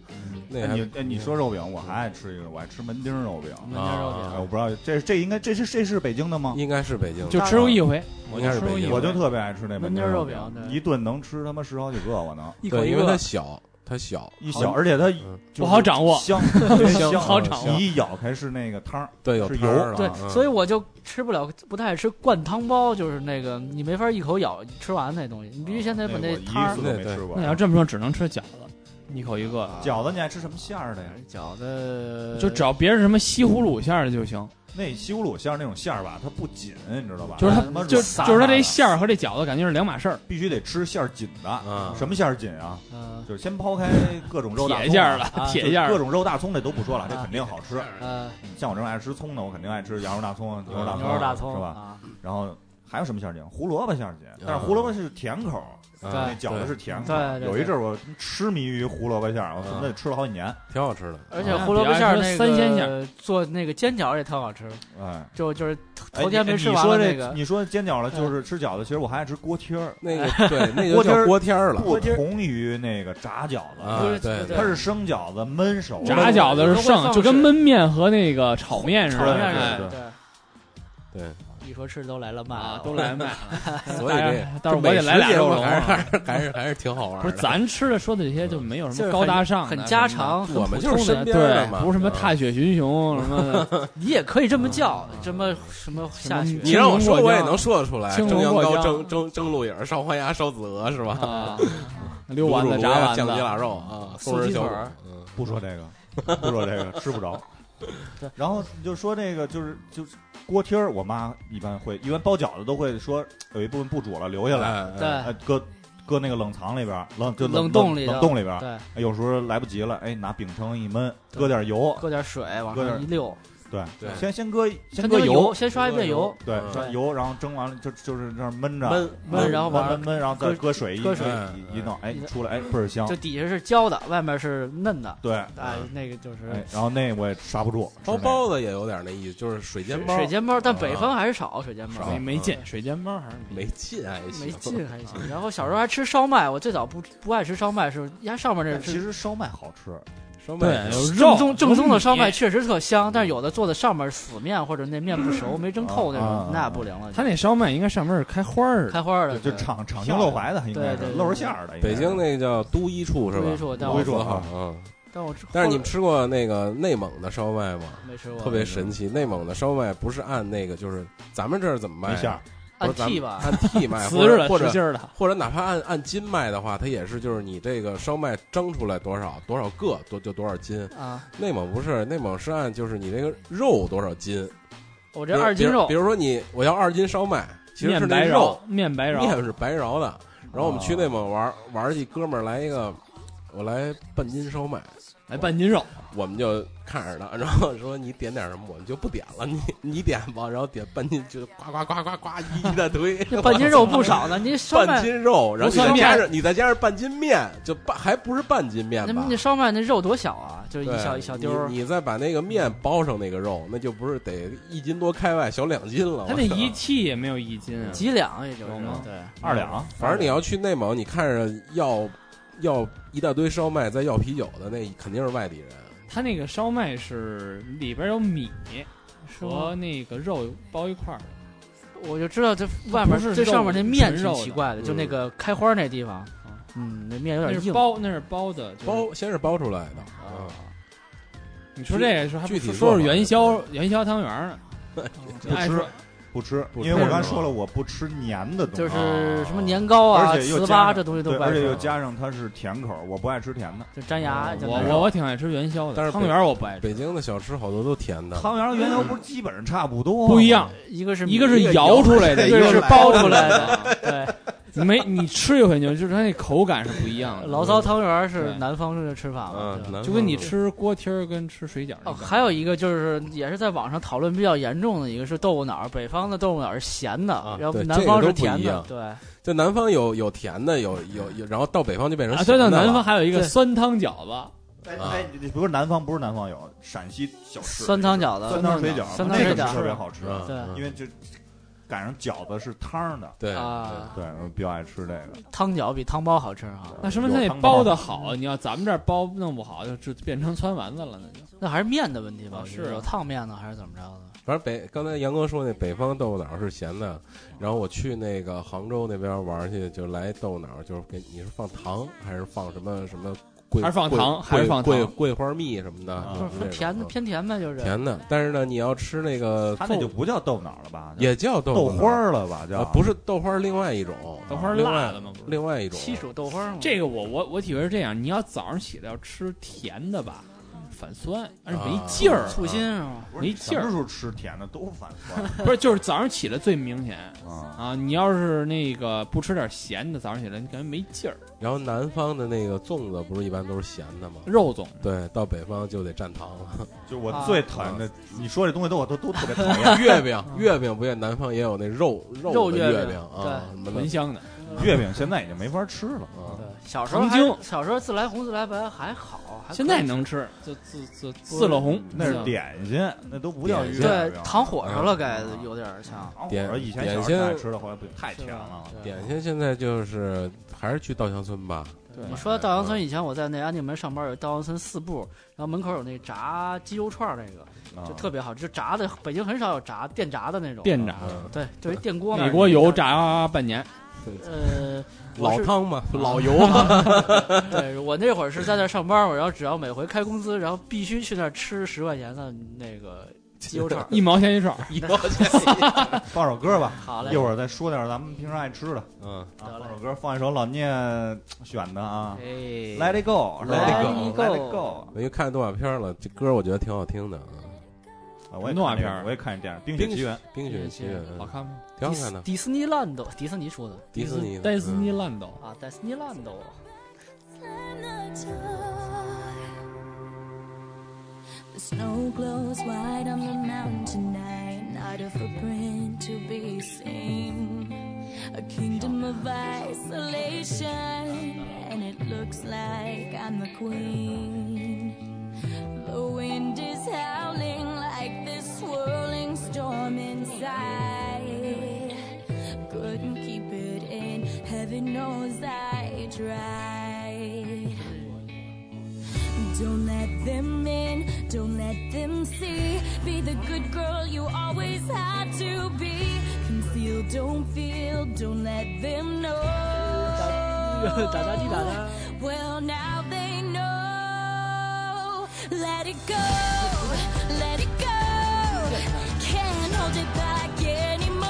Speaker 3: 那
Speaker 4: 哎
Speaker 3: 还
Speaker 4: 你哎你说肉饼，我还爱吃一个，我爱吃门钉肉饼。
Speaker 2: 门家肉
Speaker 4: 哎，
Speaker 2: 饼。
Speaker 4: 我不知道这这应该这是这是北京的吗？
Speaker 3: 啊应该是北京的，
Speaker 5: 就吃过一回，
Speaker 3: 应该是
Speaker 5: 吃过
Speaker 3: 北
Speaker 5: 一
Speaker 3: 京
Speaker 5: 回，
Speaker 3: 的
Speaker 4: 我就特别爱吃那
Speaker 2: 门钉
Speaker 4: 钉
Speaker 2: 肉
Speaker 4: 饼
Speaker 2: 饼，对
Speaker 4: 一顿能吃他妈十好几个，我能
Speaker 2: 一口
Speaker 3: 对，
Speaker 2: 一
Speaker 3: 因为它
Speaker 2: 个，
Speaker 3: 小，它小，
Speaker 4: 一小，而且它
Speaker 3: 嗯
Speaker 4: 就是
Speaker 5: 不好掌握。
Speaker 4: 香，特别香，
Speaker 5: 好掌握
Speaker 4: 你一咬开是那个汤儿，
Speaker 3: 对，有
Speaker 4: 是
Speaker 3: 汤儿
Speaker 4: 油
Speaker 2: 对
Speaker 3: 啊，嗯
Speaker 2: 所以我就吃不了，不太爱吃灌汤包，就是那个你没法一口咬吃完那东西，你必须先得把
Speaker 4: 那我
Speaker 2: 汤儿
Speaker 4: 一次都没吃过
Speaker 5: 那。你要这么说，只能吃饺子，一口一个啊。
Speaker 4: 饺子你爱吃什么馅儿的呀？
Speaker 2: 饺子
Speaker 5: 就只要别是什么西葫芦馅儿的就行，
Speaker 4: 那西葫芦馅儿那种馅儿吧，它不紧，你知道吧？
Speaker 5: 就是它
Speaker 4: 他妈软
Speaker 5: 就就是
Speaker 4: 撒
Speaker 5: 它这
Speaker 4: 的
Speaker 5: 馅儿和这饺子感觉是两码事儿。
Speaker 4: 必须得吃馅儿紧的。
Speaker 3: 啊，
Speaker 4: 什么馅儿紧啊？
Speaker 2: 嗯
Speaker 4: 就是先抛开各种肉大
Speaker 5: 铁
Speaker 4: 葱
Speaker 5: 馅儿
Speaker 4: 啊，
Speaker 5: 了，
Speaker 2: 啊
Speaker 5: 铁馅儿
Speaker 4: 各
Speaker 5: 了，
Speaker 4: 种肉大葱这都不说了，这肯定好吃。
Speaker 2: 呃
Speaker 4: 像我这种爱吃葱的，我肯定爱吃羊肉大葱、啊牛肉大葱、
Speaker 2: 牛肉大葱
Speaker 4: 是吧？
Speaker 2: 啊，
Speaker 4: 然后还有什么馅儿紧？胡萝卜馅儿紧，但是胡萝卜是甜口儿，
Speaker 3: 啊
Speaker 4: 那饺子是甜口儿。
Speaker 2: 对对对
Speaker 4: 有一阵儿我痴迷于胡萝卜馅儿，我他妈得吃了好几年。
Speaker 3: 挺好吃的，
Speaker 2: 而且
Speaker 5: 啊
Speaker 2: 胡萝卜馅儿那个
Speaker 5: 比较爱吃三鲜馅儿
Speaker 2: 做那个煎饺也特好吃，
Speaker 4: 哎，
Speaker 2: 就就是头
Speaker 4: 哎
Speaker 2: 头天
Speaker 4: 你
Speaker 2: 没吃
Speaker 4: 你
Speaker 2: 完
Speaker 4: 说
Speaker 2: 了
Speaker 4: 这
Speaker 2: 那个，嗯
Speaker 4: 你说煎饺了，就是吃饺子。其实我还爱吃锅贴儿，
Speaker 3: 那 个对，那就
Speaker 4: 锅贴
Speaker 3: 叫
Speaker 4: 儿
Speaker 3: 锅贴儿了，
Speaker 4: 不同于那个炸饺
Speaker 3: 啊
Speaker 4: 子，
Speaker 2: 不是
Speaker 3: 对
Speaker 2: 对
Speaker 4: 它是生饺子焖熟的。
Speaker 5: 炸饺子是剩，就跟焖面和那个炒面似
Speaker 2: 炒
Speaker 5: 的。
Speaker 2: 面啊
Speaker 4: 对
Speaker 5: 哎
Speaker 2: 是
Speaker 4: 对
Speaker 2: 对。
Speaker 3: 对，
Speaker 2: 一说吃都来了嘛，
Speaker 5: 啊 来卖，
Speaker 3: 所以这
Speaker 5: 但是我得来俩肉
Speaker 3: 这
Speaker 5: 龙
Speaker 3: 美食节目还是
Speaker 5: 啊。
Speaker 3: 还是还是还是挺好玩
Speaker 5: 不
Speaker 3: 的，
Speaker 5: 是咱吃的说的这些就没有什
Speaker 2: 就
Speaker 5: 么
Speaker 2: 是
Speaker 5: 高大上的
Speaker 2: 很家，常，
Speaker 3: 我
Speaker 2: 很
Speaker 3: 们
Speaker 2: 普
Speaker 3: 就是
Speaker 2: 通
Speaker 3: 身
Speaker 2: 的
Speaker 3: 边
Speaker 5: 什么
Speaker 3: 的
Speaker 5: 的
Speaker 3: 嘛，
Speaker 5: 对，不是什么
Speaker 3: 嗯
Speaker 5: 踏雪寻熊什么 的，
Speaker 2: 你也可以这么
Speaker 5: 啊
Speaker 2: 叫，什么什么下雪，
Speaker 3: 你让我说，我也能说得出来。
Speaker 5: 青
Speaker 3: 蒸
Speaker 5: 龙
Speaker 3: 羊
Speaker 5: 过
Speaker 3: 羔、
Speaker 5: 江
Speaker 3: 蒸蒸蒸鹿尾儿、烧花鸭、烧子鹅 是吧？
Speaker 5: 啊，溜丸
Speaker 3: 卤
Speaker 5: 子、
Speaker 3: 煮
Speaker 5: 炸
Speaker 3: 卤鸭
Speaker 5: 丸
Speaker 3: 酱鸡
Speaker 5: 子，
Speaker 3: 腊肉啊，
Speaker 2: 素
Speaker 3: 松仁
Speaker 2: 鸡
Speaker 3: 小
Speaker 2: 腿
Speaker 3: 肚
Speaker 2: 儿
Speaker 3: 嗯
Speaker 4: 不说这个，不说这个，吃不着。 然后你就说这个就是就是锅贴儿，我妈一般会，一般包饺子都会说有一部分不煮了留下来，
Speaker 3: 哎哎
Speaker 4: 呃
Speaker 2: 对，
Speaker 4: 搁搁那个冷藏里边儿，冷就
Speaker 2: 冷
Speaker 4: 冷
Speaker 2: 冻里头
Speaker 4: 冷冻里边儿。
Speaker 2: 啊对，
Speaker 4: 哎有时候来不及了，哎，拿饼铛一焖，
Speaker 2: 对
Speaker 4: 搁点油，
Speaker 2: 搁点水往
Speaker 4: 搁点
Speaker 2: 上一溜，
Speaker 4: 对，
Speaker 3: 对
Speaker 4: 先先搁
Speaker 2: 先
Speaker 4: 先搁
Speaker 2: 油，，先刷一遍油，
Speaker 4: 对，
Speaker 3: 嗯
Speaker 4: 刷油，然后蒸完了就就是这样焖着，
Speaker 3: 焖
Speaker 2: 焖然后往
Speaker 4: 焖
Speaker 2: 上
Speaker 4: 焖，然后再
Speaker 2: 搁
Speaker 4: 搁水一
Speaker 2: 搁水
Speaker 4: 一一弄，哎
Speaker 2: 一，弄
Speaker 4: 出来哎倍儿香
Speaker 2: 就，底下是焦的，外面是嫩的，
Speaker 4: 对，
Speaker 2: 哎，那个就是
Speaker 4: 哎，然后那我也刹不住，
Speaker 3: 包
Speaker 4: 吃那个
Speaker 3: 包子也有点那意思，就是水煎包，
Speaker 2: 水煎包，但
Speaker 4: 啊
Speaker 2: 北方还是少水煎包，
Speaker 3: 少
Speaker 5: 没没劲，水煎包还是没
Speaker 3: 没劲还行，
Speaker 2: 没劲还行。然后小时候还吃烧麦，我最早不不爱吃烧麦，是压上面那
Speaker 4: 但其
Speaker 2: 是
Speaker 4: 实烧麦好吃，
Speaker 3: 烧麦
Speaker 5: 对，有
Speaker 2: 正
Speaker 5: 肉
Speaker 2: 宗正宗的烧麦
Speaker 5: 有米
Speaker 2: 确实特香，但是有的做的上面死面或者那面不熟没蒸透那
Speaker 4: 啊啊
Speaker 2: 种
Speaker 4: 啊，
Speaker 2: 那不灵了。
Speaker 5: 他那烧麦应该上面是开花儿的，
Speaker 2: 开花的
Speaker 4: 就就
Speaker 2: 对
Speaker 4: 敞敞心露怀的，应该
Speaker 2: 对
Speaker 4: 是
Speaker 2: 对
Speaker 4: 露着馅儿的。应该
Speaker 3: 北
Speaker 4: 是
Speaker 3: 京那叫都一处是吧？
Speaker 2: 都一处但
Speaker 4: 我
Speaker 3: 老字号，嗯，
Speaker 2: 但我吃
Speaker 3: 但是你们吃过那个内蒙的烧麦吗？
Speaker 2: 没吃过，
Speaker 3: 特别神奇，内蒙的烧麦不是按那个，就是咱们这儿怎么卖
Speaker 4: 一
Speaker 3: 啊？
Speaker 4: 下
Speaker 3: 不
Speaker 2: 按
Speaker 3: 是咱们
Speaker 2: T 吧，
Speaker 3: 按 屉卖，
Speaker 2: 瓷
Speaker 3: 或
Speaker 2: 实
Speaker 3: 者
Speaker 2: 的，
Speaker 3: 或者
Speaker 2: 实心儿的，
Speaker 3: 或者哪怕按按斤卖的话，它也是就是你这个烧麦蒸出来多少多少个多就多少斤。
Speaker 2: 啊，
Speaker 3: 内蒙不是，内蒙是按就是你这个肉多少斤，
Speaker 2: 我
Speaker 3: 比
Speaker 2: 这
Speaker 3: 如
Speaker 2: 二斤肉
Speaker 3: 比如比如说你我要二斤烧麦，其实是
Speaker 5: 面
Speaker 3: 那
Speaker 5: 白
Speaker 3: 肉
Speaker 5: 饶，面白饶，
Speaker 3: 面是白饶的。然后我们
Speaker 2: 哦
Speaker 3: 去内蒙玩玩去，哥们儿来一个，我来半斤烧麦，
Speaker 5: 来哎半斤肉，
Speaker 3: 我们就看着他，然后说你点点什么，我们就不点了，你你点吧，然后点半斤就呱呱呱呱呱一一大堆，
Speaker 2: 这半斤肉不少呢，你烧
Speaker 3: 半
Speaker 2: 麦
Speaker 3: 斤肉，然后
Speaker 5: 不算
Speaker 3: 你再
Speaker 5: 面
Speaker 3: 加上你再加上半斤面，就半还不是半斤面
Speaker 2: 那
Speaker 3: 吧
Speaker 2: 那？烧麦那肉多小啊，就是
Speaker 3: 对
Speaker 2: 一小一小丢儿
Speaker 3: 你，你再把那个面包上那个肉，那就不是得一斤多开外，小两斤了。
Speaker 5: 他那一屉也没有一斤啊，
Speaker 2: 几两也就是
Speaker 5: 有吗
Speaker 2: 对，
Speaker 4: 二两，
Speaker 3: 反正你要去内蒙，你看着要要一大堆烧麦，再要啤酒的，那肯定是外地人。
Speaker 5: 他那个烧麦是里边有米
Speaker 2: 是
Speaker 5: 和
Speaker 2: 吗？
Speaker 5: 那个肉包一块儿的，
Speaker 2: 我就知道这外面
Speaker 5: 不是
Speaker 2: 这
Speaker 5: 肉
Speaker 2: 上面那面
Speaker 5: 纯肉
Speaker 2: 挺
Speaker 5: 的
Speaker 2: 奇怪的，就
Speaker 3: 嗯
Speaker 2: 那个开花那地方
Speaker 5: 啊，
Speaker 2: 嗯，那面有
Speaker 5: 那
Speaker 2: 点
Speaker 5: 是
Speaker 2: 硬。
Speaker 5: 包那是包的，就是
Speaker 3: 包先是包出来的啊，
Speaker 5: 你说这个时候还不
Speaker 3: 具体
Speaker 5: 说
Speaker 3: 做法
Speaker 5: 是元宵元宵汤圆呢？
Speaker 4: 不
Speaker 5: 爱
Speaker 4: 吃
Speaker 5: 说
Speaker 4: 不吃，
Speaker 3: 不
Speaker 4: 因
Speaker 3: 吃
Speaker 4: 为我刚才说了我不吃黏的东西，
Speaker 3: 哦
Speaker 2: 就是什么年糕啊、
Speaker 4: 而且又
Speaker 2: 糍
Speaker 4: 加
Speaker 2: 粑
Speaker 4: 上
Speaker 2: 这东西都
Speaker 4: 对，
Speaker 2: 不爱
Speaker 4: 而且又
Speaker 2: 吃，
Speaker 4: 加上它是甜口，我不爱吃甜的。
Speaker 2: 就粘牙。就
Speaker 5: 哦我
Speaker 2: 难受
Speaker 5: 我我挺爱吃元宵
Speaker 3: 但
Speaker 5: 的，
Speaker 3: 是
Speaker 5: 汤圆儿我不爱吃，
Speaker 3: 北京的小吃好多都甜的，
Speaker 4: 汤圆儿
Speaker 3: 嗯
Speaker 4: 原油不是基本上差不多吗
Speaker 5: 不一样，
Speaker 2: 一个是
Speaker 5: 一个是
Speaker 2: 米
Speaker 5: 摇出 来的，
Speaker 2: 一
Speaker 5: 一
Speaker 2: 个
Speaker 5: 个
Speaker 2: 是
Speaker 5: 是
Speaker 2: 包
Speaker 5: 包
Speaker 2: 出
Speaker 5: 出
Speaker 2: 来
Speaker 5: 来
Speaker 2: 的
Speaker 5: 的。，
Speaker 2: 对，
Speaker 5: 没你吃一回你就就是它那口感是不一样的。
Speaker 2: 醪糟汤圆儿是
Speaker 5: 对
Speaker 2: 南方的吃法嘛
Speaker 3: 嗯，
Speaker 2: 对吧，
Speaker 3: 南
Speaker 5: 就跟你
Speaker 3: 方的
Speaker 5: 吃锅贴儿跟吃水饺儿一
Speaker 2: 哦，
Speaker 5: 样。
Speaker 2: 还有一个就是也是在网上讨论比较严重的一个是豆腐脑儿，北方的豆腐脑儿是咸的，
Speaker 3: 啊
Speaker 2: 然后
Speaker 3: 对
Speaker 2: 南
Speaker 3: 这个
Speaker 2: 方是
Speaker 3: 都不
Speaker 2: 甜
Speaker 3: 一
Speaker 2: 的
Speaker 3: 样，
Speaker 2: 对，
Speaker 3: 就南方有有甜的，有有有，然后到北方就变成
Speaker 5: 啊，
Speaker 3: 咸
Speaker 5: 对
Speaker 3: 的
Speaker 5: 对，
Speaker 3: 了
Speaker 5: 南方还有一个
Speaker 2: 对
Speaker 5: 酸汤饺子，
Speaker 4: 哎
Speaker 3: 啊
Speaker 4: 哎，你不是南方，不是南方有陕西小吃，
Speaker 2: 酸汤饺
Speaker 4: 酸
Speaker 2: 子，
Speaker 4: 汤水饺，
Speaker 2: 酸汤
Speaker 4: 那
Speaker 2: 水
Speaker 4: 个
Speaker 2: 饺
Speaker 4: 是特别好吃，
Speaker 3: 嗯
Speaker 2: 对
Speaker 3: 嗯
Speaker 4: 因为就赶上饺子是汤的，
Speaker 3: 对
Speaker 2: 啊，
Speaker 4: 对，我比较爱吃这个。
Speaker 2: 汤饺比汤包好吃啊，
Speaker 5: 那说明它
Speaker 4: 有
Speaker 5: 那
Speaker 4: 汤包
Speaker 5: 包的好。你要咱们这儿包弄不好，就就变成酸丸子了，那就。
Speaker 2: 那还是面的问题
Speaker 3: 哦
Speaker 2: 吧
Speaker 5: 啊？是啊
Speaker 2: 有烫面呢，还是怎么着的？
Speaker 3: 反正北刚才杨哥说那北方豆腐脑是咸的，然后我去那个杭州那边玩去，就来豆腐脑，就是给你是放糖还是放什么什么桂，
Speaker 5: 还是放糖
Speaker 3: 桂
Speaker 5: 还是放
Speaker 3: 桂
Speaker 5: 糖
Speaker 3: 桂花蜜什么的，
Speaker 4: 啊
Speaker 3: 就
Speaker 2: 不
Speaker 3: 是
Speaker 2: 是
Speaker 3: 嗯那种
Speaker 2: 甜的偏甜呗，就是
Speaker 3: 甜的。但是呢，你要吃那个
Speaker 4: 它那
Speaker 3: 豆
Speaker 4: 就不叫豆腐脑了吧？
Speaker 3: 也叫豆
Speaker 4: 豆
Speaker 3: 腐脑
Speaker 4: 花儿了吧？叫
Speaker 3: 啊，不是豆花，另外一种，
Speaker 5: 豆花儿
Speaker 3: 另外
Speaker 5: 辣的吗不是
Speaker 3: 另外一种
Speaker 2: 西蜀豆花嘛。
Speaker 5: 这个我我我体会是这样，你要早上起来要吃甜的吧，反酸，但是没劲儿。
Speaker 2: 醋心是吗？
Speaker 4: 不是
Speaker 5: 没劲儿
Speaker 4: 什么时候吃甜的都反酸
Speaker 5: 不是，就是早上起来最明显
Speaker 4: 啊！
Speaker 5: 啊！你要是那个不吃点咸的，早上起来你感觉没劲儿。
Speaker 3: 然后南方的那个粽子不是一般都是咸的吗？
Speaker 5: 肉粽
Speaker 3: 对，到北方就得蘸糖了。
Speaker 4: 就我最讨厌的，你说这东西都我都都特别讨 厌。
Speaker 3: 月饼，月饼不也南方也有那肉
Speaker 2: 肉
Speaker 3: 的
Speaker 2: 月
Speaker 3: 月
Speaker 2: 饼
Speaker 3: 啊，什么的
Speaker 5: 蚊香的，
Speaker 4: 月饼现在已经没法吃了，
Speaker 3: 啊
Speaker 2: 对，小时候
Speaker 5: 糖
Speaker 2: 还
Speaker 5: 精
Speaker 2: 小时候自来红自来白还好，还
Speaker 5: 现在
Speaker 2: 可以
Speaker 5: 能吃，就自自自了红，嗯
Speaker 4: 那是点心，那都不叫月饼。
Speaker 2: 对
Speaker 3: 嗯
Speaker 2: 糖火烧了，该
Speaker 4: 嗯
Speaker 2: 有点像。
Speaker 4: 糖火
Speaker 3: 点
Speaker 4: 烧以前
Speaker 3: 点
Speaker 4: 小时
Speaker 3: 心
Speaker 4: 候爱吃的，后来不行太
Speaker 2: 是
Speaker 4: 甜
Speaker 2: 吧
Speaker 4: 了。
Speaker 2: 对
Speaker 3: 点心现在就是还是去稻香村吧，
Speaker 5: 对
Speaker 2: 你说到稻香村，以前我在那安定门上班，有稻香村四部，然后门口有那炸鸡肉串儿，那个
Speaker 4: 啊
Speaker 2: 就特别好，就炸的，北京很少有炸电炸的那种。啊
Speaker 5: 电炸，
Speaker 3: 嗯
Speaker 2: 对，就是电锅那儿
Speaker 5: 美国油。炸啊半年，
Speaker 2: 呃，我
Speaker 3: 老
Speaker 2: 是
Speaker 3: 汤嘛，老
Speaker 2: 油。 对我那会儿是在那儿上班嘛，然后只要每回开工资，然后必须去那儿吃十块钱的那个鸡肉串儿。
Speaker 5: 一毛钱一串儿。
Speaker 3: 油钱，
Speaker 4: 放首歌吧，
Speaker 2: 好嘞，
Speaker 4: 一会儿再说点咱们平时爱吃的。
Speaker 3: 嗯，
Speaker 4: 啊
Speaker 2: 得嘞
Speaker 4: 放首歌，放一首老聂选的啊
Speaker 2: 哎，
Speaker 4: ，Let It
Speaker 3: Let
Speaker 4: Go，Let
Speaker 2: It Go
Speaker 4: Let It Go。
Speaker 3: 我又看动画片了，这歌我觉得挺好听的，啊，
Speaker 4: 啊我也看
Speaker 5: 动画
Speaker 4: 这个
Speaker 5: 片儿
Speaker 4: 我也看这电影《冰
Speaker 3: 冰
Speaker 4: 雪奇缘》。
Speaker 3: 《冰雪奇缘》嗯
Speaker 5: 好看吗？
Speaker 3: 挺好
Speaker 2: 迪
Speaker 3: 看
Speaker 2: 斯
Speaker 3: 的，
Speaker 2: 迪士尼烂斗，迪士尼出的
Speaker 3: 迪士尼的嗯
Speaker 5: 戴斯尼烂斗，
Speaker 2: 啊，迪士尼烂斗。
Speaker 6: The snow glows white on the mountain night, not a footprint to be seen. A kingdom of isolation, and it looks like I'm the queen. The wind is howling like this swirling storm inside. Couldn't keep it in, heaven knows I tried. Don't let them in, don't let them see. Be the good girl you always had to be. Conceal, don't feel, don't let them know.
Speaker 2: 哒哒滴哒哒。
Speaker 6: Well, now they know. Let it go, let it go. Can't hold it back anymore.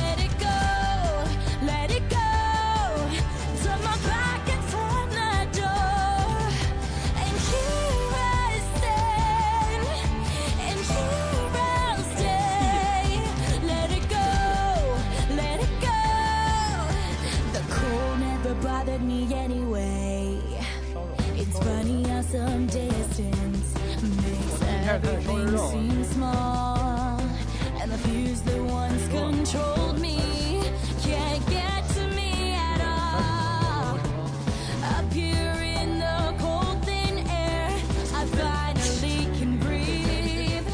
Speaker 6: Let it go, let it go. Turn my back and turn the door. And here I stand, and here I'll stay. Let it go, let it go. The cold never bothered me anyway. It's funny how some distance makes everything seem small. And the views that once controlled me can't get to me at all. Up here in the cold thin air, I finally can breathe.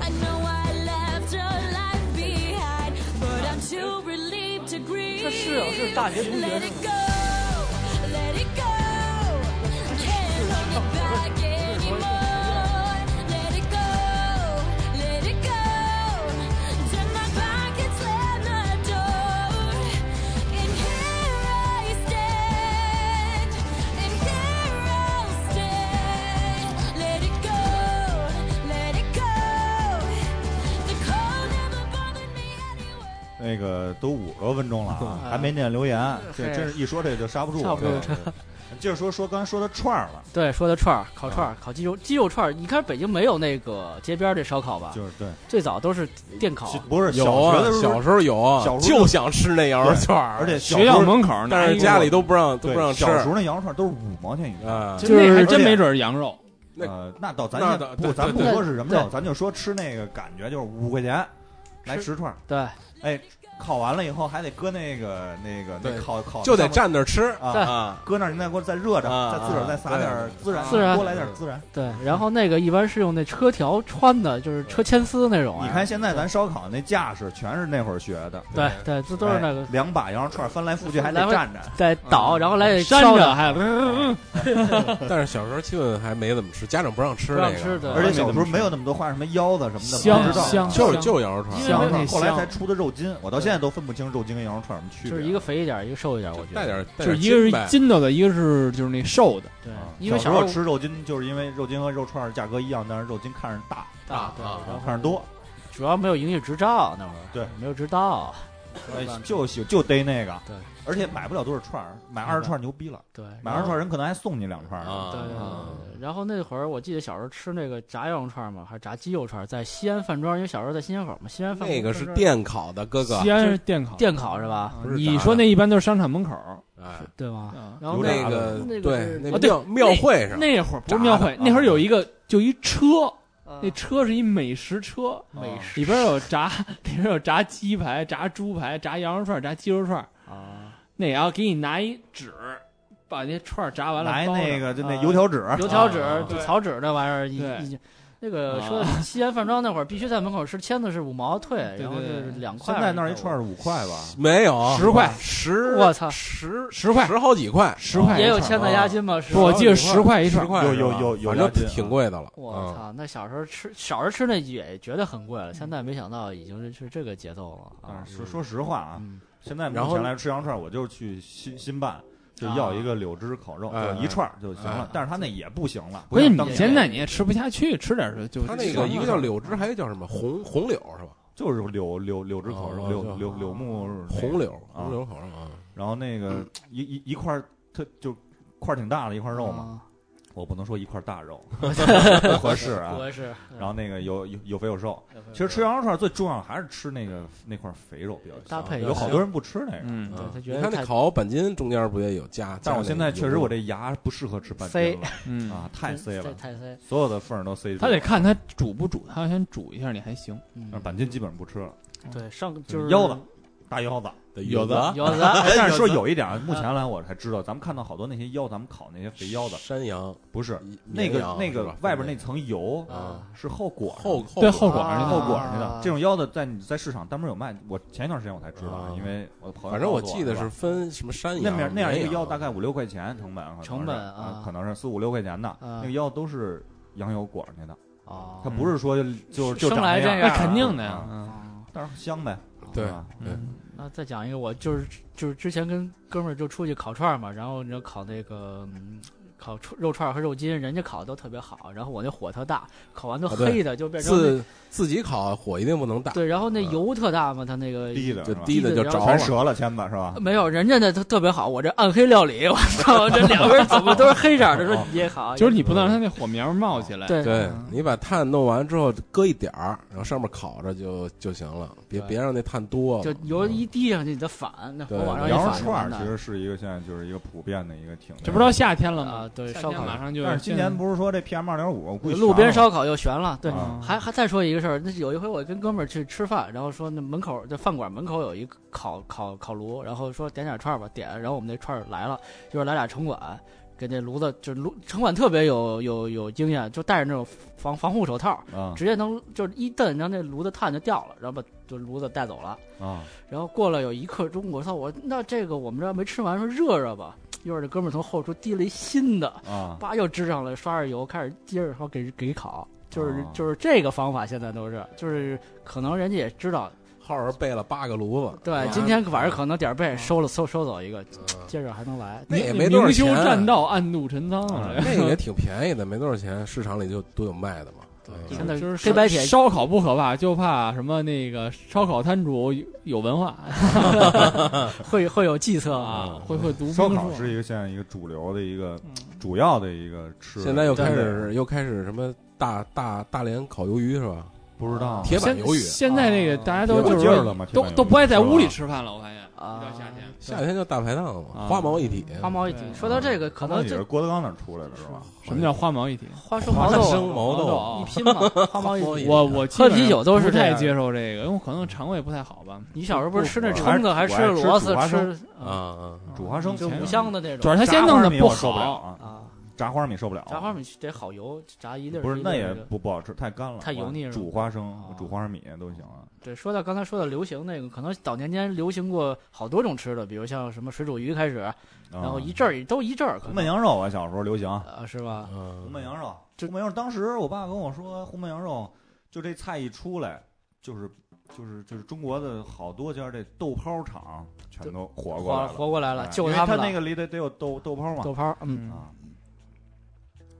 Speaker 6: I know I left a life behind, but I'm too relieved to grieve.
Speaker 2: 这室友是大学同学是吗？
Speaker 6: Let it go, let it go. Can't hold it back anymore. Let it go, let it go. Turn my back and slam the door. And here I stand, and here I'll stay. Let it go, let it go. The cold never bothered me anyway.
Speaker 4: 那个都五十多分钟了啊，还没念留言，这真是一说这就刹不住。
Speaker 2: 刹不住
Speaker 4: 对对接着说说刚才说的串儿了，
Speaker 2: 对，说的串儿，烤
Speaker 3: 啊
Speaker 2: 串儿，烤鸡肉，鸡肉串儿。你看北京没有那个街边儿的烧烤吧？
Speaker 4: 啊就是对，
Speaker 2: 最早都是电烤
Speaker 4: 其，不是小
Speaker 3: 有啊
Speaker 4: 学的，时
Speaker 3: 小
Speaker 4: 候，
Speaker 3: 时候有啊，
Speaker 4: 小时候就
Speaker 3: 就想吃那羊肉串儿，
Speaker 4: 而且小
Speaker 5: 学
Speaker 4: 时
Speaker 5: 校
Speaker 4: 候
Speaker 5: 门口，
Speaker 3: 但是家里都不让都
Speaker 4: 对
Speaker 3: 不让吃
Speaker 4: 小时候那羊肉串都是五毛钱一个。
Speaker 3: 啊，
Speaker 2: 就
Speaker 5: 那还
Speaker 4: 而且
Speaker 5: 真没准是羊肉，
Speaker 3: 那
Speaker 4: 呃，那倒咱
Speaker 3: 那
Speaker 4: 先
Speaker 3: 倒
Speaker 4: 不，
Speaker 3: 对
Speaker 4: 咱
Speaker 3: 对
Speaker 4: 不
Speaker 2: 对
Speaker 4: 说是什么
Speaker 2: 对
Speaker 4: 肉，咱就说吃那个感觉，就是五块钱来十串儿，
Speaker 2: 对，
Speaker 4: 哎，烤完了以后还得搁那个那个那
Speaker 3: 对
Speaker 4: 烤烤
Speaker 3: 就得
Speaker 4: 蘸
Speaker 3: 站那儿吃
Speaker 4: 啊
Speaker 2: 对
Speaker 3: 啊，
Speaker 4: 搁那儿，您再给我再热着，
Speaker 3: 啊
Speaker 4: 再自个儿再撒
Speaker 3: 啊
Speaker 4: 点儿孜然，
Speaker 2: 孜然
Speaker 4: 多来点儿孜然。
Speaker 2: 对，然后那个一般是用那车条穿的，就是车牵丝那种玩意啊
Speaker 4: 你
Speaker 2: 儿。
Speaker 4: 看现在咱烧烤那架势，全是那会儿学的，
Speaker 2: 对对，这都是那个
Speaker 4: 哎啊两把羊肉串翻来覆去，还
Speaker 2: 来
Speaker 4: 得
Speaker 2: 回
Speaker 4: 站着。
Speaker 2: 在倒，然后来得
Speaker 5: 山
Speaker 2: 烧
Speaker 5: 着
Speaker 2: 着，
Speaker 5: 还有，
Speaker 3: 但是小时候基本还没怎么吃，家长不让吃
Speaker 2: 不
Speaker 3: 那
Speaker 2: 让
Speaker 3: 个啊
Speaker 2: 吃，对
Speaker 4: 而且小时候没有那么多花什么腰子什么的，
Speaker 5: 香
Speaker 4: 不知道
Speaker 5: 香
Speaker 3: 就是就羊肉串
Speaker 2: 因
Speaker 3: 儿，
Speaker 2: 为
Speaker 4: 羊肉
Speaker 5: 香
Speaker 4: 串
Speaker 5: 那
Speaker 4: 后来才
Speaker 5: 香，
Speaker 4: 出的肉筋，我到现在都分不清肉筋跟羊肉串有什么区别。
Speaker 2: 就是一个肥一点儿，一个瘦一点儿，我觉
Speaker 3: 带
Speaker 2: 得。
Speaker 3: 点儿带
Speaker 5: 就
Speaker 3: 点
Speaker 5: 是
Speaker 3: 儿
Speaker 5: 一个是
Speaker 3: 筋呗
Speaker 5: 筋斗的，一个是就是那瘦的，
Speaker 2: 对
Speaker 4: 啊，
Speaker 2: 因为
Speaker 4: 小
Speaker 2: 小
Speaker 4: 时候
Speaker 2: 吃
Speaker 4: 吃肉筋，就是因为肉筋和肉串价格一样，但是肉筋看着大，
Speaker 2: 大，啊对，然后
Speaker 4: 啊看着多，
Speaker 2: 主要没有营业执照那会儿，
Speaker 4: 对，
Speaker 2: 没有执照，
Speaker 4: 哎，就喜就逮那个。
Speaker 2: 对，
Speaker 4: 而且买不了多少串儿，买二十串儿牛逼了，
Speaker 2: 对，
Speaker 4: 买二十串儿人可能还送你两串儿呢。
Speaker 3: 啊
Speaker 2: 对对对对，然后那会儿我记得小时候吃那个炸羊肉串嘛，还是炸鸡肉串，在西安饭庄，因为小时候在西安口嘛，西安饭
Speaker 3: 那个是
Speaker 2: 饭庄
Speaker 3: 电烤的，哥哥，
Speaker 5: 西安是电烤，
Speaker 2: 电烤是吧？
Speaker 5: 啊
Speaker 3: 不是炸
Speaker 5: 你
Speaker 3: 的
Speaker 5: 说那一般都是商场门口，
Speaker 3: 哎，
Speaker 2: 对吗？
Speaker 5: 啊
Speaker 2: 然后
Speaker 4: 有
Speaker 2: 那
Speaker 4: 点
Speaker 2: 那个
Speaker 3: 那个对
Speaker 2: 是
Speaker 3: 那
Speaker 5: 哦对
Speaker 3: 庙庙会上，
Speaker 5: 那会儿不是庙
Speaker 3: 炸
Speaker 5: 会
Speaker 3: 的，
Speaker 5: 那会儿有一嗯个就一车，那
Speaker 1: 呃
Speaker 2: 那
Speaker 5: 车是一美食车，
Speaker 2: 美食
Speaker 5: 里边有炸，里边有炸鸡排、炸猪排、炸羊肉串、炸鸡肉串，
Speaker 2: 啊，
Speaker 5: 那也要给你拿一纸，把那串儿炸完了
Speaker 4: 拿一
Speaker 5: 包上
Speaker 4: 那个就那
Speaker 2: 啊
Speaker 4: 油条纸，
Speaker 2: 油条纸
Speaker 3: 啊、
Speaker 2: 就
Speaker 5: 对
Speaker 2: 草纸那玩意儿，一
Speaker 5: 对
Speaker 2: 一那个
Speaker 4: 啊
Speaker 2: 说西安饭庄那会儿必须在门口吃，签子是五毛退，然后就是两块。
Speaker 4: 现在那儿一串儿是五块吧？
Speaker 3: 没有
Speaker 5: 十块
Speaker 3: 十，
Speaker 2: 我操
Speaker 3: 十
Speaker 5: 十块
Speaker 3: 十好几块，
Speaker 5: 十块
Speaker 2: 也有
Speaker 5: 一串
Speaker 2: 签子押
Speaker 4: 啊
Speaker 2: 金吗？是吧
Speaker 5: 不，我记得十块一
Speaker 3: 十
Speaker 5: 串，
Speaker 3: 块
Speaker 4: 有
Speaker 3: 是
Speaker 4: 有
Speaker 3: 吧
Speaker 4: 有有
Speaker 3: 反
Speaker 4: 押
Speaker 3: 正
Speaker 4: 金啊
Speaker 3: 挺贵的了。
Speaker 2: 我
Speaker 3: 嗯
Speaker 2: 操，那小时候吃小时候吃那也觉得很贵了，现在没想到已经是这个节奏了
Speaker 4: 但
Speaker 2: 啊！
Speaker 4: 是说说实话啊，
Speaker 2: 嗯，
Speaker 4: 现在
Speaker 3: 然
Speaker 4: 目
Speaker 3: 后啊
Speaker 4: 前来吃羊肉串，我就是去新新办，就要一个柳枝烤肉，
Speaker 3: 哎
Speaker 4: 就是一串就行
Speaker 3: 哎
Speaker 4: 了。但是他那也不行了，
Speaker 5: 不是
Speaker 4: 当
Speaker 5: 你
Speaker 4: 年
Speaker 5: 现在你也吃不下去，吃点儿就
Speaker 3: 他那个一个叫柳枝，还有一个叫什么红红柳是吧？
Speaker 4: 就是柳柳柳枝烤肉，
Speaker 3: 哦
Speaker 4: 柳
Speaker 3: 就
Speaker 4: 柳柳木
Speaker 3: 红，柳
Speaker 4: 啊
Speaker 3: 红柳烤肉啊，
Speaker 4: 然后那个一一一块儿特就块儿挺大的一块肉
Speaker 5: 嗯
Speaker 2: 啊
Speaker 4: 嘛，我不能说一块大 肉，不合适
Speaker 2: 啊，
Speaker 4: 啊
Speaker 2: 不。会是。
Speaker 4: 然后那个有有有肥有瘦，
Speaker 2: 嗯
Speaker 4: 其实吃羊肉串最重要的还是吃那个那块肥肉比较香
Speaker 2: 搭配
Speaker 4: 有好多人不吃那个，
Speaker 5: 嗯，
Speaker 2: 对
Speaker 3: 啊
Speaker 2: 他觉
Speaker 3: 你
Speaker 2: 得
Speaker 3: 看那
Speaker 2: 太
Speaker 3: 烤板筋中间不也有加？加
Speaker 4: 但我
Speaker 3: 那
Speaker 4: 现在
Speaker 3: 个
Speaker 4: 确实
Speaker 3: 油
Speaker 4: 我这牙不适合吃半
Speaker 2: 塞
Speaker 4: 斤了
Speaker 5: 嗯
Speaker 4: 啊，太塞了
Speaker 2: 对，太塞，
Speaker 4: 所有的缝儿都塞住了。
Speaker 5: 他得看他煮不煮，他要先煮一下你还行。
Speaker 4: 但是
Speaker 2: 嗯，
Speaker 4: 板筋基本上不吃了，
Speaker 2: 对上就是
Speaker 4: 腰子，啊大腰子。
Speaker 3: 的
Speaker 4: 有
Speaker 3: 有
Speaker 4: 的
Speaker 3: 的
Speaker 2: 腰 子，
Speaker 4: 但是说有一点啊，目前来我才知道，咱们看到好多那些腰，咱们烤那些肥腰子，
Speaker 3: 山羊
Speaker 4: 不是那
Speaker 3: 绵
Speaker 4: 个
Speaker 3: 羊
Speaker 4: 那
Speaker 3: 是
Speaker 4: 个
Speaker 3: 吧
Speaker 4: 外边那层油
Speaker 2: 啊
Speaker 4: 是后果上
Speaker 3: 后后
Speaker 5: 对
Speaker 3: 后
Speaker 5: 后果
Speaker 2: 啊
Speaker 5: 儿
Speaker 4: 的
Speaker 5: 那
Speaker 4: 后
Speaker 5: 个
Speaker 4: 果上去
Speaker 2: 啊
Speaker 4: 的。这种腰子在你在市场单门有卖，我前一段时间我才知道
Speaker 3: 啊，
Speaker 4: 因为我的朋友
Speaker 3: 反正我
Speaker 4: 告诉
Speaker 3: 记得
Speaker 4: 是
Speaker 3: 是
Speaker 4: 吧。
Speaker 3: 分什么山羊
Speaker 4: 那面那样一个
Speaker 3: 绵
Speaker 4: 腰
Speaker 3: 羊
Speaker 4: 大概五六块钱成本，可能是
Speaker 2: 成本啊
Speaker 4: 啊，可能是四五六块钱的。
Speaker 2: 啊
Speaker 4: 那个腰都是羊油裹上去的，
Speaker 2: 啊，
Speaker 4: 它不是说就就
Speaker 2: 生
Speaker 4: 长
Speaker 2: 来这
Speaker 4: 样
Speaker 2: 样
Speaker 4: 啊，
Speaker 5: 那肯定的呀
Speaker 4: 啊
Speaker 5: 嗯
Speaker 2: 啊
Speaker 4: 但是香呗，
Speaker 3: 对
Speaker 4: 是吧
Speaker 5: 嗯，
Speaker 2: 那再讲一个，我就是就是之前跟哥们儿就出去烤串儿嘛，然后你就烤那个、嗯、烤串肉串和肉筋，人家烤的都特别好，然后我那火特大，烤完都
Speaker 3: 啊对
Speaker 2: 黑的，就变成那
Speaker 3: 自自己烤火一定不能大，
Speaker 2: 对，然后那
Speaker 3: 嗯
Speaker 2: 油特大嘛，它那个
Speaker 4: 低啊的
Speaker 3: 就是
Speaker 4: 吧？
Speaker 3: 低的就着了。
Speaker 4: 全折了签子是吧？
Speaker 2: 没有，人家那特特别好，我这暗黑料理，我操，这两个人怎么都是黑色儿的？
Speaker 4: 哦
Speaker 2: 说啊你也好，
Speaker 5: 就是你不能让它那火苗冒起来。
Speaker 2: 对
Speaker 3: 对
Speaker 4: 嗯
Speaker 3: 你把炭弄完之后搁一点儿，然后上面烤着就就行了，别别让那炭多
Speaker 2: 就
Speaker 3: 了。
Speaker 2: 油一滴上去，你得反，那火
Speaker 3: 对
Speaker 2: 往上呃一
Speaker 4: 羊肉
Speaker 2: 反就
Speaker 4: 串儿
Speaker 2: 完
Speaker 4: 其
Speaker 2: 蛋
Speaker 4: 实是一个现在就是一个普遍的一个挺，
Speaker 5: 这不知道夏天了
Speaker 2: 啊
Speaker 5: 吗？
Speaker 2: 对
Speaker 5: 夏
Speaker 2: 烧
Speaker 5: 天
Speaker 2: 烤
Speaker 5: 马上就
Speaker 4: 但是今年不是说这 PM 二点五，我估计
Speaker 2: 路边
Speaker 4: 全
Speaker 2: 烧
Speaker 4: 了
Speaker 2: 烤又悬了，对，
Speaker 4: 啊
Speaker 2: 还还再说一个事儿，那有一回我跟哥们儿去吃饭，然后说那门口这饭馆门口有一个烤烤烤炉，然后说点点串儿吧，点，然后我们那串儿来了，就是来俩城管，给那炉子就是炉城管特别有有有经验，就戴着那种防防护手套，
Speaker 4: 啊
Speaker 2: 直接能就是一蹬，然后那炉子炭就掉了，然后把就炉子带走了。
Speaker 4: 啊，
Speaker 2: 然后过了有一刻钟，我操，我那这个我们这儿没吃完，说热热吧，一会儿这哥们儿从后厨提了一新的，
Speaker 4: 啊，
Speaker 2: 叭又支上了，刷着油，开始接着说给给烤，就是、
Speaker 4: 哦
Speaker 2: 就是这个方法现在都是，就是可能人家也知道，
Speaker 3: 浩儿备了八个炉子，
Speaker 2: 对，
Speaker 3: 啊
Speaker 2: 今天
Speaker 4: 嗯
Speaker 2: 晚上可能点儿背收了收收走一个，
Speaker 3: 嗯
Speaker 2: 接着还能来，
Speaker 3: 那也
Speaker 5: 你
Speaker 3: 没多少
Speaker 5: 明修
Speaker 3: 钱
Speaker 5: 栈道，暗度陈仓啊！
Speaker 3: 那个也挺便宜的，没多少钱，市场里就都有卖的嘛。嗯
Speaker 5: 就
Speaker 3: 对
Speaker 2: 现在
Speaker 5: 是
Speaker 2: 黑白铁
Speaker 5: 烧烤不可怕，就怕什么那个烧烤摊主有有文化
Speaker 2: 会会有计策
Speaker 5: 啊，会会读
Speaker 4: 烧
Speaker 5: 兵
Speaker 4: 烤
Speaker 5: 书
Speaker 4: 是一个现在一个主流的一个主要的一个吃的。
Speaker 3: 现在又开
Speaker 4: 对
Speaker 3: 始又开始什么大大大连烤鱿鱼是吧？
Speaker 4: 不知道
Speaker 3: 铁板
Speaker 5: 现
Speaker 3: 鱿鱼，啊
Speaker 5: 现在那个大家都
Speaker 3: 铁
Speaker 5: 就
Speaker 3: 板
Speaker 5: 是
Speaker 4: 鱿鱼
Speaker 5: 说
Speaker 4: 了吗
Speaker 5: 都
Speaker 4: 铁板鱿鱼
Speaker 5: 都不爱在屋里吃饭了，我发现
Speaker 2: 啊
Speaker 5: 一到夏天。
Speaker 3: 夏天就大排档嘛，
Speaker 5: 啊
Speaker 3: 花毛一体，
Speaker 2: 花毛一体。
Speaker 4: 啊
Speaker 5: 对
Speaker 2: 说到这个，可
Speaker 4: 那
Speaker 2: 能
Speaker 4: 你
Speaker 2: 这
Speaker 4: 是郭德纲那儿出来的是吧？
Speaker 5: 什么叫花毛一体？
Speaker 2: 花生毛豆
Speaker 3: 生毛豆，
Speaker 2: 一拼 嘛，花毛一
Speaker 3: 花毛一
Speaker 2: 体啊
Speaker 3: 体。
Speaker 5: 我我
Speaker 2: 喝啤酒都是
Speaker 5: 不
Speaker 2: 这样
Speaker 5: 太接受这个，因为我可能肠胃不太好吧。
Speaker 2: 你小时候不是吃那
Speaker 4: 不
Speaker 2: 虫子，
Speaker 4: 我还
Speaker 2: 吃
Speaker 4: 我还吃
Speaker 2: 螺丝
Speaker 4: 煮，花
Speaker 2: 吃
Speaker 4: 生
Speaker 3: 啊啊，
Speaker 4: 煮花生
Speaker 2: 就
Speaker 4: 前
Speaker 2: 五香的那
Speaker 5: 主
Speaker 2: 种
Speaker 5: 要是他先弄的不
Speaker 4: 炸花米我受不了
Speaker 5: 好，
Speaker 4: 啊，
Speaker 2: 啊，
Speaker 4: 炸花米受不了，
Speaker 2: 炸花米得好油，炸一粒儿
Speaker 4: 不是
Speaker 2: 一粒儿
Speaker 4: 那也
Speaker 2: 的
Speaker 4: 不不好吃，太干了，
Speaker 2: 太油腻了
Speaker 4: 煮花
Speaker 2: 啊
Speaker 4: 生、煮花生米都行啊。
Speaker 2: 对，说到刚才说到流行那个，可能早年间流行过好多种吃的，比如像什么水煮鱼开始，
Speaker 4: 啊
Speaker 2: 然后一阵儿都一阵儿可能，
Speaker 4: 焖羊肉啊，小时候流行
Speaker 2: 啊是吧？
Speaker 3: 嗯
Speaker 4: 红焖羊肉，
Speaker 2: 这
Speaker 4: 红焖羊肉。当时我爸跟我说，红焖羊肉就这菜一出来，就是就是就是中国的好多家这豆泡厂全都活过来
Speaker 2: 活
Speaker 4: 了，
Speaker 2: 活过来了，
Speaker 4: 哎
Speaker 2: 救
Speaker 4: 因为
Speaker 2: 他
Speaker 4: 他
Speaker 2: 们
Speaker 4: 那
Speaker 2: 了。
Speaker 4: 个里得得有豆豆泡嘛
Speaker 2: 豆泡儿，嗯，
Speaker 5: 嗯，
Speaker 4: 啊，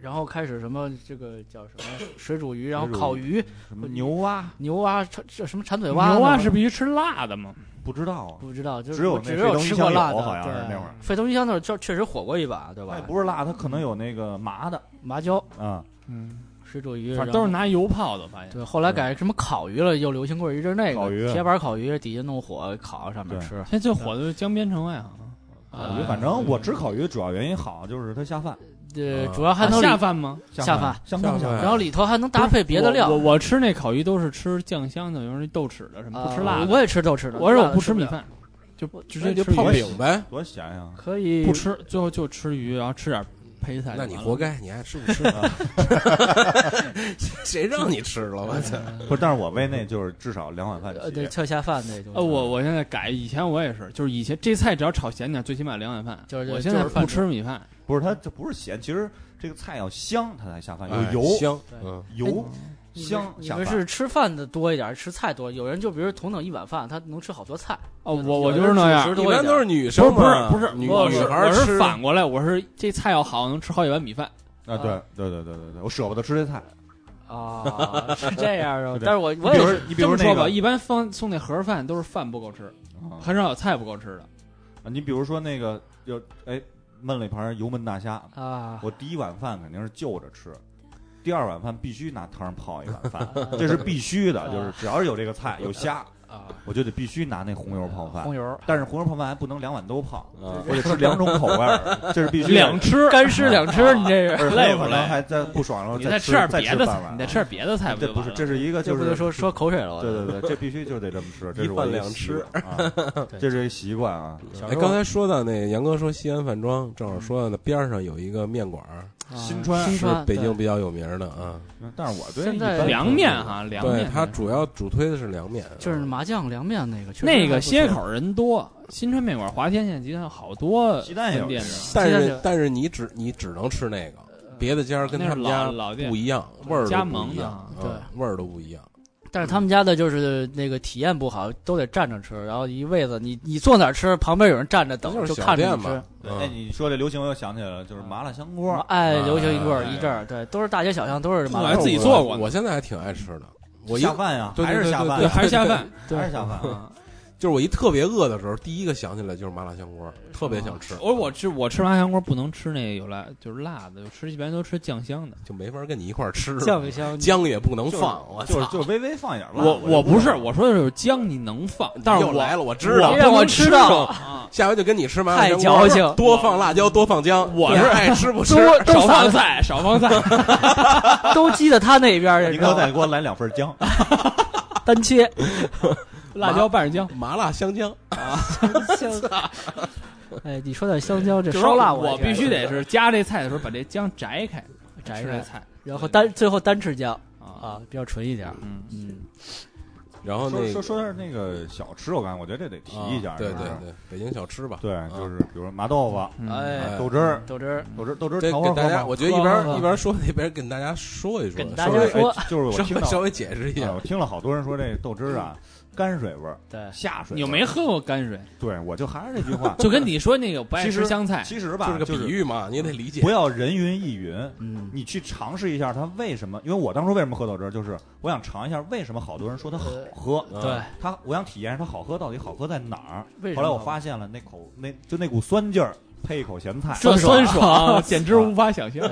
Speaker 2: 然后开始什么这个叫什么水煮鱼，然后
Speaker 4: 水煮
Speaker 2: 烤鱼、
Speaker 4: 什么牛蛙
Speaker 2: 牛蛙、这这什么馋嘴
Speaker 5: 牛
Speaker 2: 蛙，
Speaker 5: 蛙是必须吃辣的嘛，
Speaker 4: 不知道啊，
Speaker 2: 不知道，就
Speaker 4: 只有
Speaker 2: 我
Speaker 4: 那
Speaker 2: 只
Speaker 4: 沸
Speaker 2: 有
Speaker 4: 腾
Speaker 2: 吃
Speaker 4: 鱼
Speaker 2: 过
Speaker 4: 香
Speaker 2: 辣
Speaker 4: 油
Speaker 2: 的，
Speaker 4: 好像是
Speaker 2: 对
Speaker 4: 那会儿
Speaker 2: 沸腾鱼香那会儿确确实火过一把，对
Speaker 4: 它也
Speaker 2: 吧？
Speaker 4: 不是辣，它可能有那个麻的
Speaker 2: 麻椒、
Speaker 4: 啊，
Speaker 5: 嗯，
Speaker 2: 水煮鱼，
Speaker 5: 反正
Speaker 2: 然
Speaker 5: 都
Speaker 2: 后
Speaker 5: 是拿油泡的，发现。
Speaker 2: 对，后来改什么烤鱼了，又流行过一阵那
Speaker 4: 哎烤鱼啊
Speaker 2: 个铁板烤鱼，底下弄火烤，上面
Speaker 4: 对啊
Speaker 2: 吃。呃
Speaker 5: 现在最火的就是江边城外啊，
Speaker 4: 烤鱼。反
Speaker 2: 啊
Speaker 4: 正我吃烤鱼主要原因好，就是它下饭，
Speaker 2: 呃，
Speaker 3: 啊
Speaker 2: 主要还
Speaker 5: 还
Speaker 2: 能
Speaker 5: 下饭吗？
Speaker 2: 下
Speaker 4: 饭
Speaker 2: 饭
Speaker 4: 香不香
Speaker 3: 下饭
Speaker 2: 然后里头还能搭配别的料
Speaker 5: 我，我我吃那烤鱼都是吃酱香的，有时候豆豉的什么，不吃
Speaker 2: 啊
Speaker 5: 辣的。
Speaker 2: 我也吃豆豉的，
Speaker 5: 我是我不吃
Speaker 2: 吃
Speaker 5: 米
Speaker 2: 了，
Speaker 5: 饭，就直
Speaker 3: 那
Speaker 5: 接
Speaker 3: 就
Speaker 5: 吃鱼
Speaker 3: 泡饼呗。
Speaker 4: 多咸 呀！
Speaker 2: 可以
Speaker 5: 不吃，最后就吃鱼，然后吃点配菜。
Speaker 3: 那你活。
Speaker 5: 哎
Speaker 3: 该，你爱吃不吃？
Speaker 5: 啊
Speaker 3: 谁让你吃了？我操！
Speaker 4: 不是，但是我为那就是至少两碗饭
Speaker 2: 呃，对，
Speaker 4: 起，
Speaker 2: 特下饭那种。
Speaker 5: 呃，我我现在改，以前我也是，就是以前这菜只要炒咸点，最起码两碗饭。
Speaker 2: 就是
Speaker 5: 我现在
Speaker 2: 就是
Speaker 5: 不
Speaker 2: 饭
Speaker 5: 吃米饭，
Speaker 4: 不是它这不是咸，其实这个菜要香它才下饭，
Speaker 3: 哎
Speaker 4: 有油
Speaker 3: 香，嗯，
Speaker 4: 油
Speaker 2: 你们
Speaker 4: 香
Speaker 2: 哎你
Speaker 4: 下
Speaker 2: 们
Speaker 4: 饭。
Speaker 2: 是吃饭的多一点，吃菜多？有人就比如同等一碗饭，他能吃好多菜。
Speaker 5: 哦，
Speaker 2: 有
Speaker 5: 我我
Speaker 2: 有
Speaker 5: 就
Speaker 2: 人
Speaker 5: 是那
Speaker 2: 主
Speaker 5: 样
Speaker 2: 食。
Speaker 3: 一
Speaker 2: 多一
Speaker 3: 般
Speaker 2: 点
Speaker 3: 都是女
Speaker 5: 不是
Speaker 3: 生
Speaker 5: 不是
Speaker 3: 嘛，
Speaker 5: 不是，
Speaker 3: 女
Speaker 5: 我
Speaker 3: 女
Speaker 5: 是
Speaker 3: 孩
Speaker 5: 我
Speaker 3: 儿
Speaker 5: 是
Speaker 3: 吃
Speaker 5: 反过来，我是这菜要好能吃好几碗米饭。
Speaker 4: 啊，对对对对对对，我舍不得吃这菜，
Speaker 2: 啊，是这 样啊
Speaker 4: 是。这样
Speaker 2: 但是我
Speaker 4: 你
Speaker 2: 我
Speaker 4: 比
Speaker 2: 也
Speaker 4: 如
Speaker 2: 是
Speaker 4: 你比
Speaker 5: 这
Speaker 4: 如
Speaker 5: 么说
Speaker 4: 那
Speaker 5: 吧，
Speaker 4: 个
Speaker 5: 一般方送那盒饭都是饭不够吃，
Speaker 4: 啊
Speaker 5: 很少有菜不够吃的。
Speaker 4: 你比如说那个就哎焖了一盘油焖大虾，
Speaker 2: 啊，
Speaker 4: 我第一碗饭肯定是就着吃，第二碗饭必须拿汤泡一碗 饭，这是必须的，就是只要是有这个菜有虾，
Speaker 2: 啊，
Speaker 4: 我就得必须拿那红油泡饭
Speaker 2: 红。油
Speaker 4: 但是红油泡饭还不能两碗都泡，
Speaker 3: 啊
Speaker 4: 我得吃两种口味 儿，这是必须的。
Speaker 5: 两吃
Speaker 2: 干湿两吃，你 这是
Speaker 4: 而且
Speaker 5: 累不
Speaker 4: 可
Speaker 5: 累
Speaker 4: 能还在不爽，然后
Speaker 5: 你再
Speaker 4: 吃
Speaker 5: 点
Speaker 4: 再
Speaker 5: 别
Speaker 4: 吃
Speaker 5: 的
Speaker 4: 半
Speaker 5: 菜，
Speaker 4: 碗。
Speaker 5: 你再吃点别的菜不
Speaker 4: 这
Speaker 5: 就
Speaker 4: 不
Speaker 5: 完
Speaker 4: 是，
Speaker 5: 了？
Speaker 4: 这是一个
Speaker 2: 这
Speaker 4: 就
Speaker 2: 不
Speaker 4: 是
Speaker 2: 能说说口水了。我
Speaker 4: 对对对，这必须就得这么吃，这是我的
Speaker 3: 一饭
Speaker 4: 个
Speaker 3: 两
Speaker 4: 习
Speaker 3: 吃
Speaker 4: 惯啊，这是一习惯啊。
Speaker 2: 小
Speaker 3: 哎，
Speaker 2: 时候
Speaker 3: 刚才说到那个杨哥说西安饭庄，正好说到那边儿上有一个面馆儿，
Speaker 2: 啊
Speaker 4: 新川
Speaker 2: 新
Speaker 3: 是
Speaker 2: 川
Speaker 3: 北京
Speaker 2: 对
Speaker 3: 比较有名儿的啊。
Speaker 4: 但是我对
Speaker 2: 现
Speaker 4: 一
Speaker 2: 在
Speaker 4: 般
Speaker 5: 凉面哈，凉
Speaker 3: 对
Speaker 5: 面，
Speaker 3: 它主要主推的是凉面，啊
Speaker 2: 就是麻酱凉面那个，确实
Speaker 5: 那
Speaker 2: 还
Speaker 5: 个
Speaker 2: 不错
Speaker 5: 歇口人多，新川面馆、华天现在集团好多
Speaker 4: 鸡蛋也有
Speaker 5: 分店
Speaker 4: 吃
Speaker 5: 呢，
Speaker 3: 但
Speaker 2: 鸡蛋
Speaker 3: 是
Speaker 2: 是
Speaker 3: 但是你只你只能吃那个，别的家儿跟
Speaker 5: 呃
Speaker 3: 他
Speaker 5: 那是
Speaker 3: 们
Speaker 5: 老
Speaker 3: 家
Speaker 5: 老店
Speaker 3: 不一样，味儿都
Speaker 5: 啊加
Speaker 3: 不
Speaker 5: 盟
Speaker 3: 一
Speaker 5: 的
Speaker 3: 样
Speaker 5: 啊，
Speaker 3: 嗯味儿都不一样。
Speaker 2: 但是他们家的就是那个体验不好，都得站着吃，然后一位子你你坐哪儿吃，旁边有人站着等，
Speaker 3: 那就是小
Speaker 2: 看着
Speaker 3: 店
Speaker 2: 你
Speaker 3: 嘛
Speaker 2: 吃。，
Speaker 4: 对，哎，
Speaker 3: 嗯，
Speaker 4: 你说这流行，我又想起来了，就是麻辣香锅，
Speaker 2: 哎，
Speaker 3: 啊
Speaker 2: 流行一棍儿一阵儿，对，都是大街小巷都是麻
Speaker 5: 我
Speaker 2: 辣
Speaker 5: 还
Speaker 2: 烫
Speaker 5: 自己
Speaker 3: 我
Speaker 5: 做过呢
Speaker 3: 我现在还挺爱吃的。我一
Speaker 4: 下饭呀，
Speaker 3: 对对
Speaker 4: 还是
Speaker 3: 对
Speaker 4: 下
Speaker 3: 对
Speaker 4: 饭
Speaker 5: 对，
Speaker 4: 呀，
Speaker 5: 还是下饭，
Speaker 4: 还是下饭啊。
Speaker 3: 就是我一特别饿的时候，第一个想起来就是麻辣香锅， 特别想吃。
Speaker 5: 啊我我吃我吃麻辣香锅不能吃那个有辣，就是辣的，我吃一般都吃酱香的。
Speaker 3: 就没法跟你一块儿吃，
Speaker 2: 酱 香
Speaker 3: 姜也不能
Speaker 4: 就是
Speaker 3: 放，我
Speaker 4: 就是
Speaker 3: 操！
Speaker 4: 就是微微放一点儿吧。
Speaker 5: 我
Speaker 4: 我
Speaker 5: 我不是，我说的是姜你能放，但是
Speaker 3: 又来了，
Speaker 5: 我
Speaker 3: 我知道
Speaker 2: 我，让我吃到
Speaker 5: 啊，
Speaker 3: 下回就跟你吃麻辣香
Speaker 2: 太矫
Speaker 3: 锅
Speaker 2: 情，
Speaker 3: 多放辣椒，多放姜。
Speaker 5: 我
Speaker 3: 你
Speaker 5: 是
Speaker 3: 爱吃不吃？
Speaker 2: 都
Speaker 5: 少
Speaker 2: 都
Speaker 5: 放
Speaker 2: 放
Speaker 5: 菜，少 放菜，
Speaker 2: 都积到他那 边儿去，
Speaker 4: 您
Speaker 2: 知道
Speaker 4: 哥
Speaker 2: 吗
Speaker 4: 再给我来两份姜，
Speaker 2: 单切，
Speaker 5: 辣椒拌着姜。
Speaker 3: 麻辣香姜，
Speaker 2: 香哎，你说到香蕉，这
Speaker 5: 就是
Speaker 2: 烧腊
Speaker 5: 我
Speaker 2: 也
Speaker 5: 必须得是夹这菜的时候把这姜摘开，
Speaker 2: 摘
Speaker 5: 吃这
Speaker 2: 开，
Speaker 5: 菜
Speaker 2: 然后单最后单吃姜
Speaker 5: 啊，
Speaker 2: 啊，比较纯一点儿。
Speaker 5: 嗯，
Speaker 2: 嗯，
Speaker 3: 然后
Speaker 4: 说
Speaker 3: 那
Speaker 4: 说
Speaker 3: 个
Speaker 4: 说点那个小吃，我感觉我觉得这得提一下，
Speaker 3: 啊对
Speaker 4: 是不
Speaker 3: 对嗯
Speaker 4: 是
Speaker 3: 对，北京小吃吧。
Speaker 4: 对，就是比如说麻豆腐、
Speaker 5: 哎，
Speaker 3: 哎
Speaker 4: 豆汁儿、
Speaker 2: 豆汁儿，
Speaker 4: 豆汁儿、豆汁儿
Speaker 3: 这
Speaker 4: 调和
Speaker 3: 给大
Speaker 4: 喝
Speaker 3: 家，
Speaker 4: 吗？
Speaker 3: 我觉得一
Speaker 2: 喝
Speaker 3: 边
Speaker 2: 喝
Speaker 3: 一边说一边跟大家说一说，
Speaker 2: 跟大
Speaker 3: 稍
Speaker 2: 家
Speaker 3: 微
Speaker 2: 说
Speaker 4: 哎就是我
Speaker 3: 稍
Speaker 4: 听
Speaker 3: 微
Speaker 4: 到
Speaker 3: 稍微解释一
Speaker 4: 哎
Speaker 3: 下
Speaker 4: 我。听了好多人说这豆汁儿啊，泔水味儿、
Speaker 2: 对，
Speaker 4: 下水味儿。
Speaker 5: 有没喝过泔水？，
Speaker 4: 对，我就还是这句话
Speaker 5: 就跟你说那个不爱
Speaker 4: 其
Speaker 5: 吃
Speaker 4: 实
Speaker 5: 香菜，
Speaker 4: 其实
Speaker 3: 就
Speaker 4: 吧，
Speaker 3: 个
Speaker 4: 就
Speaker 3: 比
Speaker 4: 是
Speaker 3: 喻嘛，你也得理解。
Speaker 4: 不要人云亦云。
Speaker 2: 嗯，
Speaker 4: 你去尝试一下它为什么？因为我当初为什么喝豆汁儿，就是我想尝一下为什么好多人说它好喝，呃
Speaker 3: 啊
Speaker 2: 对，
Speaker 4: 它我想体验它好喝到底好喝在哪儿。
Speaker 2: 为什么
Speaker 4: 后来我发现了那口那就那股酸劲儿，配一口咸菜，啊
Speaker 5: 这
Speaker 2: 酸
Speaker 5: 酸 爽 简直无法想象。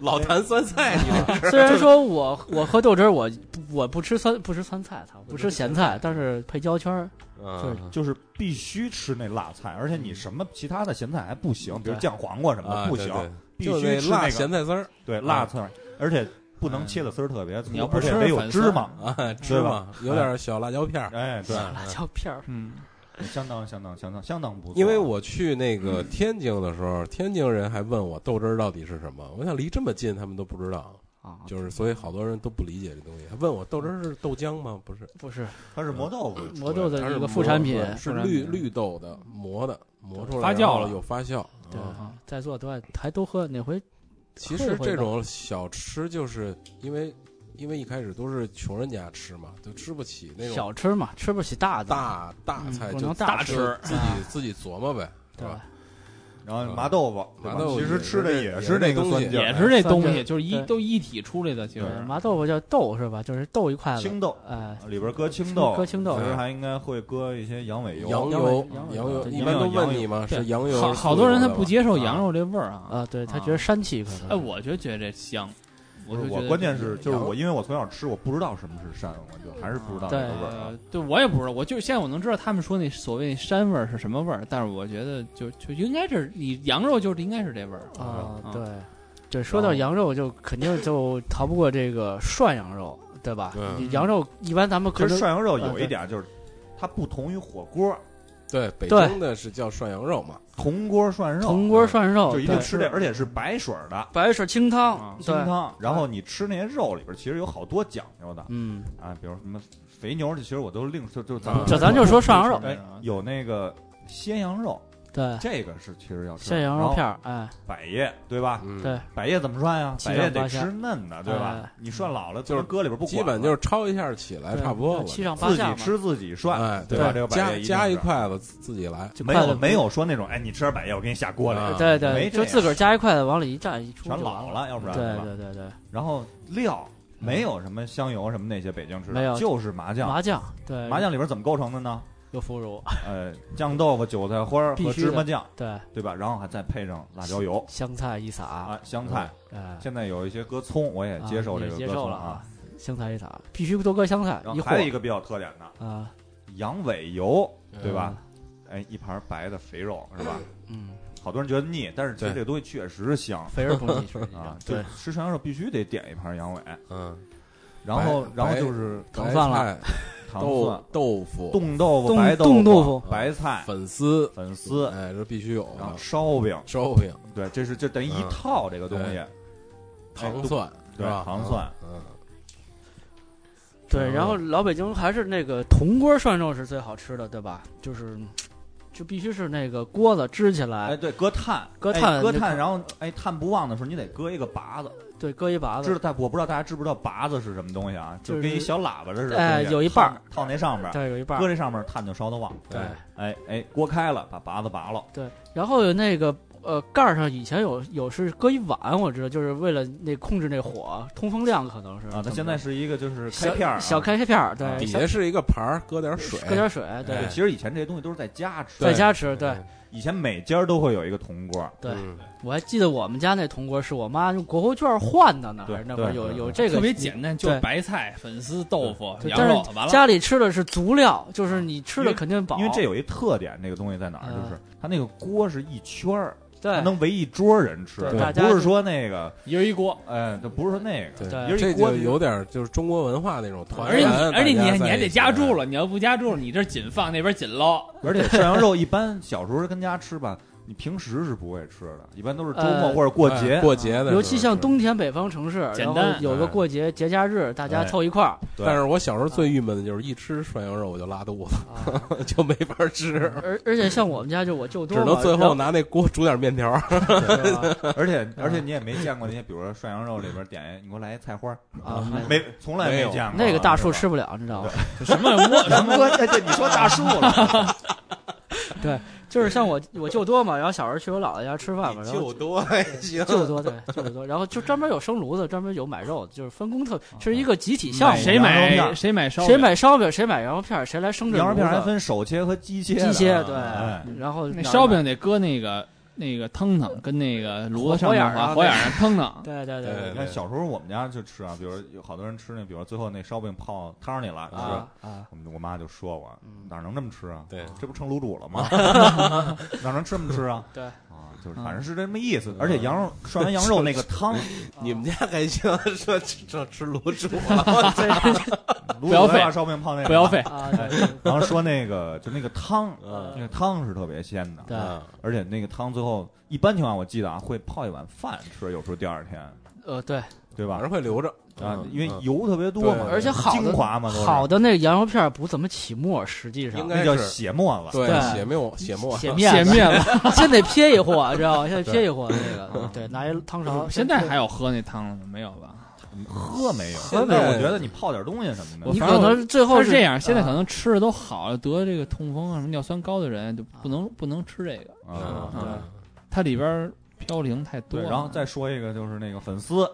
Speaker 3: 老坛酸菜，你这是
Speaker 2: 虽然说我我喝豆汁儿，我不我不吃酸不吃酸菜，操，不吃咸菜，但是配焦圈儿，
Speaker 3: 嗯
Speaker 4: 就是必须吃那辣菜，而且你什么其他的咸菜还不行，比如
Speaker 2: 对
Speaker 4: 酱黄瓜什么
Speaker 3: 啊，
Speaker 4: 的不
Speaker 3: 对
Speaker 4: 行，
Speaker 3: 对
Speaker 4: 必
Speaker 3: 就
Speaker 4: 须
Speaker 3: 那
Speaker 4: 吃
Speaker 3: 辣
Speaker 4: 那
Speaker 3: 咸
Speaker 4: 个
Speaker 3: 菜丝儿
Speaker 4: 对辣菜，而且不能切的丝儿特别粗
Speaker 5: 你要，不
Speaker 4: 而且
Speaker 5: 吃
Speaker 4: 得有
Speaker 5: 反
Speaker 4: 芝
Speaker 5: 酸
Speaker 4: 麻，
Speaker 3: 啊，
Speaker 4: 对
Speaker 3: 吃
Speaker 4: 吧
Speaker 3: 嘛，有点小辣椒片儿。
Speaker 4: 哎，对，
Speaker 2: 辣椒片儿，
Speaker 5: 嗯，
Speaker 4: 相当相当相当相当不错。
Speaker 3: 因为我去那个天津的时候，天津人还问我豆汁儿到底是什么，我想离这么近，他们都不知道，
Speaker 2: 啊，
Speaker 3: 就是所以好多人都不理解这东西，还问我豆汁儿是豆浆吗？不是，
Speaker 2: 不是
Speaker 4: 它是磨豆腐，
Speaker 2: 磨豆的
Speaker 3: 它是
Speaker 2: 一
Speaker 3: 磨
Speaker 2: 个副产品
Speaker 3: 的，是
Speaker 5: 副产
Speaker 3: 绿
Speaker 5: 品
Speaker 3: 绿豆的磨的，磨出来
Speaker 5: 发酵了
Speaker 3: 然后有发酵。
Speaker 2: 对
Speaker 3: 啊，
Speaker 2: 在座都爱还都喝，哪回
Speaker 3: 其
Speaker 2: 会
Speaker 3: 实
Speaker 2: 会
Speaker 3: 这种小吃就是因为因为一开始都是穷人家吃嘛，都吃不起那种
Speaker 2: 小吃嘛，吃不起大的，
Speaker 3: 大大
Speaker 2: 嗯
Speaker 3: 菜，
Speaker 2: 不
Speaker 3: 就
Speaker 2: 能
Speaker 3: 自
Speaker 2: 大
Speaker 3: 己
Speaker 2: 吃
Speaker 3: 自己
Speaker 2: 啊
Speaker 3: 自己琢磨呗，是
Speaker 2: 对
Speaker 3: 吧？
Speaker 4: 然后麻豆腐，对
Speaker 3: 麻
Speaker 4: 吧
Speaker 3: 豆腐也
Speaker 4: 其实
Speaker 3: 是
Speaker 4: 吃的
Speaker 3: 这
Speaker 4: 也
Speaker 3: 也
Speaker 4: 是
Speaker 3: 是
Speaker 4: 那
Speaker 3: 这
Speaker 4: 个
Speaker 3: 东
Speaker 4: 酸
Speaker 3: 西
Speaker 4: 劲
Speaker 5: 也
Speaker 4: 儿，啊
Speaker 5: 是这东
Speaker 2: 酸
Speaker 5: 西，
Speaker 2: 劲
Speaker 5: 就是一
Speaker 2: 对
Speaker 5: 都一体出来的，其实
Speaker 2: 对，麻豆腐叫豆是吧？就是豆一块子，
Speaker 4: 青豆
Speaker 2: 哎，
Speaker 4: 里边搁青豆，
Speaker 2: 搁青豆
Speaker 4: 其实
Speaker 3: 对
Speaker 4: 还应该会搁一些羊尾
Speaker 3: 羊
Speaker 4: 油。
Speaker 3: 油
Speaker 2: 羊
Speaker 3: 羊油，
Speaker 2: 对
Speaker 3: 一
Speaker 2: 羊
Speaker 3: 般
Speaker 4: 油
Speaker 3: 都
Speaker 4: 羊
Speaker 3: 问
Speaker 4: 油
Speaker 3: 你嘛，
Speaker 5: 对
Speaker 3: 是羊油
Speaker 5: 好
Speaker 3: 是
Speaker 5: 好
Speaker 3: 素
Speaker 5: 多
Speaker 3: 油
Speaker 5: 人他
Speaker 3: 的
Speaker 5: 不
Speaker 3: 吧
Speaker 5: 接受
Speaker 3: 啊
Speaker 5: 羊肉这味儿啊。
Speaker 2: 啊，对他觉得膻气可
Speaker 5: 哎，
Speaker 2: 能。
Speaker 5: 我就觉得这香，我
Speaker 4: 不
Speaker 5: 就是觉得
Speaker 4: 我关键是就是
Speaker 3: 羊
Speaker 4: 我，因为我从小吃，我不知道什么是膻，我就还是不知道这
Speaker 2: 对
Speaker 4: 个味儿啊
Speaker 5: 呃。，对我也不知道，我就现在我能知道他们说那所谓膻味儿是什么味儿，但是我觉得就就应该是你羊肉就是应该是这味儿
Speaker 2: 啊，
Speaker 5: 嗯
Speaker 2: 对，对，说到
Speaker 5: 然后
Speaker 2: 羊肉，就肯定就逃不过这个涮羊肉，对吧？
Speaker 3: 嗯
Speaker 2: 羊肉一般咱们
Speaker 4: 其
Speaker 2: 可
Speaker 4: 实
Speaker 2: 能
Speaker 4: 涮羊肉
Speaker 2: 啊
Speaker 4: 有一
Speaker 2: 对
Speaker 4: 点就是，它不同于火锅，
Speaker 3: 对北
Speaker 2: 对
Speaker 3: 京的是叫涮羊肉嘛，
Speaker 4: 铜锅涮肉，
Speaker 2: 铜锅涮肉，
Speaker 4: 就一定
Speaker 2: 对
Speaker 4: 吃这，而且是白水儿的
Speaker 2: 白水清
Speaker 5: 啊
Speaker 2: 汤，
Speaker 4: 清
Speaker 2: 对，
Speaker 4: 汤。然后你吃那些肉里边，其实有好多讲究的
Speaker 2: 嗯，
Speaker 4: 啊，比如什么肥牛，其实我都另就就咱
Speaker 3: 啊
Speaker 4: 们
Speaker 2: 这咱就说涮羊肉，
Speaker 4: 哎有那个鲜羊肉，
Speaker 2: 对，
Speaker 4: 这个是其实要吃
Speaker 2: 涮羊肉片
Speaker 4: 儿，
Speaker 2: 儿，哎，
Speaker 4: 百叶啊对吧？
Speaker 3: 嗯，
Speaker 2: 对
Speaker 4: 百叶怎么涮呀？
Speaker 2: 七
Speaker 4: 百
Speaker 2: 上
Speaker 4: 叶得
Speaker 2: 八下
Speaker 4: 吃嫩的，对吧
Speaker 2: 哎？
Speaker 4: 你涮老了，
Speaker 3: 就是
Speaker 4: 搁里边不管了，
Speaker 3: 基本就是焯一下起
Speaker 4: 哎
Speaker 3: 来
Speaker 2: 对
Speaker 3: 差不多了，
Speaker 2: 七上八
Speaker 4: 自
Speaker 2: 下
Speaker 4: 己
Speaker 2: 嘛，
Speaker 4: 吃自己涮，
Speaker 3: 哎，
Speaker 4: 对吧？这
Speaker 3: 吧？
Speaker 4: 个百
Speaker 3: 加
Speaker 4: 叶
Speaker 3: 加一
Speaker 4: 一定是，
Speaker 3: 筷子自自己来，
Speaker 2: 就
Speaker 4: 没
Speaker 2: 筷
Speaker 4: 有
Speaker 2: 子
Speaker 4: 没有说那种哎，你吃点百叶，我给你下锅里，
Speaker 3: 啊
Speaker 2: 对
Speaker 4: 没
Speaker 2: 对，
Speaker 4: 这
Speaker 2: 就自个儿夹一筷子往里一站，一出
Speaker 4: 全
Speaker 2: 就完
Speaker 4: 老
Speaker 2: 了。
Speaker 4: 了，要不
Speaker 2: 对
Speaker 4: 然吧？
Speaker 2: 对对对，
Speaker 4: 然后料没有什么香油什么那些北京吃
Speaker 2: 没
Speaker 4: 的，
Speaker 2: 有
Speaker 4: 就是麻酱。
Speaker 2: 麻酱，对
Speaker 4: 麻酱里边怎么构成的呢？
Speaker 2: 有腐乳，
Speaker 4: 呃，酱豆腐、韭菜花儿
Speaker 2: 必
Speaker 4: 和
Speaker 2: 须的
Speaker 4: 芝麻酱，
Speaker 2: 对，
Speaker 4: 对吧？然后还再配上辣椒油
Speaker 2: 香菜一撒，
Speaker 4: 啊，香菜。
Speaker 2: 哎，
Speaker 4: 现在有一些搁葱，我也接受
Speaker 2: 啊
Speaker 4: 这
Speaker 2: 也
Speaker 4: 个
Speaker 2: 接
Speaker 4: 搁
Speaker 2: 受
Speaker 4: 葱
Speaker 2: 了
Speaker 4: 啊。，
Speaker 2: 香菜一撒，必须多搁香菜
Speaker 4: 然
Speaker 2: 一
Speaker 4: 后
Speaker 2: 和
Speaker 4: 还有一个比较有特点的
Speaker 2: 啊，
Speaker 4: 羊尾油，对吧
Speaker 2: 嗯？？
Speaker 4: 哎，一盘白的肥肉是吧？
Speaker 2: 嗯，
Speaker 4: 好多人觉得腻，但是其实
Speaker 3: 对
Speaker 4: 这个东西确实香
Speaker 2: 肥而不腻是
Speaker 4: 啊。就
Speaker 2: 哎对，
Speaker 4: 吃涮羊肉必须得点一盘羊尾，
Speaker 3: 嗯，
Speaker 4: 然后
Speaker 3: 白
Speaker 4: 然后
Speaker 3: 白
Speaker 4: 就是
Speaker 2: 糖
Speaker 3: 白
Speaker 2: 蒜
Speaker 3: 菜、
Speaker 4: 糖蒜
Speaker 3: 豆、豆腐、
Speaker 4: 冻豆腐、
Speaker 2: 冻
Speaker 4: 白
Speaker 2: 冻豆
Speaker 4: 腐、
Speaker 2: 腐啊
Speaker 4: 白菜、
Speaker 3: 粉丝，
Speaker 4: 粉丝，
Speaker 3: 哎，这必须有
Speaker 4: 然后
Speaker 3: 的，
Speaker 4: 烧饼，
Speaker 3: 烧饼、
Speaker 4: 对，这是这等于一
Speaker 3: 嗯
Speaker 4: 套这个东西
Speaker 3: 对，哎糖蒜，是
Speaker 4: 对
Speaker 3: 吧？
Speaker 4: 糖蒜，
Speaker 3: 嗯，
Speaker 2: 对，然后老北京还是那个铜锅涮肉是最好吃的，对吧？就是就必须是那个锅子支起来，
Speaker 4: 哎，对，搁炭，
Speaker 2: 搁
Speaker 4: 哎
Speaker 2: 炭
Speaker 4: 搁
Speaker 2: 就可
Speaker 4: 炭，然后哎，炭不旺的时候，你得搁一个拔子。
Speaker 2: 对，搁一把
Speaker 4: 知道
Speaker 2: 子，
Speaker 4: 大，我不知道大家知不知道拔子是什么东西啊？
Speaker 2: 啊就是
Speaker 4: 跟一小喇叭似的。
Speaker 2: 哎
Speaker 4: 东西
Speaker 2: 有一半儿
Speaker 4: 套套那上边儿，
Speaker 2: 对，有一把
Speaker 4: 搁这上面儿炭就烧得旺。
Speaker 2: 对
Speaker 4: 哎哎，锅开了，把拔子拔了。
Speaker 2: 对，然后有那个呃盖儿上以前有有是搁一碗，我知道，就是为了那控制那火通风量，可能是
Speaker 4: 啊，它现在是一个就是
Speaker 2: 小
Speaker 4: 开片儿啊，
Speaker 2: 小开开片儿，对，
Speaker 3: 底
Speaker 2: 小
Speaker 3: 下是一个盘儿，搁点水，
Speaker 2: 搁点水，对，
Speaker 3: 哎
Speaker 4: 对，其实以前这些东西都是在家吃，
Speaker 2: 在家吃，对。
Speaker 4: 以前每家都会有一个铜锅，
Speaker 2: 对
Speaker 3: 嗯
Speaker 2: 我还记得我们家那铜锅是我妈用国库券换的呢，
Speaker 4: 对
Speaker 2: 还是那会儿
Speaker 4: 对
Speaker 2: 有
Speaker 4: 对
Speaker 2: 有
Speaker 4: 对
Speaker 2: 这个
Speaker 5: 特别简单，就
Speaker 2: 对
Speaker 5: 白菜、粉丝、豆腐、
Speaker 2: 对
Speaker 5: 羊
Speaker 2: 但
Speaker 5: 肉，
Speaker 2: 是
Speaker 5: 完了。
Speaker 2: 家里吃的是足料，就是你吃的肯定饱，
Speaker 4: 啊因为这有一特点，那个东西在哪儿？就是它那个锅是一圈儿，它
Speaker 2: 嗯对
Speaker 4: 能围一桌人吃，
Speaker 2: 对
Speaker 4: 它
Speaker 2: 大家
Speaker 4: 不是说那个，
Speaker 5: 一人一锅，
Speaker 4: 哎，它不是说那个，
Speaker 2: 对
Speaker 3: 对，
Speaker 4: 一人
Speaker 3: 这
Speaker 4: 一锅
Speaker 3: 就
Speaker 4: 底
Speaker 3: 有点就是中国文化那种团
Speaker 5: 而且
Speaker 3: 圆。
Speaker 5: 你而且
Speaker 3: 大家
Speaker 5: 你
Speaker 3: 在
Speaker 5: 你还
Speaker 3: 一
Speaker 5: 得
Speaker 3: 起
Speaker 5: 加注了，你要不加注了，你这紧放那边紧捞，
Speaker 4: 而且涮羊肉一般小时候跟家吃吧，你平时是不会吃的，一般都是周末
Speaker 2: 呃
Speaker 4: 或者过
Speaker 3: 哎
Speaker 4: 节。
Speaker 3: 过节的时候，
Speaker 2: 尤其像冬天北方城市，
Speaker 5: 简
Speaker 2: 然后
Speaker 5: 单
Speaker 2: 有个过节节假日，大家
Speaker 4: 哎
Speaker 2: 凑一块 儿，
Speaker 3: 但是我小时候最郁闷的就是一吃涮羊肉我就拉肚子，
Speaker 2: 啊
Speaker 3: 就没法吃，
Speaker 2: 而而且像我们家就我舅
Speaker 3: 只
Speaker 2: 多嘛，
Speaker 3: 能最后
Speaker 2: 呢，
Speaker 3: 拿那锅煮点面条。
Speaker 2: 对吧
Speaker 4: 而且而且你也没见过那些，比如说涮羊肉里边点一，你给我来一菜花儿，
Speaker 2: 啊，没
Speaker 4: 没从来
Speaker 3: 没有
Speaker 4: 见过啊
Speaker 2: 那个大树
Speaker 4: 是
Speaker 2: 吃
Speaker 4: 吧
Speaker 2: 不了，你知道吗？
Speaker 5: 什么窝
Speaker 4: 什么？哎，对，你说大树了，
Speaker 2: 就是像我我舅多嘛，然后小时候去我姥姥家吃饭嘛，然后
Speaker 3: 多还行
Speaker 2: 舅多对舅多，然后就专门有生炉子，专门有买肉，就是分工特，是一个集体项目，
Speaker 4: 啊买
Speaker 5: 谁
Speaker 4: 羊肉
Speaker 5: 买
Speaker 4: 片
Speaker 5: 谁买烧饼，
Speaker 2: 谁买烧饼，谁买羊肉片儿，谁来生这
Speaker 4: 羊肉片
Speaker 2: 炉
Speaker 4: 还
Speaker 2: 子
Speaker 4: 分手切和机切
Speaker 2: 机
Speaker 4: 呢，
Speaker 2: 械对
Speaker 4: 哎，
Speaker 2: 然后
Speaker 5: 那
Speaker 2: 哪儿
Speaker 5: 烧
Speaker 2: 买，
Speaker 5: 饼得搁那个那个腾腾跟那个炉子上
Speaker 2: 火眼
Speaker 5: 面
Speaker 2: 儿啊
Speaker 5: 划火眼儿上腾腾，
Speaker 2: 对对
Speaker 3: 对
Speaker 2: 对
Speaker 4: 你看小时候我们家就吃啊，比如有好多人吃那，比如最后那烧饼泡汤里了，
Speaker 2: 啊
Speaker 4: 吃。
Speaker 2: 啊，
Speaker 4: 我们我妈就说我
Speaker 2: 嗯
Speaker 4: 哪能这么吃啊？
Speaker 3: 对，
Speaker 4: 这不成卤煮了吗？哪能这么吃啊？
Speaker 2: 对
Speaker 4: 啊，就是反正是这么意思。而且羊肉涮完羊肉那个汤，
Speaker 3: 你们家还行， 说这吃卤煮啊了，
Speaker 4: 不
Speaker 5: 不要费
Speaker 4: 烧饼泡那个
Speaker 5: 不要费。
Speaker 2: 啊，对对
Speaker 4: 然后说那个就那个汤，
Speaker 3: 嗯
Speaker 4: 那个汤是特别鲜的，
Speaker 2: 对
Speaker 4: 而且那个汤最后一般情况我记得啊会泡一碗饭吃，有时候第二天，
Speaker 2: 呃对，
Speaker 4: 对
Speaker 3: 反
Speaker 4: 吧？
Speaker 3: 正会留着
Speaker 4: 啊
Speaker 3: 嗯，
Speaker 4: 因为
Speaker 3: 嗯
Speaker 4: 油特别多嘛，
Speaker 3: 对
Speaker 2: 而且好
Speaker 4: 精
Speaker 2: 的
Speaker 4: 华嘛，都是
Speaker 2: 好的那个羊肉片儿不怎么起沫，实际上
Speaker 3: 应该
Speaker 4: 那叫血沫子。
Speaker 2: 对
Speaker 3: 对血沫血沫
Speaker 2: 写
Speaker 5: 写
Speaker 2: 面子，
Speaker 5: 面了。
Speaker 2: 先得撇一和，知道吗？现在撇一和那
Speaker 4: 嗯
Speaker 2: 个，对，拿一汤勺。
Speaker 5: 现在还有喝那汤了吗？没有吧？
Speaker 4: 喝没有，
Speaker 3: 现在
Speaker 4: 但是我觉得你泡点东西什么的，
Speaker 2: 你
Speaker 5: 我
Speaker 2: 可能最后
Speaker 5: 他是这样，现在可
Speaker 2: 啊
Speaker 5: 能吃的都好了，得这个痛风啊、什么尿酸高的人就不能不能吃这个，
Speaker 3: 嗯
Speaker 4: 啊，
Speaker 5: 啊它里边嘌呤太多
Speaker 4: 对，
Speaker 5: 了。
Speaker 4: 然后再说一个就是那个粉丝，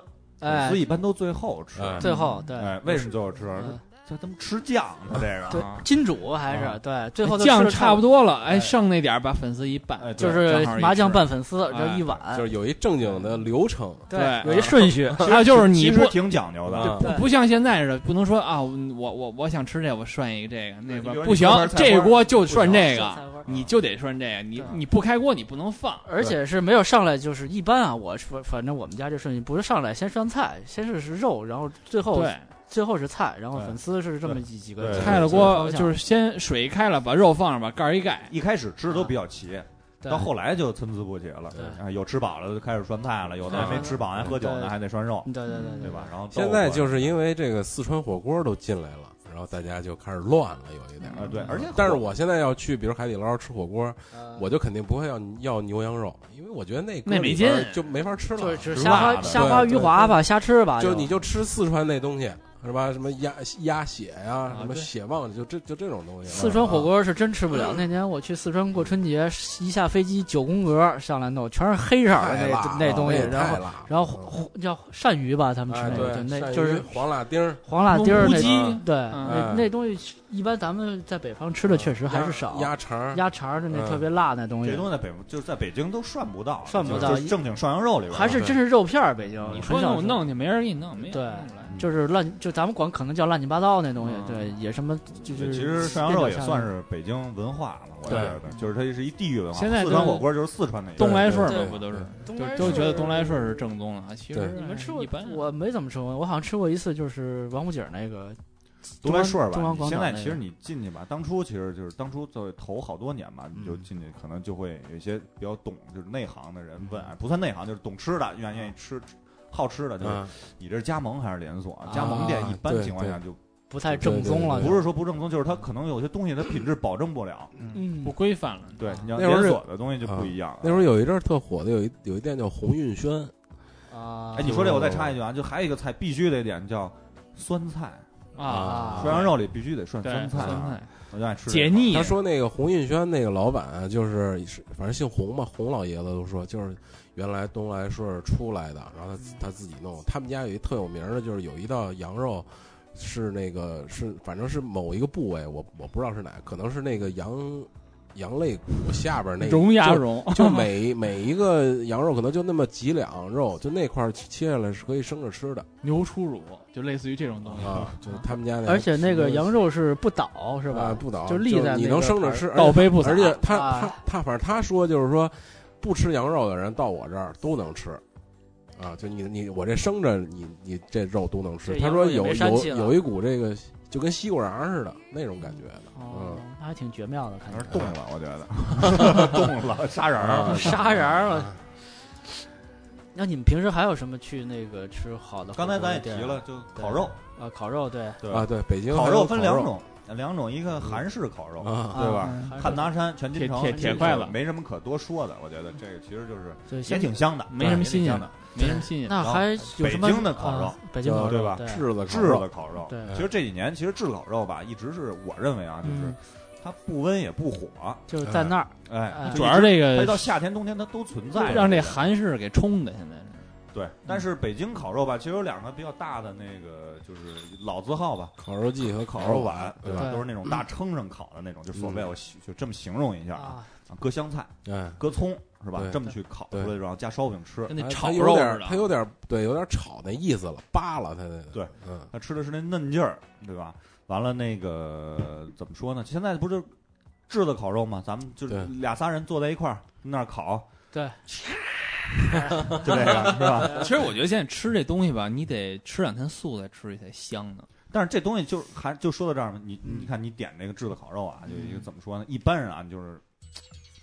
Speaker 4: 粉
Speaker 2: 哎
Speaker 4: 丝，一般都最后吃，
Speaker 3: 哎
Speaker 2: 最后对
Speaker 4: 哎，为什么最后吃？
Speaker 2: 嗯
Speaker 4: 这他妈吃酱呢，这个
Speaker 2: 对
Speaker 5: 啊
Speaker 2: 金主还是
Speaker 4: 啊
Speaker 2: 对，最后都吃
Speaker 5: 酱
Speaker 2: 得
Speaker 5: 差不
Speaker 2: 多，
Speaker 5: 多了，哎，
Speaker 4: 哎
Speaker 5: 剩那点儿把粉丝一拌，
Speaker 4: 哎，对
Speaker 2: 就是
Speaker 5: 正好一
Speaker 2: 麻酱
Speaker 5: 吃
Speaker 2: 拌粉丝，
Speaker 5: 哎
Speaker 2: 这一碗
Speaker 3: 就是有一正经的流程，
Speaker 5: 对
Speaker 2: 有一顺序，
Speaker 5: 还有啊就是你
Speaker 4: 其
Speaker 5: 不
Speaker 4: 实挺讲究的，
Speaker 2: 嗯
Speaker 3: 啊
Speaker 5: 不
Speaker 2: 哎
Speaker 5: 不像现在似的，不能说啊，我我我想吃这个，我涮一个这个，那
Speaker 4: 比如
Speaker 5: 边
Speaker 4: 你
Speaker 5: 不行
Speaker 4: 说盘，菜花
Speaker 5: 这锅就涮这
Speaker 2: 不行
Speaker 5: 个，你就得涮这个，你
Speaker 2: 对啊
Speaker 5: 你不开锅你不能放。
Speaker 2: 而且是没有上来就是一般啊，我反反正我们家这顺序不是上来先上菜，先是是肉，然后最后
Speaker 5: 对，
Speaker 2: 最后是菜，然后粉丝是这么
Speaker 4: 对
Speaker 2: 几几个
Speaker 4: 对
Speaker 5: 开了
Speaker 2: 方
Speaker 5: 锅
Speaker 2: 向
Speaker 5: 就是先水开了，把肉放上，把盖儿一盖。
Speaker 4: 一开始吃的都比较齐，
Speaker 2: 嗯对
Speaker 4: 到后来就参差不齐了
Speaker 2: 对。嗯
Speaker 4: 啊，有吃饱了就开始涮菜了，有的还没吃饱还喝酒
Speaker 2: 对嗯
Speaker 4: 呢，还得涮肉，
Speaker 2: 对对对对
Speaker 4: 对吧？然后
Speaker 3: 现在就是是因为这个四川火锅都进来了，然后大家就开始乱了，有一点。
Speaker 4: 啊，对，而且
Speaker 3: 但是我现在要去，比如海底捞吃火锅，
Speaker 2: 对，
Speaker 3: 我就肯定不会要要牛羊肉，因为我觉得那
Speaker 5: 那没
Speaker 3: 里边
Speaker 5: 劲
Speaker 3: 就没法吃
Speaker 2: 就是
Speaker 3: 了。
Speaker 2: 只
Speaker 4: 是
Speaker 2: 虾
Speaker 4: 辣
Speaker 2: 花
Speaker 4: 的
Speaker 2: 虾花
Speaker 3: 对
Speaker 2: 鱼滑吧，瞎吃吧，
Speaker 3: 就你就吃四川那东西是吧？什么鸭鸭血呀，什么
Speaker 5: 对
Speaker 3: 血旺，就这就这种东西。
Speaker 2: 啊四川火锅是真吃不了。那年我去四川过春节，一下飞机九宫格上来弄，全是黑色的
Speaker 3: 太辣了
Speaker 2: 那那东西，
Speaker 3: 那也
Speaker 2: 然后
Speaker 3: 太辣了
Speaker 2: 然后胡叫鳝鱼吧，他们吃
Speaker 3: 哎
Speaker 2: 那个就
Speaker 3: 对，
Speaker 2: 那
Speaker 3: 鳝
Speaker 2: 就是
Speaker 3: 鱼黄辣丁儿
Speaker 2: 黄辣丁儿
Speaker 5: 乌
Speaker 2: 那
Speaker 5: 鸡
Speaker 3: 嗯
Speaker 2: 对
Speaker 5: 哎
Speaker 2: 那那东西一般咱们在北方吃的确实还是少，
Speaker 3: 鸭肠儿
Speaker 2: 鸭肠儿的那
Speaker 3: 嗯
Speaker 2: 特别辣那东
Speaker 4: 这
Speaker 2: 西，
Speaker 4: 东西在北就是在北京都涮不到，
Speaker 2: 涮不到
Speaker 4: 就是正经涮羊肉里边
Speaker 2: 还是真是肉片儿，北京
Speaker 5: 你
Speaker 2: 很
Speaker 5: 说
Speaker 2: 少
Speaker 5: 弄
Speaker 2: 吃
Speaker 5: 弄去，没人给你弄，没人
Speaker 2: 对
Speaker 5: 弄出来。
Speaker 2: 就是乱，就咱们管可能叫乱七八糟那东西，
Speaker 5: 嗯
Speaker 2: 对，也什么就
Speaker 4: 对
Speaker 2: 是
Speaker 4: 其实涮羊肉也
Speaker 2: 变成
Speaker 4: 算是北京文化了，我觉得就是它是一地域文化。
Speaker 5: 现在
Speaker 4: 四
Speaker 5: 就
Speaker 4: 川
Speaker 5: 是
Speaker 4: 火锅就是四川那一
Speaker 5: 东来顺
Speaker 2: 对
Speaker 5: 嘛
Speaker 2: 对，
Speaker 5: 不都是
Speaker 2: 东
Speaker 5: 就
Speaker 2: 来
Speaker 5: 都觉得
Speaker 2: 顺
Speaker 5: 东来顺是正宗的，其
Speaker 3: 对
Speaker 5: 实
Speaker 2: 你们吃过
Speaker 5: 一般？。
Speaker 2: 我没怎么吃过，我好像吃过一次，就是王府井那个
Speaker 4: 东来顺
Speaker 2: 中央
Speaker 4: 吧。
Speaker 2: 广
Speaker 4: 现
Speaker 2: 场
Speaker 4: 在
Speaker 2: 那
Speaker 4: 其
Speaker 2: 个
Speaker 4: 实你进去吧，当初其实就是当初在头好多年吧，你就
Speaker 2: 嗯
Speaker 4: 进去可能就会有一些比较懂就是内行的人问，
Speaker 2: 嗯
Speaker 4: 哎不算内行就是懂吃的，愿愿意吃。吃好吃的就
Speaker 3: 嗯
Speaker 4: 是
Speaker 2: 啊
Speaker 4: 你这是加盟还是连锁？加盟店一般情况下就
Speaker 2: 不太正宗了。
Speaker 3: 对
Speaker 4: 不是说不正宗，就是它可能有些东西它品质保证不了。
Speaker 2: 嗯
Speaker 5: 不规范了。
Speaker 4: 对，你要
Speaker 3: 那会儿
Speaker 4: 连
Speaker 3: 是啊
Speaker 4: 锁的东西就不一样了。
Speaker 3: 那时候有一阵儿特火的，有一有一店叫鸿运轩，
Speaker 2: 啊
Speaker 4: 哎，，你说这我再
Speaker 2: 哦
Speaker 4: 插一句啊，就还有一个菜必须得点叫酸菜，
Speaker 5: 啊，
Speaker 4: 涮羊肉里必须得涮
Speaker 5: 对，
Speaker 4: 酸
Speaker 5: 酸
Speaker 4: 菜啊，
Speaker 5: 菜
Speaker 4: 我就爱吃这
Speaker 5: 解
Speaker 4: 个。
Speaker 5: 腻
Speaker 3: 他。说那个鸿运轩那个老板啊就是是反正姓洪嘛，洪老爷子都说就是原来东来顺出来的，然后他他自己弄。他们家有一特有名的，就是有一道羊肉是那个是反正是某一个部位，我我不知道是哪，可能是那个羊羊肋骨下边那个
Speaker 5: 荣牙
Speaker 3: 就
Speaker 5: 荣，
Speaker 3: 就每每一个羊肉可能就那么几两肉，就那块儿切下来是可以生着吃的
Speaker 5: 牛初乳，就类似于这种东西
Speaker 3: 啊，就是他们家那
Speaker 2: 而且那个
Speaker 3: 什么
Speaker 2: 羊肉是不倒是
Speaker 3: 啊
Speaker 2: 吧？
Speaker 3: 不倒，
Speaker 2: 就立在
Speaker 3: 你
Speaker 2: 那
Speaker 3: 能
Speaker 2: 个
Speaker 3: 生着
Speaker 2: 盘儿
Speaker 3: 吃，而且
Speaker 5: 倒杯不洒
Speaker 3: 而。且他
Speaker 2: 啊
Speaker 3: 他他，反正他说就是说，不吃羊肉的人到我这儿都能吃，啊，就你你我这生着你你这肉都能吃。
Speaker 2: 这
Speaker 3: 他
Speaker 2: 羊
Speaker 3: 说
Speaker 2: 肉也
Speaker 3: 有
Speaker 2: 没膻
Speaker 3: 有
Speaker 2: 气了
Speaker 3: 有一股这个就跟西瓜瓤似的那种感觉的，
Speaker 2: 哦，
Speaker 3: 嗯
Speaker 2: 那还挺绝妙的，看
Speaker 4: 反
Speaker 2: 起
Speaker 4: 正
Speaker 2: 来
Speaker 4: 冻了，我觉得 冻了，杀人
Speaker 3: 啊
Speaker 4: 儿。
Speaker 2: 杀人儿了。那你们平时还有什么去那个吃好的火
Speaker 4: 刚
Speaker 2: 锅
Speaker 4: 才咱
Speaker 2: 的
Speaker 4: 也
Speaker 2: 地
Speaker 4: 提
Speaker 2: 儿啊？
Speaker 4: 了，就烤肉，
Speaker 2: 啊，烤肉对，
Speaker 4: 对
Speaker 3: 啊，
Speaker 4: 吧？
Speaker 3: 对，北京
Speaker 4: 烤
Speaker 3: 还有
Speaker 4: 肉分两种，两种，一个韩式烤肉，
Speaker 3: 啊，
Speaker 4: 对吧？
Speaker 2: 啊
Speaker 4: 汉拿山全金城
Speaker 5: 铁铁铁筷子
Speaker 4: 没什么可多说的，我觉得这个其实就是
Speaker 2: 对，
Speaker 4: 也
Speaker 2: 像
Speaker 4: 挺香的，
Speaker 5: 没什
Speaker 4: 也挺
Speaker 5: 么新鲜
Speaker 4: 香的。
Speaker 5: 没什么新鲜。
Speaker 2: 那还有什么
Speaker 4: 北京的烤肉
Speaker 2: 啊北京烤肉
Speaker 4: 对吧
Speaker 2: 对
Speaker 3: 柿子烤
Speaker 4: 炙
Speaker 3: 肉
Speaker 4: 的烤肉，
Speaker 2: 对
Speaker 4: 其实这几年其实炙烤肉吧，一直是我认为啊，就是
Speaker 2: 嗯
Speaker 4: 它不温也不火，
Speaker 2: 就是在那儿
Speaker 4: 哎
Speaker 2: 哎，
Speaker 4: 就
Speaker 5: 主要是这
Speaker 4: 它到
Speaker 5: 个
Speaker 4: 夏天冬天它都存在，
Speaker 5: 让这韩式给冲的，现在是
Speaker 4: 对。
Speaker 3: 嗯
Speaker 4: 但是北京烤肉吧，其实有两个比较大的那个就是老字号吧，
Speaker 3: 烤肉季和
Speaker 4: 烤
Speaker 3: 肉哎
Speaker 4: 肉碗，对吧？
Speaker 2: 对
Speaker 4: 都是那种大称上烤的那种，就所谓
Speaker 3: 哦嗯
Speaker 4: 我喜就这么形容一下啊，
Speaker 2: 啊，
Speaker 4: 啊搁香菜、
Speaker 3: 哎，
Speaker 4: 搁葱是吧
Speaker 3: 对？
Speaker 4: 这么去烤出
Speaker 3: 对
Speaker 4: 来，然后加烧饼吃。
Speaker 5: 跟那
Speaker 3: 它
Speaker 5: 炒
Speaker 3: 它有
Speaker 5: 肉
Speaker 3: 点
Speaker 5: 似
Speaker 3: 儿
Speaker 5: 的。
Speaker 3: 它有点儿对，有点儿炒那意思了，扒了它那个，
Speaker 4: 对，
Speaker 3: 嗯，
Speaker 4: 他吃的是那嫩劲儿，对吧？完了那个怎么说呢？现在不是炙的烤肉吗？咱们就
Speaker 3: 对
Speaker 4: 俩仨人坐在一块儿那儿烤，
Speaker 2: 对，
Speaker 4: 就这个是吧？
Speaker 5: 其实我觉得现在吃这东西吧，你得吃两天素再吃才香呢。
Speaker 4: 但是这东西就是还就说到这儿嘛，你
Speaker 2: 嗯
Speaker 4: 你看你点这个炙的烤肉啊，就一个怎么说呢？一般人啊就是。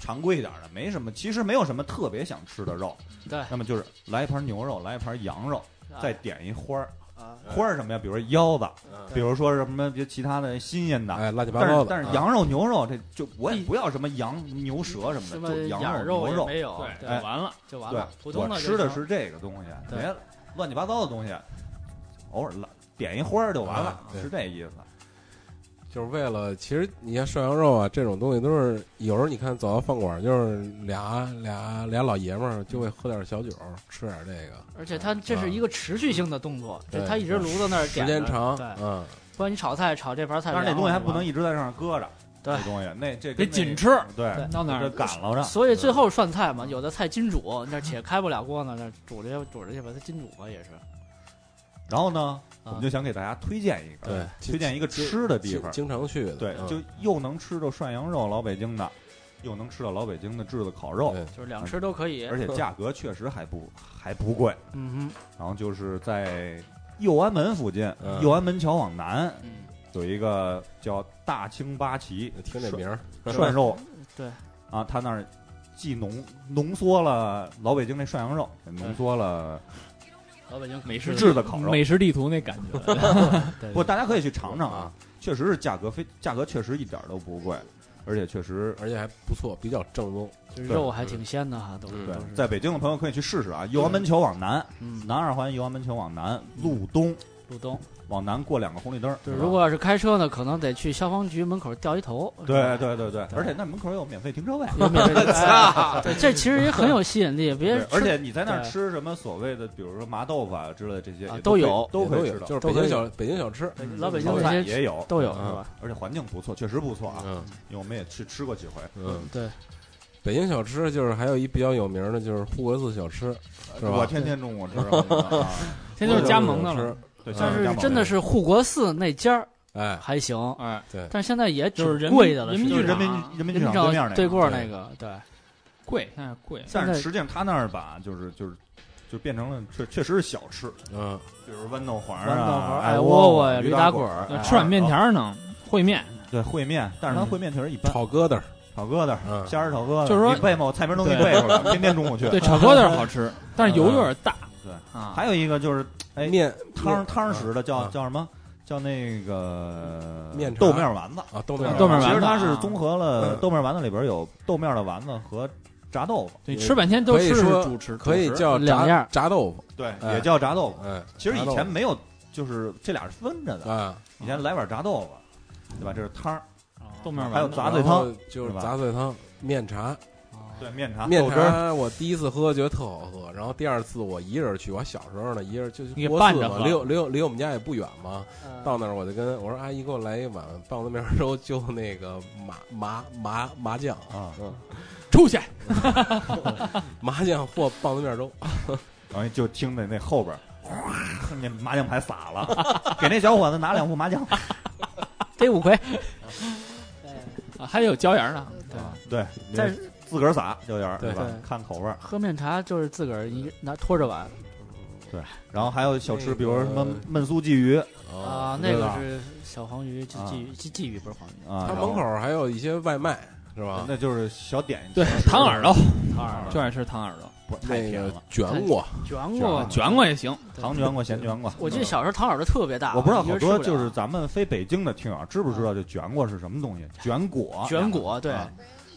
Speaker 4: 常规一点的，没什么，其实没有什么特别想吃的肉。
Speaker 2: 对
Speaker 4: 那么就是来一盘牛肉，来一盘羊肉，再点一花儿。
Speaker 2: 啊
Speaker 4: 花儿是什么呀？比如说腰子，
Speaker 2: 嗯
Speaker 4: 比如说什么别其他的新鲜的，
Speaker 3: 哎，乱七八
Speaker 4: 但
Speaker 3: 糟
Speaker 4: 是
Speaker 3: 的，
Speaker 2: 嗯
Speaker 4: 但是
Speaker 3: 啊
Speaker 4: 羊肉、牛肉这就我也
Speaker 2: 一
Speaker 4: 不要什么羊、牛舌什
Speaker 2: 什
Speaker 4: 么的，
Speaker 2: 么
Speaker 4: 就
Speaker 2: 眼
Speaker 4: 羊
Speaker 2: 肉
Speaker 4: 牛
Speaker 2: 也
Speaker 4: 肉。
Speaker 2: 没有，
Speaker 5: 对，
Speaker 4: 哎
Speaker 5: 完了，
Speaker 2: 就完
Speaker 4: 对
Speaker 2: 了，普，通
Speaker 4: 我
Speaker 2: 的就
Speaker 4: 吃的
Speaker 2: 行
Speaker 4: 是这个东西，
Speaker 2: 对
Speaker 4: 别乱七八糟的东西，偶尔来点一花儿就完了
Speaker 3: 啊，对
Speaker 4: 是这意思。
Speaker 3: 就是为了，其实你像涮羊肉啊这种东西，都是有时候你看走到饭馆，就是俩俩俩老爷们儿就会喝点小酒，吃点这个，
Speaker 2: 而且它这
Speaker 4: 啊
Speaker 2: 是一个持续性的动作，
Speaker 3: 对
Speaker 2: 这它一直炉子那儿
Speaker 3: 时
Speaker 2: 点着，
Speaker 3: 间长，
Speaker 2: 对，
Speaker 3: 嗯，
Speaker 2: 不然你炒菜炒这盘菜
Speaker 4: 但
Speaker 2: 凉
Speaker 4: 是
Speaker 2: 了，
Speaker 4: 那东西还不能
Speaker 2: 是
Speaker 4: 一直在上搁着，
Speaker 2: 对
Speaker 4: 这东西那这
Speaker 5: 得
Speaker 4: 跟那
Speaker 5: 紧吃，
Speaker 4: 对
Speaker 2: 对，
Speaker 5: 到哪
Speaker 4: 这
Speaker 5: 儿
Speaker 4: 赶了
Speaker 2: 吧。
Speaker 4: 着。
Speaker 2: 所以最后涮菜嘛，有的菜金煮，那且开不了锅呢，那煮着煮着去吧，它金煮嘛也是。
Speaker 4: 然后呢，我们就想给大家推荐一个，
Speaker 3: 啊对
Speaker 4: 推荐一个吃的地方，
Speaker 3: 经经常去的，
Speaker 4: 对
Speaker 3: 嗯，
Speaker 4: 就又能吃到涮羊肉，老北京的，又能吃到老北京的炙的烤肉，
Speaker 3: 对
Speaker 2: 就是两吃都可以
Speaker 4: 而。且价格确实还不还不贵。
Speaker 2: 嗯
Speaker 4: 然后就是在右安门附近，
Speaker 3: 嗯
Speaker 4: 右安门桥往南
Speaker 2: 哼，嗯，
Speaker 4: 有一个叫大清八旗，
Speaker 3: 听这名儿，
Speaker 4: 涮涮肉，
Speaker 2: 对，
Speaker 4: 啊，他那儿既浓浓缩了老北京那涮羊肉，也
Speaker 2: 哎
Speaker 4: 浓缩了
Speaker 2: 老北京
Speaker 5: 美食
Speaker 4: 炙的烤肉。
Speaker 5: 美食地图那感 觉。
Speaker 2: 对
Speaker 4: 不过大家可以去尝尝啊，确实是价格非价格确实一点儿都不贵，而且确实。
Speaker 3: 而且还不错，比较正宗，
Speaker 2: 就是肉还挺鲜的哈，都是嗯
Speaker 4: 对
Speaker 2: 都，是
Speaker 4: 在北京的朋友可以去试试啊！右安门桥往南，
Speaker 2: 嗯
Speaker 4: 南二环右安门桥往南，路东
Speaker 2: 路东。
Speaker 4: 往南过两个红绿灯儿。
Speaker 2: 对，如果要是开车呢，可能得去消防局门口掉一头。
Speaker 4: 对对对对，而且那门口有免费停车位，
Speaker 2: 有免费的 哎对，这其实也很有吸引力，别
Speaker 4: 对，而且你在那儿
Speaker 2: 对
Speaker 4: 吃什么所谓的，比如说麻豆腐啊之类的这些
Speaker 2: 啊
Speaker 4: 也
Speaker 2: 都
Speaker 4: 可以
Speaker 2: 有
Speaker 4: 都可
Speaker 3: 也
Speaker 4: 以啊
Speaker 3: 有
Speaker 4: 吃，到，
Speaker 3: 就是
Speaker 2: 都
Speaker 3: 北
Speaker 2: 可以
Speaker 3: 京小北京小吃，
Speaker 2: 吃老北京
Speaker 4: 炒
Speaker 2: 那
Speaker 4: 菜
Speaker 2: 些
Speaker 4: 也有，
Speaker 2: 都有
Speaker 3: 嗯
Speaker 2: 是吧？
Speaker 4: 而且环境不错，确实不错啊，
Speaker 3: 嗯
Speaker 4: 因为我们也去吃过几回，
Speaker 3: 嗯，
Speaker 2: 对，
Speaker 3: 北京小吃就是还有一比较有名的，就是护国寺小吃，是吧
Speaker 4: 我天天中午吃， 我觉得啊
Speaker 5: 现在就是加盟的了，
Speaker 3: 了，
Speaker 4: 对，
Speaker 2: 但
Speaker 4: 像
Speaker 2: 是
Speaker 4: 加盟
Speaker 2: 真的是护国寺那家儿
Speaker 3: 哎，
Speaker 2: 还行，
Speaker 5: 哎，
Speaker 2: 但是现在也挺
Speaker 5: 就是人民
Speaker 2: 贵的了，
Speaker 5: 人民
Speaker 2: 实际
Speaker 4: 就是
Speaker 2: 上
Speaker 4: 人民
Speaker 2: 啊
Speaker 4: 人民
Speaker 2: 人民
Speaker 4: 剧场对面
Speaker 2: 对
Speaker 4: 那个，
Speaker 2: 过
Speaker 3: 对
Speaker 2: 那个，对，
Speaker 5: 贵，现在贵。
Speaker 4: 但
Speaker 2: 现在
Speaker 4: 是实际上他那儿吧，就是就是就变成了确确实是小吃，
Speaker 3: 嗯，
Speaker 4: 比如豌豆黄
Speaker 2: 豌豆
Speaker 4: 啊
Speaker 2: 黄、
Speaker 4: 艾
Speaker 2: 窝
Speaker 4: 窝
Speaker 2: 窝呀
Speaker 4: 驴
Speaker 2: 驴
Speaker 4: 打
Speaker 2: 打
Speaker 4: 滚
Speaker 2: 滚
Speaker 4: 儿
Speaker 2: 儿，
Speaker 4: 哎
Speaker 5: 吃碗面，条呢，烩面，
Speaker 4: 对烩面，但是它烩面确实一般，
Speaker 3: 炒疙瘩儿，
Speaker 4: 炒疙瘩
Speaker 3: 嗯
Speaker 4: 儿、虾仁炒疙瘩儿，
Speaker 5: 就是说
Speaker 4: 你背吗？我菜名都给你背出来，天天中午去。
Speaker 5: 对，炒疙瘩好吃，但是油有点大。
Speaker 4: 对
Speaker 5: 啊，
Speaker 4: 还有一个就是哎
Speaker 3: 面
Speaker 4: 汤汤食的叫
Speaker 3: 嗯
Speaker 4: 叫什么？叫那个
Speaker 3: 面
Speaker 4: 豆
Speaker 3: 茶
Speaker 4: 面丸子，
Speaker 3: 啊，豆面
Speaker 5: 面
Speaker 3: 儿
Speaker 5: 豆面儿
Speaker 4: 其实
Speaker 5: 丸子
Speaker 4: 它
Speaker 5: 啊
Speaker 4: 是综合了
Speaker 3: 嗯
Speaker 4: 豆面的里边有豆面的丸子和炸豆腐，
Speaker 5: 对，吃半天都
Speaker 3: 可以
Speaker 5: 吃的
Speaker 3: 说
Speaker 5: 是主吃，
Speaker 3: 可以
Speaker 5: 主食
Speaker 3: 叫
Speaker 2: 两样
Speaker 3: 炸
Speaker 2: 儿
Speaker 3: 炸豆腐，
Speaker 4: 对
Speaker 3: 哎
Speaker 4: 也叫炸豆腐。
Speaker 3: 哎，
Speaker 4: 其实
Speaker 3: 炸
Speaker 4: 以
Speaker 3: 豆
Speaker 4: 前
Speaker 3: 腐
Speaker 4: 没有，就是这俩是分着的。
Speaker 3: 啊，
Speaker 4: 以前来碗炸豆腐，对吧？这是汤儿，
Speaker 5: 豆面丸子
Speaker 4: 还有杂碎
Speaker 3: 然后
Speaker 4: 汤，
Speaker 3: 就是是
Speaker 4: 吧
Speaker 3: 杂碎汤、面茶、
Speaker 4: 对面茶、
Speaker 3: 面
Speaker 4: 豆汁儿，
Speaker 3: 茶。我第一次喝觉得特好喝，然后第二次我一个人去，我小时候呢一个人就是
Speaker 2: 你给
Speaker 3: 国
Speaker 2: 拌
Speaker 3: 四
Speaker 2: 着
Speaker 3: 嘛，
Speaker 2: 喝
Speaker 3: 离我离我离我们家也不远嘛。
Speaker 2: 到
Speaker 3: 到那儿我就跟我说阿姨给我来一碗棒子面儿粥，就那个麻麻麻麻酱
Speaker 4: 啊，
Speaker 3: 嗯，
Speaker 2: 出去，
Speaker 3: 麻酱或棒子面儿粥，
Speaker 4: 然后就听着那后边儿，哗，那麻将牌撒了，给那小伙子拿两副麻将。
Speaker 2: 逮五魁，
Speaker 5: 啊还有椒盐儿呢，对吧？
Speaker 4: 对，
Speaker 2: 在
Speaker 4: 自个儿撒椒盐儿，
Speaker 3: 对
Speaker 4: 吧
Speaker 2: 对？
Speaker 4: 看口味儿。
Speaker 2: 喝面茶就是自个儿一个拿拖着碗
Speaker 4: 然后还有小吃，
Speaker 3: 那个
Speaker 4: 比如说什么焖酥鲫鱼
Speaker 3: 哦
Speaker 2: 啊，那个是小黄鱼，鲫鲫鱼，鲫鲫鱼不是黄鱼，
Speaker 4: 啊，
Speaker 3: 它
Speaker 4: 然
Speaker 3: 门
Speaker 4: 后
Speaker 3: 口儿还啊有一些外卖，是吧？
Speaker 4: 那就是小点
Speaker 5: 对，糖耳朵
Speaker 2: 汤儿
Speaker 5: 就爱吃糖耳朵，
Speaker 4: 不是太
Speaker 3: 那
Speaker 4: 甜
Speaker 3: 个
Speaker 4: 了，
Speaker 3: 卷果，
Speaker 2: 卷
Speaker 4: 卷
Speaker 2: 过
Speaker 4: 儿，
Speaker 5: 卷过也行。
Speaker 2: 对
Speaker 4: 糖卷果、咸卷果。
Speaker 2: 我记得小时候汤耳朵特别大，
Speaker 4: 我不知道
Speaker 2: 一个
Speaker 4: 好
Speaker 2: 人
Speaker 4: 多
Speaker 2: 吃不
Speaker 4: 就
Speaker 2: 了
Speaker 4: 是咱们非北京的听友啊知不知道这卷果是什么东西？卷果，
Speaker 2: 卷果，对
Speaker 4: 啊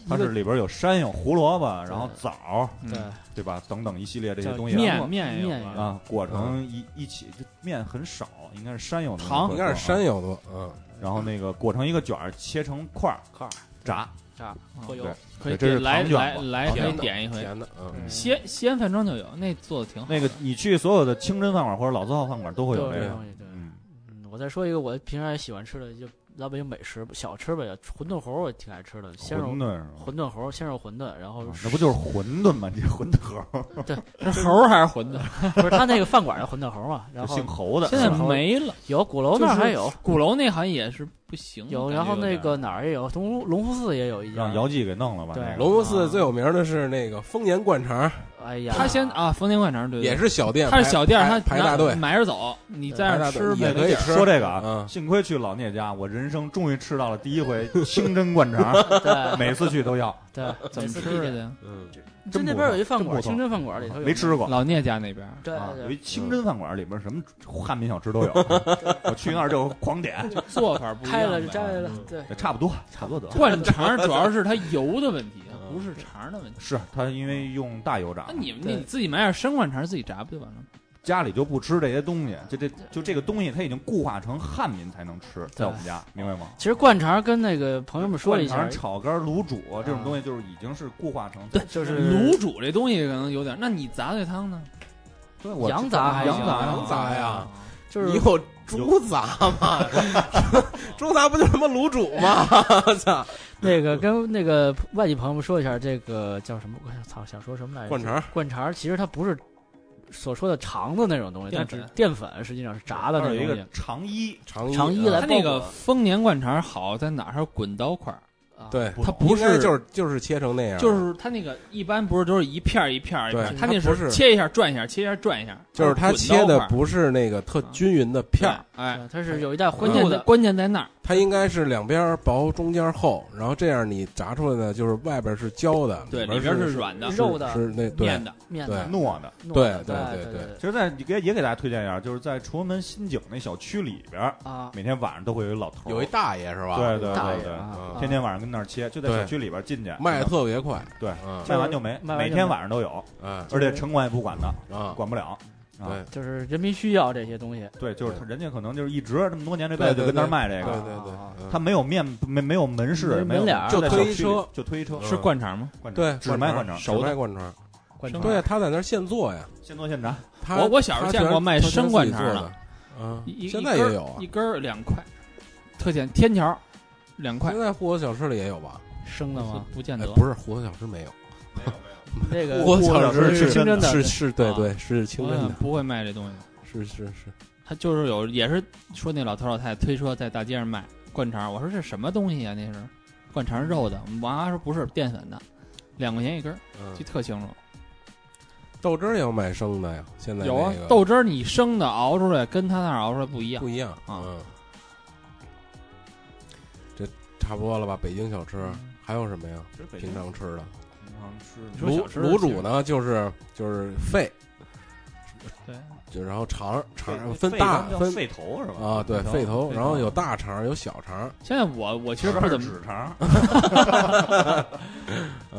Speaker 4: 它是里边有山药、胡萝卜，然后枣儿，
Speaker 5: 嗯
Speaker 2: 对，
Speaker 4: 对吧？等等一系列这些
Speaker 2: 叫
Speaker 4: 东西。啊
Speaker 2: 面
Speaker 4: 然
Speaker 5: 面
Speaker 4: 后
Speaker 5: 面也
Speaker 2: 面
Speaker 5: 有
Speaker 2: 也
Speaker 5: 吧
Speaker 2: 有
Speaker 4: 啊，裹成一一起，就面很少，应该是山药
Speaker 5: 糖
Speaker 4: 那种
Speaker 3: 应该是山
Speaker 4: 啊。
Speaker 3: 药多，嗯，
Speaker 4: 然后那个裹成一个卷儿，切成块儿
Speaker 2: 块儿
Speaker 4: 炸。
Speaker 2: 炸泼油
Speaker 4: 啊对，
Speaker 5: 可以
Speaker 4: 这是
Speaker 5: 点来
Speaker 4: 糖卷
Speaker 5: 来
Speaker 4: 吧
Speaker 3: 甜的
Speaker 5: 来可以哎点一回。
Speaker 3: 甜的，嗯，
Speaker 5: 西安西安饭庄就有，那做的挺好。
Speaker 4: 那个你去所有的清真饭馆或者老字号饭馆都会有
Speaker 2: 对
Speaker 4: 这
Speaker 2: 这
Speaker 4: 个。
Speaker 2: 东西，对。
Speaker 4: 嗯，
Speaker 2: 嗯，我再说一个我平常也喜欢吃的，就老北京美食小吃呗，馄饨猴我挺爱吃的，鲜肉
Speaker 4: 馄饨是吧？啊
Speaker 2: 馄饨猴、鲜肉馄饨，然后
Speaker 4: 那不就是馄饨吗？你这馄饨 盒儿
Speaker 5: 是猴儿还是馄饨？
Speaker 2: 不是他那个饭馆的馄饨猴嘛？然
Speaker 4: 就
Speaker 2: 后
Speaker 4: 姓侯的。
Speaker 5: 现在没了。
Speaker 2: 有鼓楼那儿还有
Speaker 5: 鼓楼那好像也是不行。
Speaker 2: 有，
Speaker 5: 感觉
Speaker 2: 然后那
Speaker 5: 有点
Speaker 2: 个哪儿也有，东龙福寺也有一家
Speaker 4: 让。姚记给弄了吧？
Speaker 2: 对
Speaker 4: 那个
Speaker 3: 龙福
Speaker 5: 啊
Speaker 3: 寺最有名的是那个丰年灌肠，
Speaker 2: 哎呀，
Speaker 5: 他先啊，丰田灌肠对，对
Speaker 3: 也是小店排，
Speaker 5: 他是小店儿，
Speaker 3: 排
Speaker 5: 他
Speaker 3: 排
Speaker 5: 拿
Speaker 3: 大队，
Speaker 5: 买着走，你在
Speaker 3: 排
Speaker 5: 那
Speaker 3: 大
Speaker 5: 儿
Speaker 3: 队
Speaker 5: 吃
Speaker 3: 也
Speaker 5: 没
Speaker 3: 可以
Speaker 5: 地儿
Speaker 3: 吃
Speaker 4: 说这个啊，
Speaker 3: 嗯，
Speaker 4: 幸亏去老聂家，我人生终于吃到了第 一回清真灌肠，
Speaker 2: 对
Speaker 4: 每次去都要。
Speaker 2: 对，
Speaker 5: 怎
Speaker 2: 每
Speaker 5: 么
Speaker 2: 次
Speaker 5: 吃
Speaker 2: 必点
Speaker 5: 的去？
Speaker 3: 嗯，
Speaker 2: 就那边有一饭
Speaker 4: 真不
Speaker 2: 馆，
Speaker 4: 错
Speaker 2: 清真饭馆里头有
Speaker 4: 没吃过。
Speaker 5: 老聂家那边儿
Speaker 2: 对
Speaker 4: 啊，有
Speaker 2: 对
Speaker 4: 一清真饭馆，里面什么汉民小吃都 有。我去那儿就狂点，
Speaker 5: 做法不
Speaker 2: 对，
Speaker 5: 一
Speaker 2: 开
Speaker 5: 样
Speaker 2: 了
Speaker 5: 呗。
Speaker 2: 摘了，对，
Speaker 4: 差不多，差不多得了。
Speaker 5: 灌肠儿主要是它油的问题，
Speaker 3: 嗯
Speaker 5: 它不是肠儿的问题。
Speaker 4: 是他因为用大油炸
Speaker 5: 那，你
Speaker 2: 对
Speaker 5: 你自己买点生灌肠儿自己炸不就完了？吗？
Speaker 4: 家里就不吃这些东
Speaker 2: 嗯
Speaker 4: 西，就这就这个东西，它已经固化成汉民才能吃，在我们家，明白吗？
Speaker 2: 其实灌肠跟那个朋友们说了一
Speaker 4: 灌
Speaker 2: 下啊
Speaker 4: 肠、，炒肝、卤煮这种东西，就是已经是固化成对
Speaker 2: 就是
Speaker 5: 卤煮这东西可能有点儿，那你杂碎汤呢？
Speaker 4: 对，我
Speaker 2: 羊杂还
Speaker 4: 羊
Speaker 2: 行啊
Speaker 4: 杂啊
Speaker 3: 羊杂
Speaker 5: 啊
Speaker 3: 呀，
Speaker 2: 就是
Speaker 3: 你有猪杂 吗？猪杂不就是他妈卤煮吗？操，
Speaker 2: 那个跟那个外地朋友们说一下，这个叫什么？我操，想说什么来着？
Speaker 3: 灌肠，
Speaker 2: 灌肠其实它不是所说的肠子那种东西，
Speaker 5: 淀
Speaker 2: 它只
Speaker 5: 粉
Speaker 2: 淀粉实际上是炸的
Speaker 4: 还
Speaker 2: 那
Speaker 4: 有
Speaker 2: 种
Speaker 4: 一
Speaker 2: 东
Speaker 4: 个
Speaker 2: 西。
Speaker 4: 肠衣，
Speaker 3: 长
Speaker 2: 长衣来
Speaker 5: 它那
Speaker 2: 包
Speaker 5: 个
Speaker 2: 裹
Speaker 5: 丰年灌肠儿好在哪儿？它是滚刀块儿，
Speaker 2: 啊，
Speaker 3: 对，
Speaker 5: 它
Speaker 4: 不
Speaker 5: 不
Speaker 3: 应该
Speaker 5: 是
Speaker 3: 就是就是切成那样，
Speaker 5: 就是它那个一般不是都是一片儿一片儿一片儿
Speaker 3: 对，
Speaker 5: 它
Speaker 3: 它
Speaker 5: 那
Speaker 3: 不是
Speaker 5: 切一下转一下，切一下转一下，
Speaker 3: 就是它
Speaker 5: 滚刀
Speaker 3: 切的
Speaker 5: 块儿嗯
Speaker 3: 不是那个特均匀的片儿，嗯
Speaker 5: 对哎，
Speaker 2: 对它是有一带
Speaker 5: 关
Speaker 2: 荤
Speaker 5: 键
Speaker 2: 素
Speaker 5: 在
Speaker 2: 的，
Speaker 5: 关键在那儿，
Speaker 3: 它应该是两边儿薄，中间儿厚，然后这样你炸出来的就是外边儿是焦的，
Speaker 5: 对，里
Speaker 3: 边
Speaker 5: 边
Speaker 3: 儿
Speaker 5: 是
Speaker 3: 是
Speaker 5: 软的
Speaker 2: 是肉的
Speaker 3: 是那对
Speaker 5: 面的，
Speaker 2: 面的
Speaker 4: 呃糯的。
Speaker 2: 糯
Speaker 3: 对
Speaker 2: 的
Speaker 3: 对
Speaker 2: 对
Speaker 3: 对
Speaker 2: 对
Speaker 3: 对
Speaker 4: 其实在，也也给大家推荐一下，就是在崇文门新井那小区里边儿，
Speaker 2: 啊，
Speaker 4: 每天晚上都会有一老头儿，
Speaker 3: 有一大爷是吧？
Speaker 4: 对对
Speaker 2: 大
Speaker 4: 对
Speaker 2: 爷
Speaker 4: 对，
Speaker 2: 啊，
Speaker 4: 天天晚上跟那儿切，就在
Speaker 3: 对
Speaker 4: 小区里边儿进去
Speaker 3: 卖的特别快，
Speaker 4: 对
Speaker 3: 嗯
Speaker 4: 卖完就没，
Speaker 2: 卖完就没
Speaker 4: 每天晚上都有，
Speaker 3: 嗯
Speaker 4: 而且城管也不管的，
Speaker 3: 啊，
Speaker 4: 管不了。啊
Speaker 3: 对
Speaker 2: 就是人民需要这些东西，
Speaker 4: 对，就是他人家可能就是一直这么多年这辈子
Speaker 3: 对对
Speaker 4: 就跟那儿卖这
Speaker 3: 对
Speaker 4: 个，
Speaker 3: 对对
Speaker 2: 啊，
Speaker 3: 嗯
Speaker 4: 他没有面没没有门市，
Speaker 2: 没
Speaker 4: 没有
Speaker 2: 门脸儿
Speaker 4: 就在小区里
Speaker 3: 就推车
Speaker 4: 就推车，
Speaker 3: 嗯
Speaker 5: 是灌肠吗？
Speaker 4: 灌肠
Speaker 3: 对
Speaker 4: 只卖灌肠，
Speaker 3: 手卖灌肠，
Speaker 2: 灌
Speaker 5: 生
Speaker 2: 肠
Speaker 3: 对，啊他在那儿现做呀。
Speaker 4: 现做现炸，
Speaker 3: 他
Speaker 5: 我我小时候见过卖生灌肠
Speaker 3: 的
Speaker 5: 的，
Speaker 3: 啊
Speaker 5: 一，
Speaker 3: 现在也有啊
Speaker 5: 一，根儿两块，特显天桥两块
Speaker 3: 现，在户口小吃里也有吧？
Speaker 2: 生的 吗？
Speaker 5: 不见
Speaker 3: 哎
Speaker 5: 得，，
Speaker 3: 不是户口小吃没有，
Speaker 2: 那个
Speaker 3: 户口
Speaker 4: 小
Speaker 3: 小
Speaker 4: 吃
Speaker 3: 吃
Speaker 2: 是清真的，
Speaker 3: 是是，对
Speaker 5: 啊
Speaker 3: 对是清
Speaker 5: 我
Speaker 3: 真
Speaker 5: 想
Speaker 3: 的，
Speaker 5: 不会卖这东西。
Speaker 3: 是是是，
Speaker 5: 他就是有，也是说那老头老太太推车在大街上卖灌肠，我说这什么东西啊？那是灌肠肉的，我妈说不是淀粉的，两块钱一根儿，
Speaker 3: 嗯
Speaker 5: 记，特清楚。
Speaker 3: 豆汁儿也有卖生的呀，现在
Speaker 5: 有啊
Speaker 3: 那个，
Speaker 5: 豆汁儿你生的熬出来跟他那儿熬出来不一样
Speaker 3: 不。一样
Speaker 5: 啊
Speaker 3: 嗯，这差不多了吧？北京小吃
Speaker 5: 嗯
Speaker 3: 还有什么呀？
Speaker 4: 其实北京
Speaker 3: 平常吃的
Speaker 4: 平常吃
Speaker 5: 你
Speaker 4: 的
Speaker 5: 说
Speaker 3: 卤
Speaker 5: 小吃
Speaker 3: 卤煮呢，就是就是肺，
Speaker 5: 对，
Speaker 3: 就然后肠儿肠儿分
Speaker 4: 肺
Speaker 3: 大
Speaker 4: 叫
Speaker 3: 分
Speaker 4: 肺头是吧？
Speaker 3: 啊，对
Speaker 4: 头
Speaker 3: 肺头，
Speaker 4: 肺
Speaker 3: 然后有大肠儿有小肠儿，
Speaker 5: 现在我我其实不
Speaker 4: 是
Speaker 5: 怎么，
Speaker 4: 指肠，
Speaker 3: 其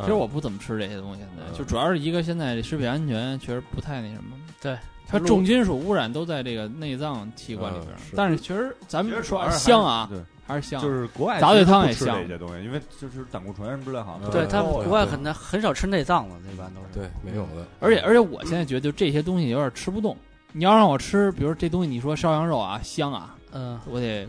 Speaker 5: 其实我不怎么吃这些东西，现在
Speaker 3: 嗯
Speaker 5: 就主要是一个现在食品安全确实不太那什么。
Speaker 2: 对，
Speaker 5: 它
Speaker 2: 路
Speaker 5: 重金属污染都在这个内脏器官里边儿
Speaker 3: 嗯，是
Speaker 5: 但是其实咱
Speaker 4: 其
Speaker 5: 们
Speaker 4: 实主
Speaker 5: 说
Speaker 4: 要是还是
Speaker 5: 香啊，
Speaker 4: 对，
Speaker 5: 还是香啊，
Speaker 4: 就是国外
Speaker 5: 杂
Speaker 4: 其实
Speaker 5: 碎汤
Speaker 4: 不
Speaker 5: 也
Speaker 4: 吃
Speaker 5: 香
Speaker 4: 这些东西，因为就是胆固醇什么之类好像
Speaker 3: 嗯
Speaker 4: 都
Speaker 2: 对
Speaker 4: 是
Speaker 2: 他
Speaker 4: 高
Speaker 2: 们
Speaker 4: 的
Speaker 2: 国外很难很少吃内脏了，一般都是。
Speaker 3: 对没有的，
Speaker 5: 而且而且我现在觉得就这些东西有点吃不动。你要让我吃，比如这东西，你说烧羊肉啊，香啊，
Speaker 2: 嗯，
Speaker 5: 我得
Speaker 4: 嗯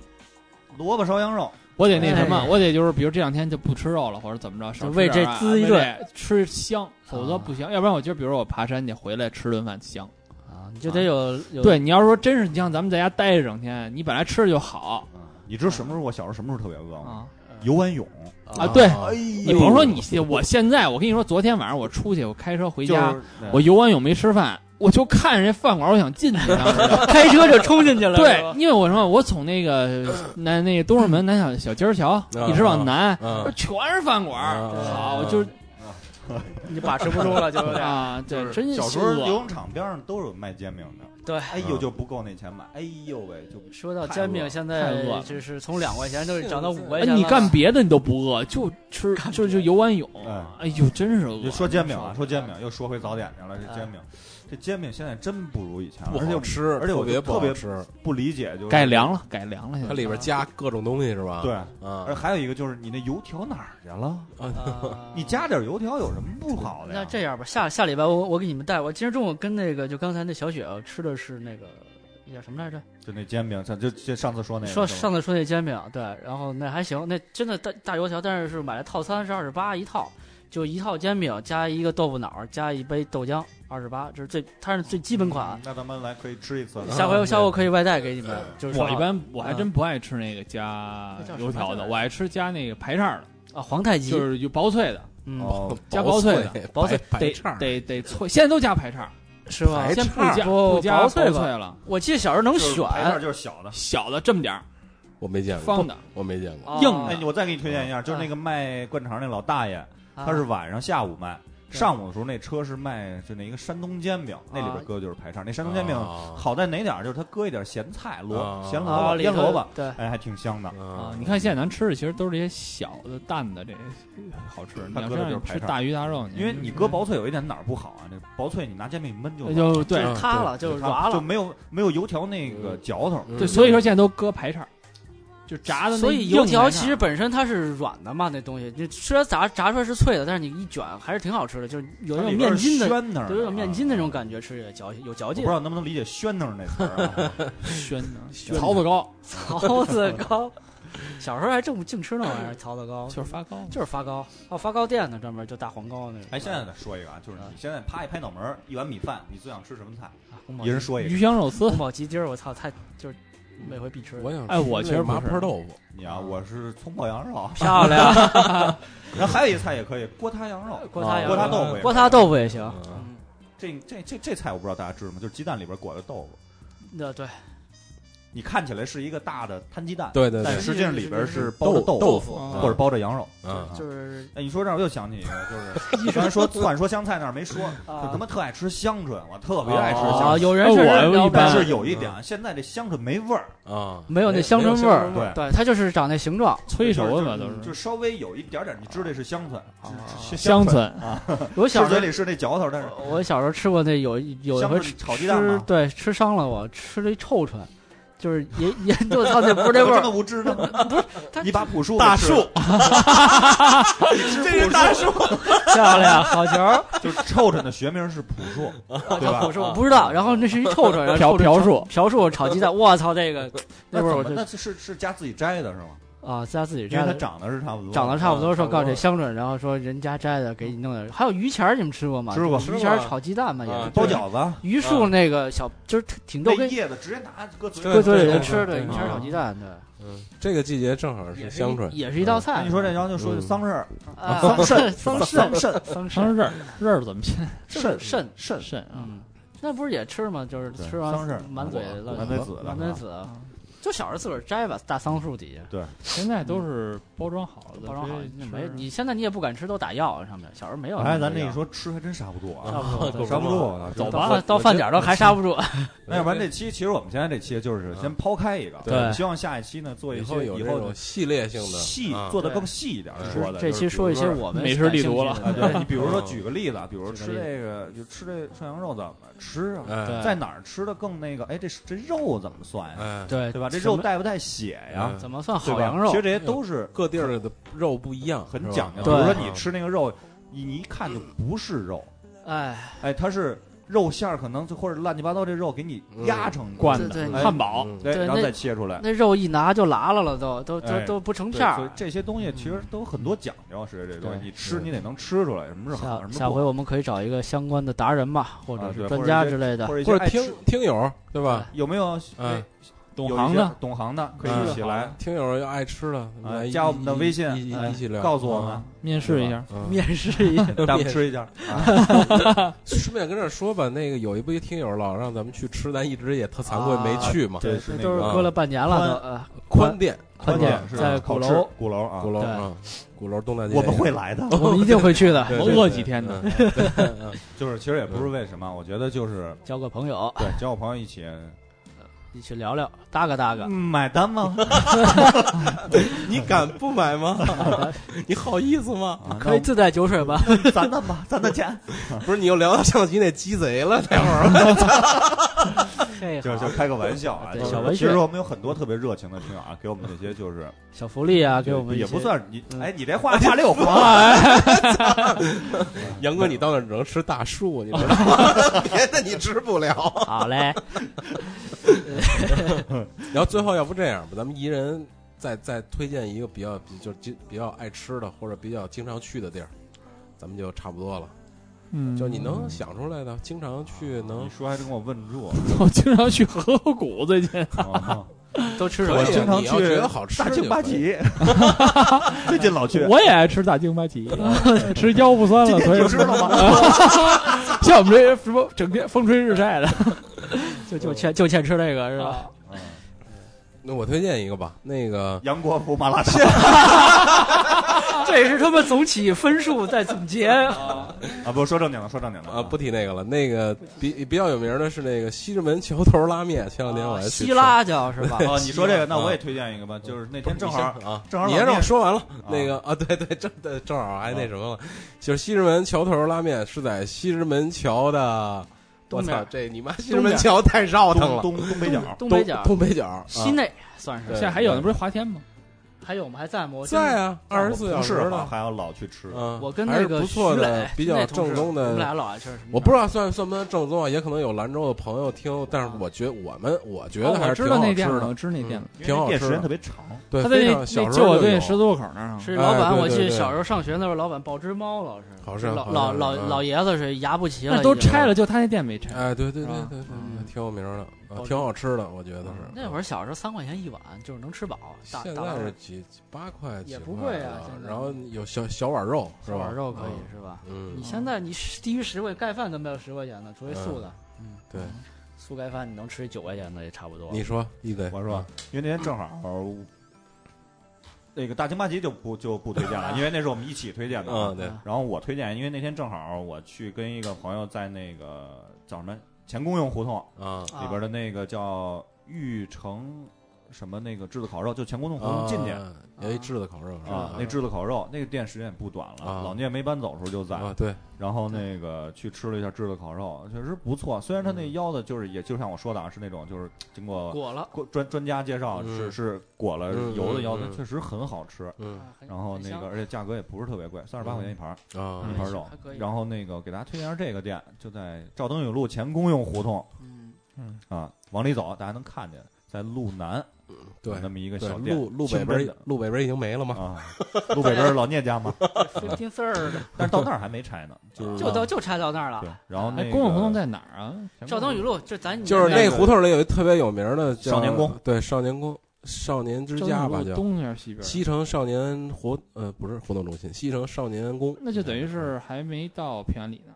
Speaker 4: 萝卜烧羊肉，
Speaker 5: 我得那什么，
Speaker 2: 哎
Speaker 5: 我得就是比如这两天就不吃肉了，或者怎么着，少
Speaker 2: 就
Speaker 5: 吃
Speaker 2: 为
Speaker 5: 点
Speaker 2: 这
Speaker 5: 儿啊
Speaker 2: 滋一
Speaker 5: 为
Speaker 2: 顿
Speaker 5: 这吃香，否则不香。要不然我今儿比如我爬山去，回来吃顿饭香。
Speaker 2: 啊，你就得有有
Speaker 5: 对，你要说真是你像咱们在家待着整天，你本来吃的就好
Speaker 4: 嗯你知道什么时候我小时候什么时候特别饿吗？
Speaker 5: 啊
Speaker 4: 游完泳，
Speaker 5: 啊，对，
Speaker 4: 你
Speaker 5: 你甭说你，我现在我跟你说，昨天晚上我出去，我开车回家，我游完泳没吃饭，我就看人家饭馆，我想进去。当时
Speaker 2: 开车就冲进去了。
Speaker 5: 对
Speaker 2: 是吧，
Speaker 5: 因为我什么，我从那个南那个东直门南小小街儿桥一直往南，
Speaker 3: 嗯
Speaker 5: 全是饭馆儿，
Speaker 3: 嗯
Speaker 5: 好，就是
Speaker 2: 你把持不住了，就有 点。
Speaker 5: 啊，对，真
Speaker 4: 小时
Speaker 5: 是
Speaker 4: 候游
Speaker 5: 饿。
Speaker 4: 泳场边上都有卖煎饼的，
Speaker 2: 对，
Speaker 4: 哎呦就不够那钱买，哎呦喂就
Speaker 2: 说到
Speaker 4: 太
Speaker 2: 煎
Speaker 4: 饿
Speaker 2: 饼，
Speaker 4: 了
Speaker 2: 现
Speaker 5: 太
Speaker 2: 在
Speaker 5: 饿了
Speaker 2: 就是从两块钱都涨到五块
Speaker 5: 哎，
Speaker 2: 钱了。
Speaker 5: 你干别的你都不饿，就吃就就游完泳
Speaker 4: 哎，
Speaker 5: 哎呦，真是饿。
Speaker 4: 就说煎饼
Speaker 5: 嗯
Speaker 4: 啊，说煎饼又说回早点去了，这煎饼，这煎饼现在真不如以前了，
Speaker 3: 不
Speaker 4: 而且
Speaker 3: 好吃，
Speaker 4: 而且我
Speaker 3: 特别
Speaker 4: 就
Speaker 3: 不
Speaker 4: 特
Speaker 3: 好
Speaker 4: 别
Speaker 3: 吃，
Speaker 4: 不理解就是
Speaker 5: 改良了，改良了，现
Speaker 3: 它
Speaker 5: 在
Speaker 3: 里边加各种东西是吧？
Speaker 4: 对，而
Speaker 3: 啊，
Speaker 4: 还有一个就是你那油条哪儿去了？
Speaker 3: 嗯
Speaker 2: 啊，
Speaker 4: 你加点油条有什么不好的呀？
Speaker 2: 那这样吧，下下礼拜我我给你们带。我今儿中午跟那个就刚才那小雪啊吃的是那个那叫什么来着？
Speaker 4: 就那煎饼，像就就上次说那个
Speaker 2: 说
Speaker 4: 是吧
Speaker 2: 上次说那煎饼，对，然后那还行，那真的大大油条，但是是买了套餐是二十八一套，就一套煎饼加一个豆腐脑加一杯豆浆，二十八，这是最它是最基本款嗯
Speaker 4: 嗯。那咱们来可以吃一次。
Speaker 2: 下回下回我可以外带给你们，就是
Speaker 5: 嗯啊我
Speaker 2: 说
Speaker 5: 一般我还真不爱吃那个加油条的，我爱吃加那个排叉的，
Speaker 2: 啊皇太极
Speaker 5: 就，是有薄脆的，
Speaker 2: 嗯，
Speaker 4: 哦，
Speaker 5: 加
Speaker 3: 薄
Speaker 5: 薄脆的
Speaker 3: 脆，
Speaker 2: 薄脆
Speaker 3: 白白
Speaker 5: 得
Speaker 3: 叉儿，
Speaker 5: 得得脆，现在都加排叉，
Speaker 2: 是吧
Speaker 3: 排？
Speaker 5: 先不
Speaker 3: 叉
Speaker 5: 加
Speaker 2: 不
Speaker 5: 不加
Speaker 2: 薄
Speaker 5: 薄
Speaker 2: 脆
Speaker 5: 脆
Speaker 2: 吧
Speaker 5: 了，
Speaker 2: 我记得小时候能
Speaker 4: 就是
Speaker 2: 选
Speaker 4: 排面就是小的。
Speaker 5: 小的这么点儿，
Speaker 3: 我没见过
Speaker 5: 方，的，
Speaker 3: 我没见过，
Speaker 2: 啊
Speaker 5: 硬的
Speaker 4: 哎，我再给你推荐
Speaker 2: 嗯
Speaker 4: 一下，就是那个卖灌肠那老大爷，他是晚上下午卖，
Speaker 2: 啊对
Speaker 4: 上午的时候那车是卖就那一个山东煎饼，那
Speaker 2: 啊
Speaker 4: 里边搁的就是排叉。那山东煎饼
Speaker 3: 啊
Speaker 4: 好在哪点儿？就是它搁一点咸菜、萝
Speaker 3: 啊
Speaker 4: 咸萝
Speaker 2: 啊
Speaker 4: 卜、
Speaker 2: 里
Speaker 4: 腌
Speaker 2: 头
Speaker 4: 萝卜，
Speaker 2: 对。
Speaker 4: 哎，还挺香的。
Speaker 5: 啊
Speaker 3: 啊，
Speaker 5: 你看现在咱吃的其实都是这些小的淡的，这些好吃。你
Speaker 4: 它
Speaker 5: 要
Speaker 4: 搁的
Speaker 5: 真
Speaker 4: 就是
Speaker 5: 让
Speaker 4: 排
Speaker 5: 吃
Speaker 4: 叉
Speaker 5: 大鱼大肉，
Speaker 2: 嗯
Speaker 4: 因为你搁薄脆有一点哪儿不好啊？那薄脆你拿煎饼一焖就
Speaker 5: 那
Speaker 4: 好
Speaker 5: 就对
Speaker 2: 就是塌了，就
Speaker 4: 就
Speaker 2: 软
Speaker 4: 就
Speaker 2: 了。
Speaker 4: 没有没有油条那个嚼头。
Speaker 3: 嗯
Speaker 5: 对，所以说现在都搁排叉，就炸的那
Speaker 2: 所以
Speaker 5: 硬
Speaker 2: 油条
Speaker 5: 排
Speaker 2: 其
Speaker 5: 叉
Speaker 2: 实本身它是软的嘛，那东西你吃炸炸出来是脆的，但是你一卷还是挺好吃的，就是有一种面筋的，
Speaker 4: 宣那儿，
Speaker 2: 有一种面筋那种感觉，吃起来嚼有嚼
Speaker 4: 我不
Speaker 2: 劲
Speaker 4: 知。道能不能理解“宣那儿”那词儿啊。
Speaker 5: 宣呢，
Speaker 3: 呢
Speaker 5: 槽子糕
Speaker 2: 桃子糕，小时候还正净吃那玩意儿，桃子糕
Speaker 5: 就是发糕，
Speaker 2: 就是发糕，还有发糕店呢，专门就大黄糕那种。
Speaker 4: 哎，现在再说一个啊，就是你现在啪一拍脑门儿，一碗米饭，你最想吃什么菜？
Speaker 2: 啊宫保
Speaker 4: 一人说一
Speaker 5: 鱼
Speaker 4: 个。
Speaker 5: 香肉丝
Speaker 2: 宫。保鸡丁儿，我操，太就是每回必吃。
Speaker 3: 我想
Speaker 5: 哎我
Speaker 3: 吃
Speaker 5: 其实不
Speaker 3: 麻
Speaker 5: 是
Speaker 3: 婆豆腐，
Speaker 4: 你啊，我是葱爆羊肉，
Speaker 2: 漂
Speaker 4: 啊
Speaker 2: 亮，
Speaker 4: 然后还有一菜也可以，锅塌羊肉。
Speaker 2: 锅塌
Speaker 3: 啊
Speaker 2: 羊
Speaker 4: 锅塌
Speaker 2: 肉
Speaker 4: 豆腐也
Speaker 2: 锅
Speaker 4: 可以
Speaker 2: 塌豆腐也行。
Speaker 3: 嗯
Speaker 2: 嗯，
Speaker 4: 这这这这菜我不知道大家知道吗？就是鸡蛋里边裹着豆腐，
Speaker 2: 那对，
Speaker 4: 啊你看起来是一个大的摊鸡蛋，
Speaker 3: 对对
Speaker 4: 但
Speaker 3: 对，
Speaker 4: 实际上里边是包着
Speaker 3: 豆
Speaker 4: 豆
Speaker 3: 腐
Speaker 5: 啊
Speaker 4: 或者包着羊肉。
Speaker 2: 啊
Speaker 3: 嗯，
Speaker 2: 就是
Speaker 4: 哎，你说这儿我又想起一个，就是你刚才说蒜说香菜那儿没说，
Speaker 2: 啊
Speaker 4: 就他妈特爱吃香椿，我特别
Speaker 3: 哦
Speaker 4: 爱吃
Speaker 2: 啊，
Speaker 4: 香椿。
Speaker 2: 有人
Speaker 5: 哎
Speaker 2: 是
Speaker 5: 我
Speaker 2: 聊
Speaker 5: 一
Speaker 2: 不了
Speaker 5: 般
Speaker 4: 但是有一点啊，现在这香椿没味儿，
Speaker 3: 啊，
Speaker 2: 没有那香椿味
Speaker 3: 没有香椿味
Speaker 2: 儿，
Speaker 4: 儿
Speaker 2: 对，它就是长那形状。
Speaker 5: 催熟
Speaker 4: 就是
Speaker 5: 的嘛都。
Speaker 4: 就是稍微有一点点，你知道这是香椿，
Speaker 5: 乡村
Speaker 2: 我
Speaker 4: 吃
Speaker 2: 小时
Speaker 4: 嘴
Speaker 2: 候
Speaker 4: 里是那嚼头，但是
Speaker 2: 我小时候吃过那有一有一
Speaker 4: 香
Speaker 2: 回
Speaker 4: 椿
Speaker 2: 吃
Speaker 4: 炒鸡蛋吗
Speaker 2: 对，吃伤了我，吃了一臭椿，就是也也我操，那不是那味
Speaker 4: 我这么
Speaker 2: 儿，
Speaker 4: 无知呢？
Speaker 2: 它
Speaker 4: 你把朴树
Speaker 3: 大
Speaker 4: 给吃
Speaker 3: 树
Speaker 4: 了，这是大树，
Speaker 2: 漂亮，好球儿，
Speaker 4: 就是臭椿的学名是朴树，对吧
Speaker 2: 我？说我不知道，然后那是一臭椿，然后
Speaker 5: 嫖
Speaker 2: 臭椿
Speaker 5: 嫖树
Speaker 2: 嫖树炒鸡蛋，我操，这个那
Speaker 4: 那
Speaker 2: 味儿
Speaker 4: 怎
Speaker 2: 我
Speaker 4: 么
Speaker 2: 真
Speaker 4: 那是是家自己摘的是吗？
Speaker 2: 啊，在家自己
Speaker 4: 因为
Speaker 2: 摘
Speaker 4: 它
Speaker 2: 的，
Speaker 4: 长得是差不多，
Speaker 2: 长得差不多，
Speaker 3: 啊
Speaker 2: 说
Speaker 3: 差不多
Speaker 2: 告诉这香椿，然后说人家摘的给你弄点，还有榆钱儿，你们吃过吗？
Speaker 4: 吃过
Speaker 2: 榆
Speaker 3: 吃
Speaker 2: 钱儿
Speaker 3: 过
Speaker 2: 炒鸡蛋嘛也是
Speaker 3: 啊
Speaker 4: 包
Speaker 2: 对
Speaker 4: 饺子，啊
Speaker 2: 榆树那个小就是挺挺
Speaker 4: 那
Speaker 2: 逗，跟
Speaker 4: 叶子直接拿搁嘴
Speaker 2: 搁嘴里
Speaker 3: 对
Speaker 2: 头
Speaker 3: 对
Speaker 2: 吃的
Speaker 3: 对
Speaker 2: 榆
Speaker 4: 啊
Speaker 2: 钱儿炒鸡蛋，对，
Speaker 3: 嗯，这个季节正好是香椿，
Speaker 2: 也是一道菜。
Speaker 4: 那你说这，然后就说
Speaker 3: 嗯
Speaker 4: 桑葚，
Speaker 2: 啊
Speaker 4: 桑葚，
Speaker 2: 桑
Speaker 4: 葚，
Speaker 2: 葚，
Speaker 4: 葚，
Speaker 2: 桑葚
Speaker 5: 当时，刃儿刃儿怎么拼？
Speaker 2: 就是肾
Speaker 4: 葚，
Speaker 5: 肾啊，
Speaker 2: 嗯，那不是也吃吗？就是
Speaker 4: 对
Speaker 2: 吃完
Speaker 4: 桑葚
Speaker 2: 满嘴
Speaker 4: 果
Speaker 2: 乱
Speaker 4: 满嘴籽啊
Speaker 2: 满嘴籽，啊就小时候自个儿摘吧，大桑树底下。
Speaker 5: 现在都是包装好了的，
Speaker 2: 包装好
Speaker 5: 直接，
Speaker 2: 没
Speaker 5: 吃
Speaker 2: 你现在你也不敢吃，都打药上面。小时候没有。
Speaker 4: 哎，咱这一，说吃还真刹不住
Speaker 2: 差
Speaker 4: 啊，
Speaker 2: 不多。
Speaker 4: 刹不啊住。
Speaker 2: 走
Speaker 4: 到
Speaker 2: 吧
Speaker 4: 饭，
Speaker 2: 到饭点儿了还刹不住。
Speaker 4: 那要不然这期其实我们现在这期就是先抛开一个，
Speaker 2: 对
Speaker 4: 希望下一期呢做
Speaker 3: 嗯以
Speaker 4: 一
Speaker 3: 后
Speaker 4: 些
Speaker 3: 有
Speaker 4: 以
Speaker 3: 这
Speaker 4: 后
Speaker 3: 种
Speaker 4: 的
Speaker 3: 系列性的
Speaker 4: 细
Speaker 3: 啊
Speaker 4: 做的更细一点
Speaker 3: 对
Speaker 4: 说 的。
Speaker 2: 这期说一些我们
Speaker 5: 美食地图
Speaker 2: 图
Speaker 5: 了
Speaker 4: 啊，对你比如说
Speaker 3: 嗯
Speaker 4: 举个例子，啊，比如吃
Speaker 2: 举个
Speaker 4: 这个就吃这涮羊肉怎么吃啊？
Speaker 3: 哎
Speaker 5: 对
Speaker 4: 在哪儿吃的更那个？哎，这是这肉怎么算呀？
Speaker 3: 哎，
Speaker 2: 对
Speaker 4: 对吧？这肉带不带血呀？
Speaker 3: 嗯
Speaker 2: 怎么算
Speaker 4: 对
Speaker 2: 好
Speaker 4: 吧
Speaker 2: 羊肉
Speaker 4: 其实？这些都是
Speaker 3: 各地儿的肉不一样，
Speaker 4: 很
Speaker 3: 是吧
Speaker 4: 讲究。比
Speaker 2: 对
Speaker 4: 如说你吃那个肉，你你一看就不是肉，
Speaker 2: 哎，
Speaker 4: 哎，它是肉馅儿，可能就或者乱七八糟这肉给你压成的
Speaker 5: 灌
Speaker 2: 对对
Speaker 5: 的
Speaker 4: 哎
Speaker 5: 汉堡，
Speaker 3: 嗯
Speaker 4: 对，
Speaker 2: 对
Speaker 4: 然后
Speaker 2: 那
Speaker 4: 再切出来。
Speaker 2: 那肉一拿就拉了了，都都都
Speaker 4: 哎
Speaker 2: 都不成
Speaker 4: 对
Speaker 2: 片
Speaker 4: 所以
Speaker 2: 儿。
Speaker 4: 这些东西其实都很多讲究，是这东西
Speaker 2: 对
Speaker 4: 你吃
Speaker 3: 嗯
Speaker 4: 你得能吃出来什么是
Speaker 2: 下
Speaker 4: 好，什
Speaker 2: 下
Speaker 4: 么
Speaker 2: 回我们可以找一个相关的达人吧，或
Speaker 4: 啊
Speaker 2: 者
Speaker 4: 对
Speaker 2: 是专
Speaker 4: 或者
Speaker 2: 家
Speaker 4: 一些
Speaker 2: 之类
Speaker 4: 不好，
Speaker 2: 的。
Speaker 4: 或者一些
Speaker 3: 或者
Speaker 4: 爱吃
Speaker 3: 听听友对吧？
Speaker 4: 有没有
Speaker 3: 嗯，
Speaker 5: 懂
Speaker 4: 有一
Speaker 5: 行
Speaker 4: 些
Speaker 5: 的，
Speaker 4: 懂行的可
Speaker 3: 嗯
Speaker 4: 以一起来
Speaker 3: 听友要爱吃的，
Speaker 4: 啊
Speaker 3: 呃来一
Speaker 4: 加我们的微信
Speaker 3: 一一
Speaker 4: 哎
Speaker 3: 一起聊，
Speaker 4: 告诉我们，
Speaker 5: 面试一下，
Speaker 3: 嗯。
Speaker 2: 面试 一，
Speaker 4: 带我们吃一下。啊
Speaker 3: 顺便跟这儿说吧，那个有一位听友老让咱们去吃，咱一直也特惭愧没去嘛。
Speaker 4: 这是那
Speaker 2: 都是
Speaker 4: 个
Speaker 2: 过了半年了都。呃
Speaker 3: 宽店，
Speaker 4: 关
Speaker 2: 宽
Speaker 4: 键
Speaker 2: 点
Speaker 4: 是
Speaker 2: 在
Speaker 4: 好
Speaker 2: 鼓
Speaker 4: 吃
Speaker 2: 楼，
Speaker 4: 鼓楼啊，
Speaker 3: 鼓楼
Speaker 2: 对
Speaker 3: 啊，鼓楼东大街。
Speaker 4: 我们会来 的。
Speaker 2: 我们一定会去的。
Speaker 3: 对
Speaker 5: 我饿几天呢，
Speaker 3: 嗯对嗯
Speaker 4: 就是其实也不是为什么，我觉得就是
Speaker 2: 交个朋友，
Speaker 4: 对交个朋友一起嗯
Speaker 2: 一起聊聊，搭个搭个。
Speaker 4: 买单吗？
Speaker 3: 你敢不买吗？你好意思吗？
Speaker 4: 啊
Speaker 2: 可以自带酒水吧？
Speaker 4: 那咱的吧，咱的钱。
Speaker 3: 不是，你又聊到上期那鸡贼了， 待会 儿。
Speaker 2: 嘿，
Speaker 4: 就就
Speaker 2: 好
Speaker 4: 开个玩笑啊，
Speaker 2: 对
Speaker 4: 就是
Speaker 2: 小文
Speaker 4: 其实
Speaker 2: 学
Speaker 4: 我们有很多特别热情的听友啊，给我们这些就是
Speaker 2: 小福利啊，给我们一
Speaker 4: 也不
Speaker 2: 些
Speaker 4: 算你，
Speaker 2: 嗯
Speaker 4: 哎，你这话话里有 话，
Speaker 2: 啊
Speaker 3: 杨哥，你到那儿只能吃大树，你知道吗？ 别的你吃不了。
Speaker 2: 好嘞，
Speaker 3: 然后最后要不这样吧，咱们一人再再推荐一个比较就就比较爱吃的或者比较经常去的地儿，咱们就差不多了。
Speaker 5: 嗯
Speaker 3: 就你能想出来的，经常去能
Speaker 4: 你说还真给我问住。
Speaker 5: 我经常去河口谷，最近
Speaker 4: 啊
Speaker 2: 都吃什
Speaker 3: 可
Speaker 2: 么
Speaker 3: 以？
Speaker 4: 我经
Speaker 3: 你
Speaker 4: 常去
Speaker 3: 要觉得好吃
Speaker 4: 大庆八
Speaker 3: 就可以
Speaker 4: 旗， 最近老去。
Speaker 5: 我也爱吃大京八旗， 吃腰不酸
Speaker 4: 今
Speaker 5: 了，
Speaker 4: 天
Speaker 5: 腿
Speaker 4: 你
Speaker 5: 也
Speaker 4: 知
Speaker 5: 酸
Speaker 4: 道
Speaker 5: 了。
Speaker 4: 吗？
Speaker 5: 像我们这些什么整天风吹日晒的，
Speaker 2: 就就欠就欠吃这个是吧？
Speaker 3: 那我推荐一个吧，那个
Speaker 4: 杨国福麻辣烫，
Speaker 2: 这也是他们总体分数在总结。
Speaker 4: 啊，不说正经的，说正经的哦
Speaker 3: 啊，不提那个了，那个比比较有名的是那个西直门桥头拉面，前两天我还去吃
Speaker 2: 西辣椒是 吧？
Speaker 4: 哦，你说这个，那
Speaker 3: 啊
Speaker 4: 我也推荐一个吧，就是那
Speaker 3: 不是
Speaker 4: 天正
Speaker 3: 你
Speaker 4: 好
Speaker 3: 先啊，
Speaker 4: 正好
Speaker 3: 你
Speaker 4: 老
Speaker 3: 先让我
Speaker 4: 面
Speaker 3: 说完了。
Speaker 4: 啊
Speaker 3: 那个啊，对对，正对正好还那什么了，就是西直门桥头拉面是在西直门桥的，我
Speaker 2: 东
Speaker 3: 操
Speaker 2: 边，
Speaker 3: 这你妈西直
Speaker 2: 东
Speaker 3: 门
Speaker 2: 边
Speaker 3: 桥太绕腾了，
Speaker 4: 东东东北角，
Speaker 2: 东北角、
Speaker 3: 东北角
Speaker 2: 西
Speaker 3: 啊
Speaker 2: 内算是
Speaker 3: 对
Speaker 5: 现在还有呢，不是华天吗？
Speaker 2: 还有我们还在吗？我真的
Speaker 3: 在啊，二十四小时
Speaker 4: 是
Speaker 3: 的，
Speaker 4: 还要老去吃，
Speaker 3: 嗯，
Speaker 2: 我跟
Speaker 3: 还
Speaker 2: 那
Speaker 3: 是
Speaker 2: 个
Speaker 3: 不错
Speaker 2: 徐
Speaker 3: 的
Speaker 2: 磊，
Speaker 3: 比较
Speaker 2: 那同事
Speaker 3: 正宗
Speaker 2: 我们
Speaker 3: 的
Speaker 2: 俩老爱吃什么？
Speaker 3: 我不知道算算不算正宗啊，也可能有兰州的朋友听，但是我觉得我们我
Speaker 2: 哦
Speaker 3: 觉得还
Speaker 5: 哦我
Speaker 3: 是
Speaker 5: 知
Speaker 3: 挺
Speaker 5: 道
Speaker 3: 好
Speaker 5: 那
Speaker 3: 吃
Speaker 5: 店了，
Speaker 3: 的嗯
Speaker 5: 我，知道那店了。
Speaker 4: 因为
Speaker 3: 挺
Speaker 4: 那
Speaker 3: 好
Speaker 4: 店
Speaker 3: 吃
Speaker 4: 时间特
Speaker 3: 的。
Speaker 4: 别长，
Speaker 3: 对，
Speaker 5: 他在
Speaker 3: 非
Speaker 5: 那
Speaker 3: 常小
Speaker 5: 那
Speaker 3: 时
Speaker 5: 就
Speaker 3: 候
Speaker 5: 我
Speaker 3: 就
Speaker 5: 对
Speaker 3: 有
Speaker 5: 十字路口那儿，啊
Speaker 2: 嗯是
Speaker 3: 哎
Speaker 2: 老板，
Speaker 3: 对
Speaker 2: 我
Speaker 3: 对
Speaker 2: 记得
Speaker 3: 对
Speaker 2: 小时候上学那时候，老板抱只猫，老是
Speaker 3: 好像
Speaker 2: 老
Speaker 3: 好像
Speaker 2: 老老
Speaker 3: 嗯
Speaker 2: 老爷子是牙不齐了，
Speaker 5: 那都
Speaker 2: 已经
Speaker 5: 拆了，就他那店没拆。
Speaker 3: 哎，对对对
Speaker 5: 是吧
Speaker 3: 对对对，
Speaker 5: 嗯
Speaker 3: 挺有名的，啊
Speaker 4: 哦
Speaker 2: 好吃
Speaker 3: 挺好吃的，我觉得是。
Speaker 2: 那会儿小时候三块钱一碗，就是能吃饱。大
Speaker 3: 现
Speaker 2: 大
Speaker 3: 在
Speaker 2: 碗
Speaker 3: 是几几八块，
Speaker 2: 也
Speaker 3: 几
Speaker 2: 不
Speaker 3: 块
Speaker 2: 贵啊
Speaker 3: 了
Speaker 2: 现在
Speaker 3: 然后有小小碗肉，是
Speaker 2: 小
Speaker 3: 吧
Speaker 2: 碗肉可
Speaker 3: 嗯
Speaker 2: 以是吧？
Speaker 3: 嗯
Speaker 2: 你，现在你是低于十块，盖饭都没有十块钱的，除非素的。嗯，
Speaker 3: 对，
Speaker 2: 素盖饭你能吃九块钱的也差不多。
Speaker 3: 你说，一啊贼，
Speaker 4: 我说，因为那天正好。那个大清八旗就不就不推荐了，因为那是我们一起推荐的。
Speaker 3: 嗯，对，
Speaker 4: 然后我推荐，因为那天正好我去跟一个朋友在那个叫什么前公用胡同
Speaker 3: 啊
Speaker 2: 啊
Speaker 4: 里边的那个叫玉城什么那个炙子烤肉，就前公用胡同
Speaker 3: 啊
Speaker 4: 进去
Speaker 3: 有一炙子烤肉是吧
Speaker 4: 啊，那炙子烤肉那个店时间也不短了，
Speaker 3: 啊
Speaker 4: 老聂没搬走的时候就在，
Speaker 3: 啊，对，
Speaker 4: 然后那个去吃了一下炙子烤肉，确实不错。虽然他
Speaker 3: 嗯
Speaker 4: 那腰子就是也就像我说的啊，是那种就是经过
Speaker 2: 啊裹了，
Speaker 4: 过专专家介绍
Speaker 3: 嗯
Speaker 4: 是是裹了
Speaker 3: 嗯
Speaker 4: 油的腰
Speaker 3: 嗯
Speaker 4: 子
Speaker 3: 嗯，
Speaker 4: 确实很好吃。
Speaker 3: 嗯
Speaker 2: 啊很
Speaker 4: 然后
Speaker 2: 很
Speaker 4: 那
Speaker 2: 香
Speaker 4: 个而且价格也不是特别贵，三十八块钱一盘儿。
Speaker 3: 啊
Speaker 4: 一盘肉
Speaker 2: 还可以。
Speaker 4: 然后那个给大家推荐一下这个店，就在赵登禹路前公用胡同
Speaker 2: 嗯，
Speaker 4: 啊，往里走大家能看见，在路南有
Speaker 3: 对
Speaker 4: 嗯那么一个
Speaker 3: 对，
Speaker 4: 小店，
Speaker 3: 路路北
Speaker 4: 清
Speaker 3: 边
Speaker 4: 真
Speaker 3: 儿路北边儿已经没了
Speaker 4: 的
Speaker 3: 吗？
Speaker 4: 啊，路北边儿老聂 家嘛，
Speaker 2: 听丝儿的，
Speaker 4: 但是到那儿还没拆呢，
Speaker 3: 嗯
Speaker 4: 就是
Speaker 2: 就到就拆到那儿
Speaker 4: 对
Speaker 3: 啊
Speaker 2: 了。，
Speaker 4: 然后那
Speaker 5: 哎，
Speaker 4: 个
Speaker 5: 公共胡同在哪儿啊？
Speaker 2: 赵登禹路，这咱
Speaker 3: 嗯就是
Speaker 4: 那
Speaker 3: 那
Speaker 4: 个
Speaker 3: 胡同里有一特别有名的叫
Speaker 4: 少年宫，
Speaker 3: 对，少年宫，少年之
Speaker 5: 赵
Speaker 3: 家
Speaker 5: 登禹
Speaker 3: 吧
Speaker 5: 路
Speaker 3: 叫。
Speaker 5: 东边儿西边儿？
Speaker 3: 西城少年活呃不是活动中心，西城少年宫，
Speaker 5: 那就等于是还没到平安里呢。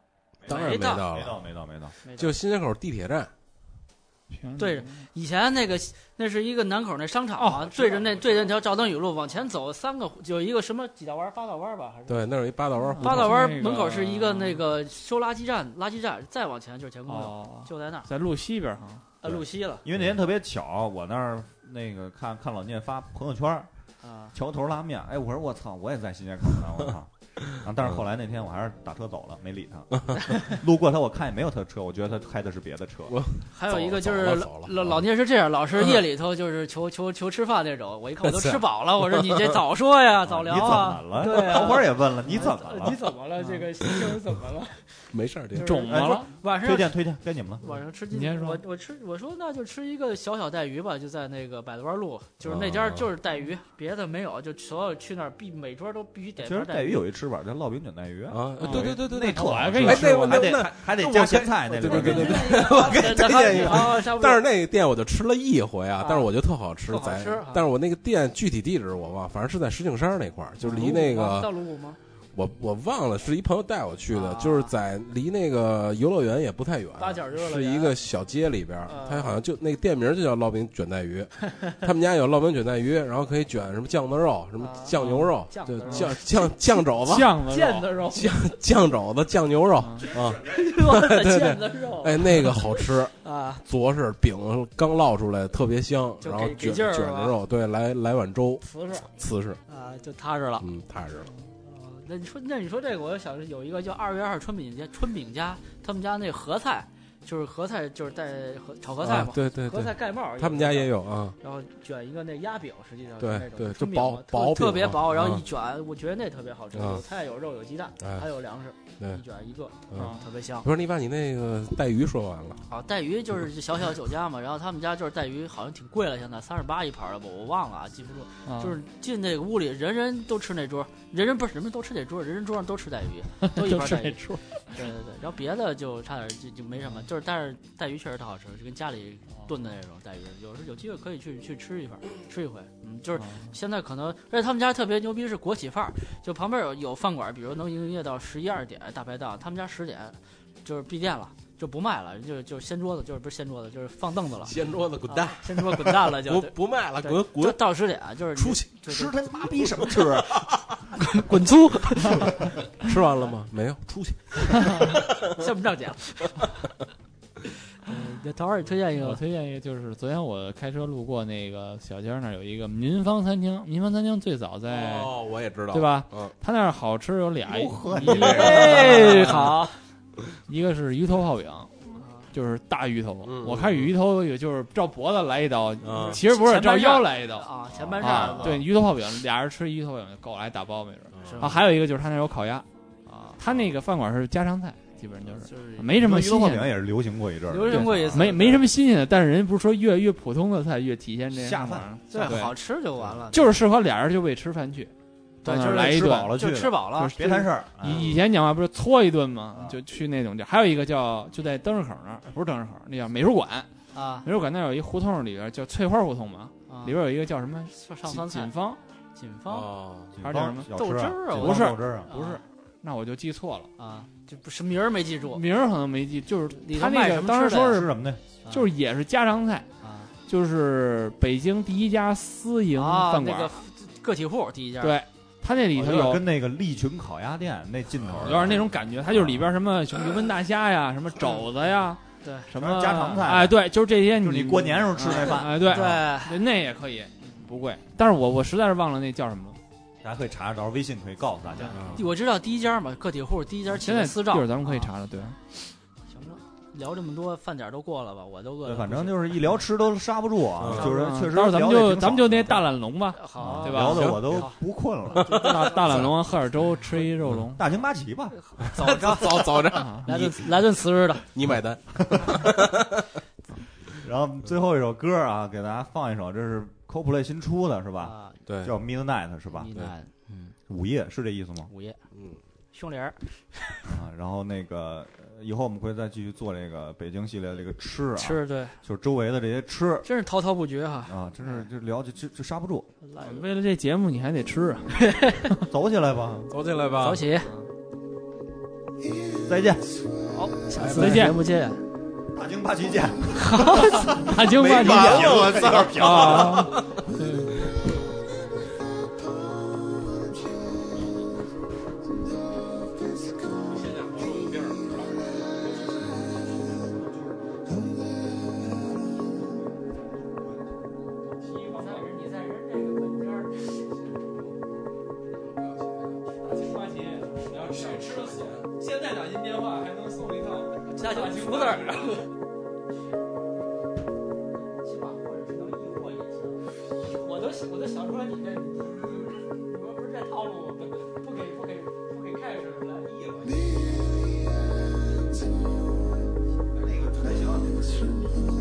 Speaker 3: 当然
Speaker 2: 没到
Speaker 3: 到
Speaker 4: 没
Speaker 3: 了，
Speaker 4: 到没到没到，
Speaker 2: 那
Speaker 3: 就新街口地铁站，
Speaker 5: 全
Speaker 2: 对着以前那个那是一个南口那商场嘛，对着那对着那条赵登禹路往前走三个有一个什么几道弯八道弯吧还是？
Speaker 3: 对，那儿有一八道弯胡同，
Speaker 2: 八道
Speaker 5: 弯
Speaker 2: 湾
Speaker 5: 那个
Speaker 2: 门口是一个那个收垃圾站，垃圾站再往前就是前公路，
Speaker 5: 哦，
Speaker 2: 就在那儿
Speaker 5: 在路西边哈，
Speaker 2: 呃
Speaker 4: 对
Speaker 2: 路西了
Speaker 4: 因为那天特别巧，我那儿那个看看老聂发朋友圈儿，
Speaker 2: 啊。
Speaker 4: 桥头拉面，哎，我说我操，我也在新街口呢， 我操。然后但是后来那天我还是打车走了，没理他。 路过他，我看也没有他车，我觉得他开的是别的车。
Speaker 2: 还有一个就
Speaker 3: 走了
Speaker 2: 是
Speaker 3: 走了
Speaker 2: 老
Speaker 3: 走了
Speaker 2: 老老聂是这样，老是夜里头就是求求求吃饭那种。我一看我都
Speaker 3: 是啊
Speaker 2: 吃饱了，我说你这早说呀，早聊
Speaker 4: 你怎
Speaker 2: 啊
Speaker 4: 么。了？
Speaker 2: 对 啊
Speaker 4: 头花也问了，你怎么了？
Speaker 2: 怎么了？这个心情怎么了？
Speaker 3: 没事儿，这
Speaker 2: 就是
Speaker 5: 肿
Speaker 4: 哎
Speaker 5: 么
Speaker 4: 说
Speaker 5: 了？
Speaker 2: 晚上
Speaker 4: 推荐推荐，该你们了。
Speaker 2: 晚上吃鸡，
Speaker 5: 你先说
Speaker 2: 我我吃我说那就吃一个小小带鱼吧，就在那个百子湾路，就是那家
Speaker 3: 啊
Speaker 2: 就是带鱼，别的没有，就所有去那儿必每桌都必须点
Speaker 4: 其
Speaker 2: 盘
Speaker 4: 实带
Speaker 2: 鱼。
Speaker 4: 鱼有一吃法叫烙饼卷带鱼，
Speaker 3: 啊，对对对对，
Speaker 4: 那特
Speaker 5: 我还
Speaker 4: 好
Speaker 5: 跟你
Speaker 4: 吃
Speaker 5: 吃过
Speaker 4: 还
Speaker 3: 呢
Speaker 4: 得
Speaker 3: 那
Speaker 4: 还还得加咸菜那
Speaker 3: 对
Speaker 4: 里
Speaker 3: 对
Speaker 4: 边。
Speaker 3: 对对对，
Speaker 2: 我给
Speaker 3: 推荐一个
Speaker 2: 个
Speaker 3: 但是那个店我就吃了一回啊
Speaker 2: 啊，
Speaker 3: 但是我觉得特好吃
Speaker 2: 特，好
Speaker 3: 在
Speaker 2: 吃啊，
Speaker 3: 但是我那个店具体地址我忘了，反正是在石景山那块儿，就是离那个
Speaker 2: 啊到鲁谷吗？
Speaker 3: 我我忘了是一朋友带我去的
Speaker 2: 啊，
Speaker 3: 就是在离那个游乐园也不太远
Speaker 2: 八角游，乐园
Speaker 3: 是一个小街里边儿
Speaker 2: 啊，
Speaker 3: 它好像就那个店名就叫烙饼卷 带鱼，他们家有烙饼卷带鱼，然后可以卷什么酱子肉，什么
Speaker 2: 啊
Speaker 3: 酱牛肉
Speaker 2: 酱，
Speaker 3: 对
Speaker 2: 子肉
Speaker 3: 酱酱酱肘子，
Speaker 5: 酱子
Speaker 2: 腱
Speaker 5: 肉
Speaker 2: 子啊肉，
Speaker 3: 酱酱肘子，酱牛肉
Speaker 5: 啊
Speaker 3: 啊，
Speaker 2: 哇塞，腱子肉，
Speaker 3: 哎，那个好 吃。
Speaker 2: 啊，
Speaker 3: 着是饼刚烙出来，特别香，
Speaker 2: 就
Speaker 3: 然后
Speaker 2: 给给
Speaker 3: 卷
Speaker 2: 劲儿
Speaker 3: 卷
Speaker 2: 是吧
Speaker 3: 着肉，对，来来碗粥，
Speaker 2: 瓷实
Speaker 3: 瓷实，
Speaker 2: 啊，就踏实了。
Speaker 3: 嗯，踏实了。
Speaker 2: 哦那你说，那你说这个，我就想有一个叫二月二春饼家，春饼家他们家那合菜，就是合菜，就是带合炒合菜
Speaker 3: 啊
Speaker 2: 嘛，
Speaker 3: 对对
Speaker 2: 合
Speaker 3: 对
Speaker 2: 菜，盖帽，
Speaker 3: 他们家也
Speaker 2: 有。
Speaker 3: 有啊，
Speaker 2: 然后卷一个那鸭饼，实际上是
Speaker 3: 对
Speaker 2: 那种
Speaker 3: 对
Speaker 2: 春
Speaker 3: 就
Speaker 2: 饼
Speaker 3: 薄
Speaker 2: 嘛特
Speaker 3: 薄饼
Speaker 2: 特别
Speaker 3: 嘛
Speaker 2: 薄，然后
Speaker 3: 啊
Speaker 2: 一卷，我觉得那特别好吃，
Speaker 3: 啊
Speaker 2: 有菜有肉有鸡蛋，
Speaker 3: 哎
Speaker 2: 还有粮食，
Speaker 3: 对
Speaker 2: 一卷一个，
Speaker 3: 嗯。
Speaker 2: 特别香。
Speaker 3: 不是你把你那个带鱼说完了，
Speaker 2: 啊，带鱼就是小小酒家嘛，然后他们家就是带鱼，好像挺贵了，现在三十八一盘儿了吧，我忘了啊，记不住。
Speaker 5: 啊
Speaker 2: 就是进那个屋里，人人都吃那桌，人人不是人们都吃那桌，人人桌上都吃带 鱼，都一
Speaker 5: 就
Speaker 2: 盘
Speaker 5: 是
Speaker 2: 带
Speaker 5: 那
Speaker 2: 鱼。
Speaker 5: 处，
Speaker 2: 对对对，然后别的就差点就就没什么，就是但是带鱼确实特好吃，就跟家里
Speaker 3: 哦
Speaker 2: 炖的那种带鱼，有时候有机会可以去去吃一份，吃一回。嗯，就是
Speaker 3: 哦
Speaker 2: 现在可能，而且他们家特别牛逼是国企范儿，就旁边有有饭馆，比如能营业到十一二点，大排档，他们家十点就是闭店了，就不卖了，就就掀桌子，就是不是掀桌子，就是放凳子了，
Speaker 3: 掀桌子滚蛋
Speaker 2: 啊，掀桌滚蛋了就
Speaker 3: 不。不卖
Speaker 4: 啊
Speaker 3: 了，
Speaker 2: 对就
Speaker 3: 滚滚
Speaker 2: 到十点啊就是
Speaker 3: 出去！
Speaker 2: 就
Speaker 4: 吃他妈逼什么吃？啊
Speaker 2: 滚粗，
Speaker 3: 吃完了吗？没有，出去。
Speaker 2: 像不上 讲。呃，桃花，你推荐一
Speaker 5: 我
Speaker 2: 个
Speaker 5: 推荐一个，就是昨天我开车路过那个小街儿那儿有一个民芳餐厅，民芳餐厅最早在、
Speaker 3: 哦，我也知道，
Speaker 5: 对？吧？
Speaker 3: 嗯，
Speaker 5: 它那儿好吃有俩，
Speaker 4: 哟呵
Speaker 5: 一
Speaker 2: 哎，好，
Speaker 5: 一个是鱼头泡
Speaker 2: 啊
Speaker 5: 饼，就是大鱼头。
Speaker 3: 嗯
Speaker 5: 我开始鱼头也就是照脖子来一刀，
Speaker 3: 嗯
Speaker 5: 其实不是
Speaker 2: 前半
Speaker 5: 照
Speaker 2: 扇
Speaker 5: 腰来一刀。
Speaker 2: 啊，前半
Speaker 5: 啊
Speaker 2: 扇，
Speaker 5: 对，鱼头泡饼，俩人吃鱼头泡饼就够了，还打包没准儿。
Speaker 3: 嗯
Speaker 2: 是
Speaker 5: 啊，
Speaker 2: 吧？
Speaker 5: 还有一个就是他那儿有烤鸭，
Speaker 2: 啊，
Speaker 5: 他那个饭馆是家常菜，基本上就是
Speaker 2: 就是
Speaker 5: 没什么
Speaker 4: 鱼头
Speaker 5: 新
Speaker 4: 泡
Speaker 5: 鲜
Speaker 4: 饼
Speaker 5: 的，
Speaker 4: 也是流行过一阵儿的，
Speaker 2: 流行过一次，
Speaker 5: 没没什么新鲜的。但是人家不是说越越普通的菜越体现这
Speaker 4: 下
Speaker 5: 饭馆
Speaker 4: 饭
Speaker 5: 儿，
Speaker 2: 对，
Speaker 5: 对
Speaker 2: 好吃就完了，
Speaker 5: 就是适合俩人就为吃饭去，
Speaker 2: 对，
Speaker 5: 到那
Speaker 2: 就
Speaker 5: 儿
Speaker 2: 是
Speaker 5: 来一
Speaker 4: 吃
Speaker 5: 顿
Speaker 4: 饱了去
Speaker 2: 就
Speaker 4: 的，
Speaker 2: 吃饱了
Speaker 5: 就是
Speaker 4: 别摊事儿。哎
Speaker 5: 以以前讲话不是搓一顿吗
Speaker 4: 啊？
Speaker 5: 就去那种地儿，还有一个叫就在灯市口那儿，不是灯市口，那叫美术馆。
Speaker 2: 啊，
Speaker 5: 美术馆那儿有一胡同里边叫翠花胡同嘛，
Speaker 2: 啊
Speaker 5: 里边有一个叫什么
Speaker 2: 上
Speaker 5: 锦
Speaker 2: 饭菜
Speaker 5: 锦，芳，
Speaker 2: 锦芳
Speaker 3: 哦，
Speaker 4: 锦
Speaker 5: 还是
Speaker 4: 芳
Speaker 5: 叫什么
Speaker 4: 小
Speaker 2: 豆
Speaker 4: 吃
Speaker 2: 汁
Speaker 4: 啊
Speaker 2: 儿啊
Speaker 4: 锦
Speaker 2: 我
Speaker 4: 芳
Speaker 5: 是
Speaker 4: 豆汁儿啊，
Speaker 5: 不是那我就记错了，
Speaker 2: 啊，这不什么名儿没记住
Speaker 5: 名儿可能没记，就是
Speaker 2: 里头
Speaker 5: 他那
Speaker 2: 卖
Speaker 5: 个
Speaker 2: 什么
Speaker 5: 当时
Speaker 2: 吃的呀
Speaker 5: 说
Speaker 4: 吃
Speaker 5: 是
Speaker 4: 什么呢？
Speaker 5: 就是也是家常菜，
Speaker 2: 啊
Speaker 5: 就是北京第一家私营
Speaker 2: 啊，
Speaker 5: 饭
Speaker 2: 那
Speaker 5: 馆
Speaker 2: 个，个体户第一家，
Speaker 5: 对，他那里头
Speaker 4: 哦有点
Speaker 5: 有
Speaker 4: 跟那个利群烤鸭店那劲头儿，
Speaker 5: 有点那种感觉，它就是里边什么什么油焖大虾呀，什么肘子呀，
Speaker 2: 对
Speaker 5: 什么
Speaker 4: 家常嗯菜
Speaker 5: 哎，对，就是这些
Speaker 4: 就是你过年时候吃那饭
Speaker 5: 哎，对
Speaker 2: 对，
Speaker 5: 对，那也可以，不贵。但是我我实在是忘了那叫什么了。
Speaker 4: 大家可以查查，到时候微信可以告诉大家。
Speaker 3: 啊
Speaker 2: 我知道第一家嘛，个体户第一家起
Speaker 5: 现
Speaker 2: 了
Speaker 5: 在
Speaker 2: 私
Speaker 5: 一
Speaker 2: 照，
Speaker 5: 会儿咱们可以
Speaker 2: 啊
Speaker 5: 查查，对，
Speaker 2: 行了，聊这么多，饭点儿都过了吧？我都饿
Speaker 4: 对，
Speaker 2: 了。
Speaker 4: 反正就是一聊吃都刹不住啊，
Speaker 3: 嗯，
Speaker 4: 就是确实
Speaker 5: 到
Speaker 4: 聊
Speaker 5: 时
Speaker 4: 得挺
Speaker 5: 候
Speaker 4: 爽的。
Speaker 5: 咱们就咱们就那大懒 龙吧，
Speaker 2: 好，
Speaker 5: 对吧
Speaker 4: 啊聊的我都
Speaker 2: 行
Speaker 4: 不困了。
Speaker 5: 大 大懒龙啊喝点粥，吃一肉龙。
Speaker 4: 大清八旗吧，
Speaker 2: 走着
Speaker 3: 走走着，
Speaker 5: 啊
Speaker 2: 来顿来顿瓷实的。
Speaker 3: 你买单。
Speaker 4: 然后最后一首歌啊，给大家放一首，这是 Coldplay 新出的是吧？
Speaker 2: 啊，嗯
Speaker 3: 对，
Speaker 4: 叫 Midnight 是吧
Speaker 2: 你？看
Speaker 4: 午夜是这意思吗？
Speaker 2: 午夜
Speaker 3: 嗯，
Speaker 2: 胸帘儿
Speaker 4: 啊，然后那个呃以后我们会再继续做这个北京系列的这个吃啊，
Speaker 2: 吃，对，
Speaker 4: 就是周围的这些吃
Speaker 2: 真是滔滔不绝哈。
Speaker 4: 啊，真是就聊就就就刹不住，
Speaker 2: 来
Speaker 4: 嗯
Speaker 5: 为了这节目，你还得吃啊。
Speaker 4: 走起来吧，
Speaker 3: 走起来吧，
Speaker 2: 早起，
Speaker 4: 再见。
Speaker 2: 好，下次
Speaker 5: 再见
Speaker 4: 哎
Speaker 2: 节目见。
Speaker 7: I
Speaker 4: 大京八旗舰，
Speaker 2: 大京
Speaker 3: 没
Speaker 2: 话
Speaker 3: 完
Speaker 2: 你讲
Speaker 3: 了，我操！
Speaker 2: 啊，下酒厨子，起码或者是能易货也行。我都我都想出来你这， 你们不是这套路吗？不给不给不给开始了，易货。
Speaker 4: 那个不太行。
Speaker 1: 啊啊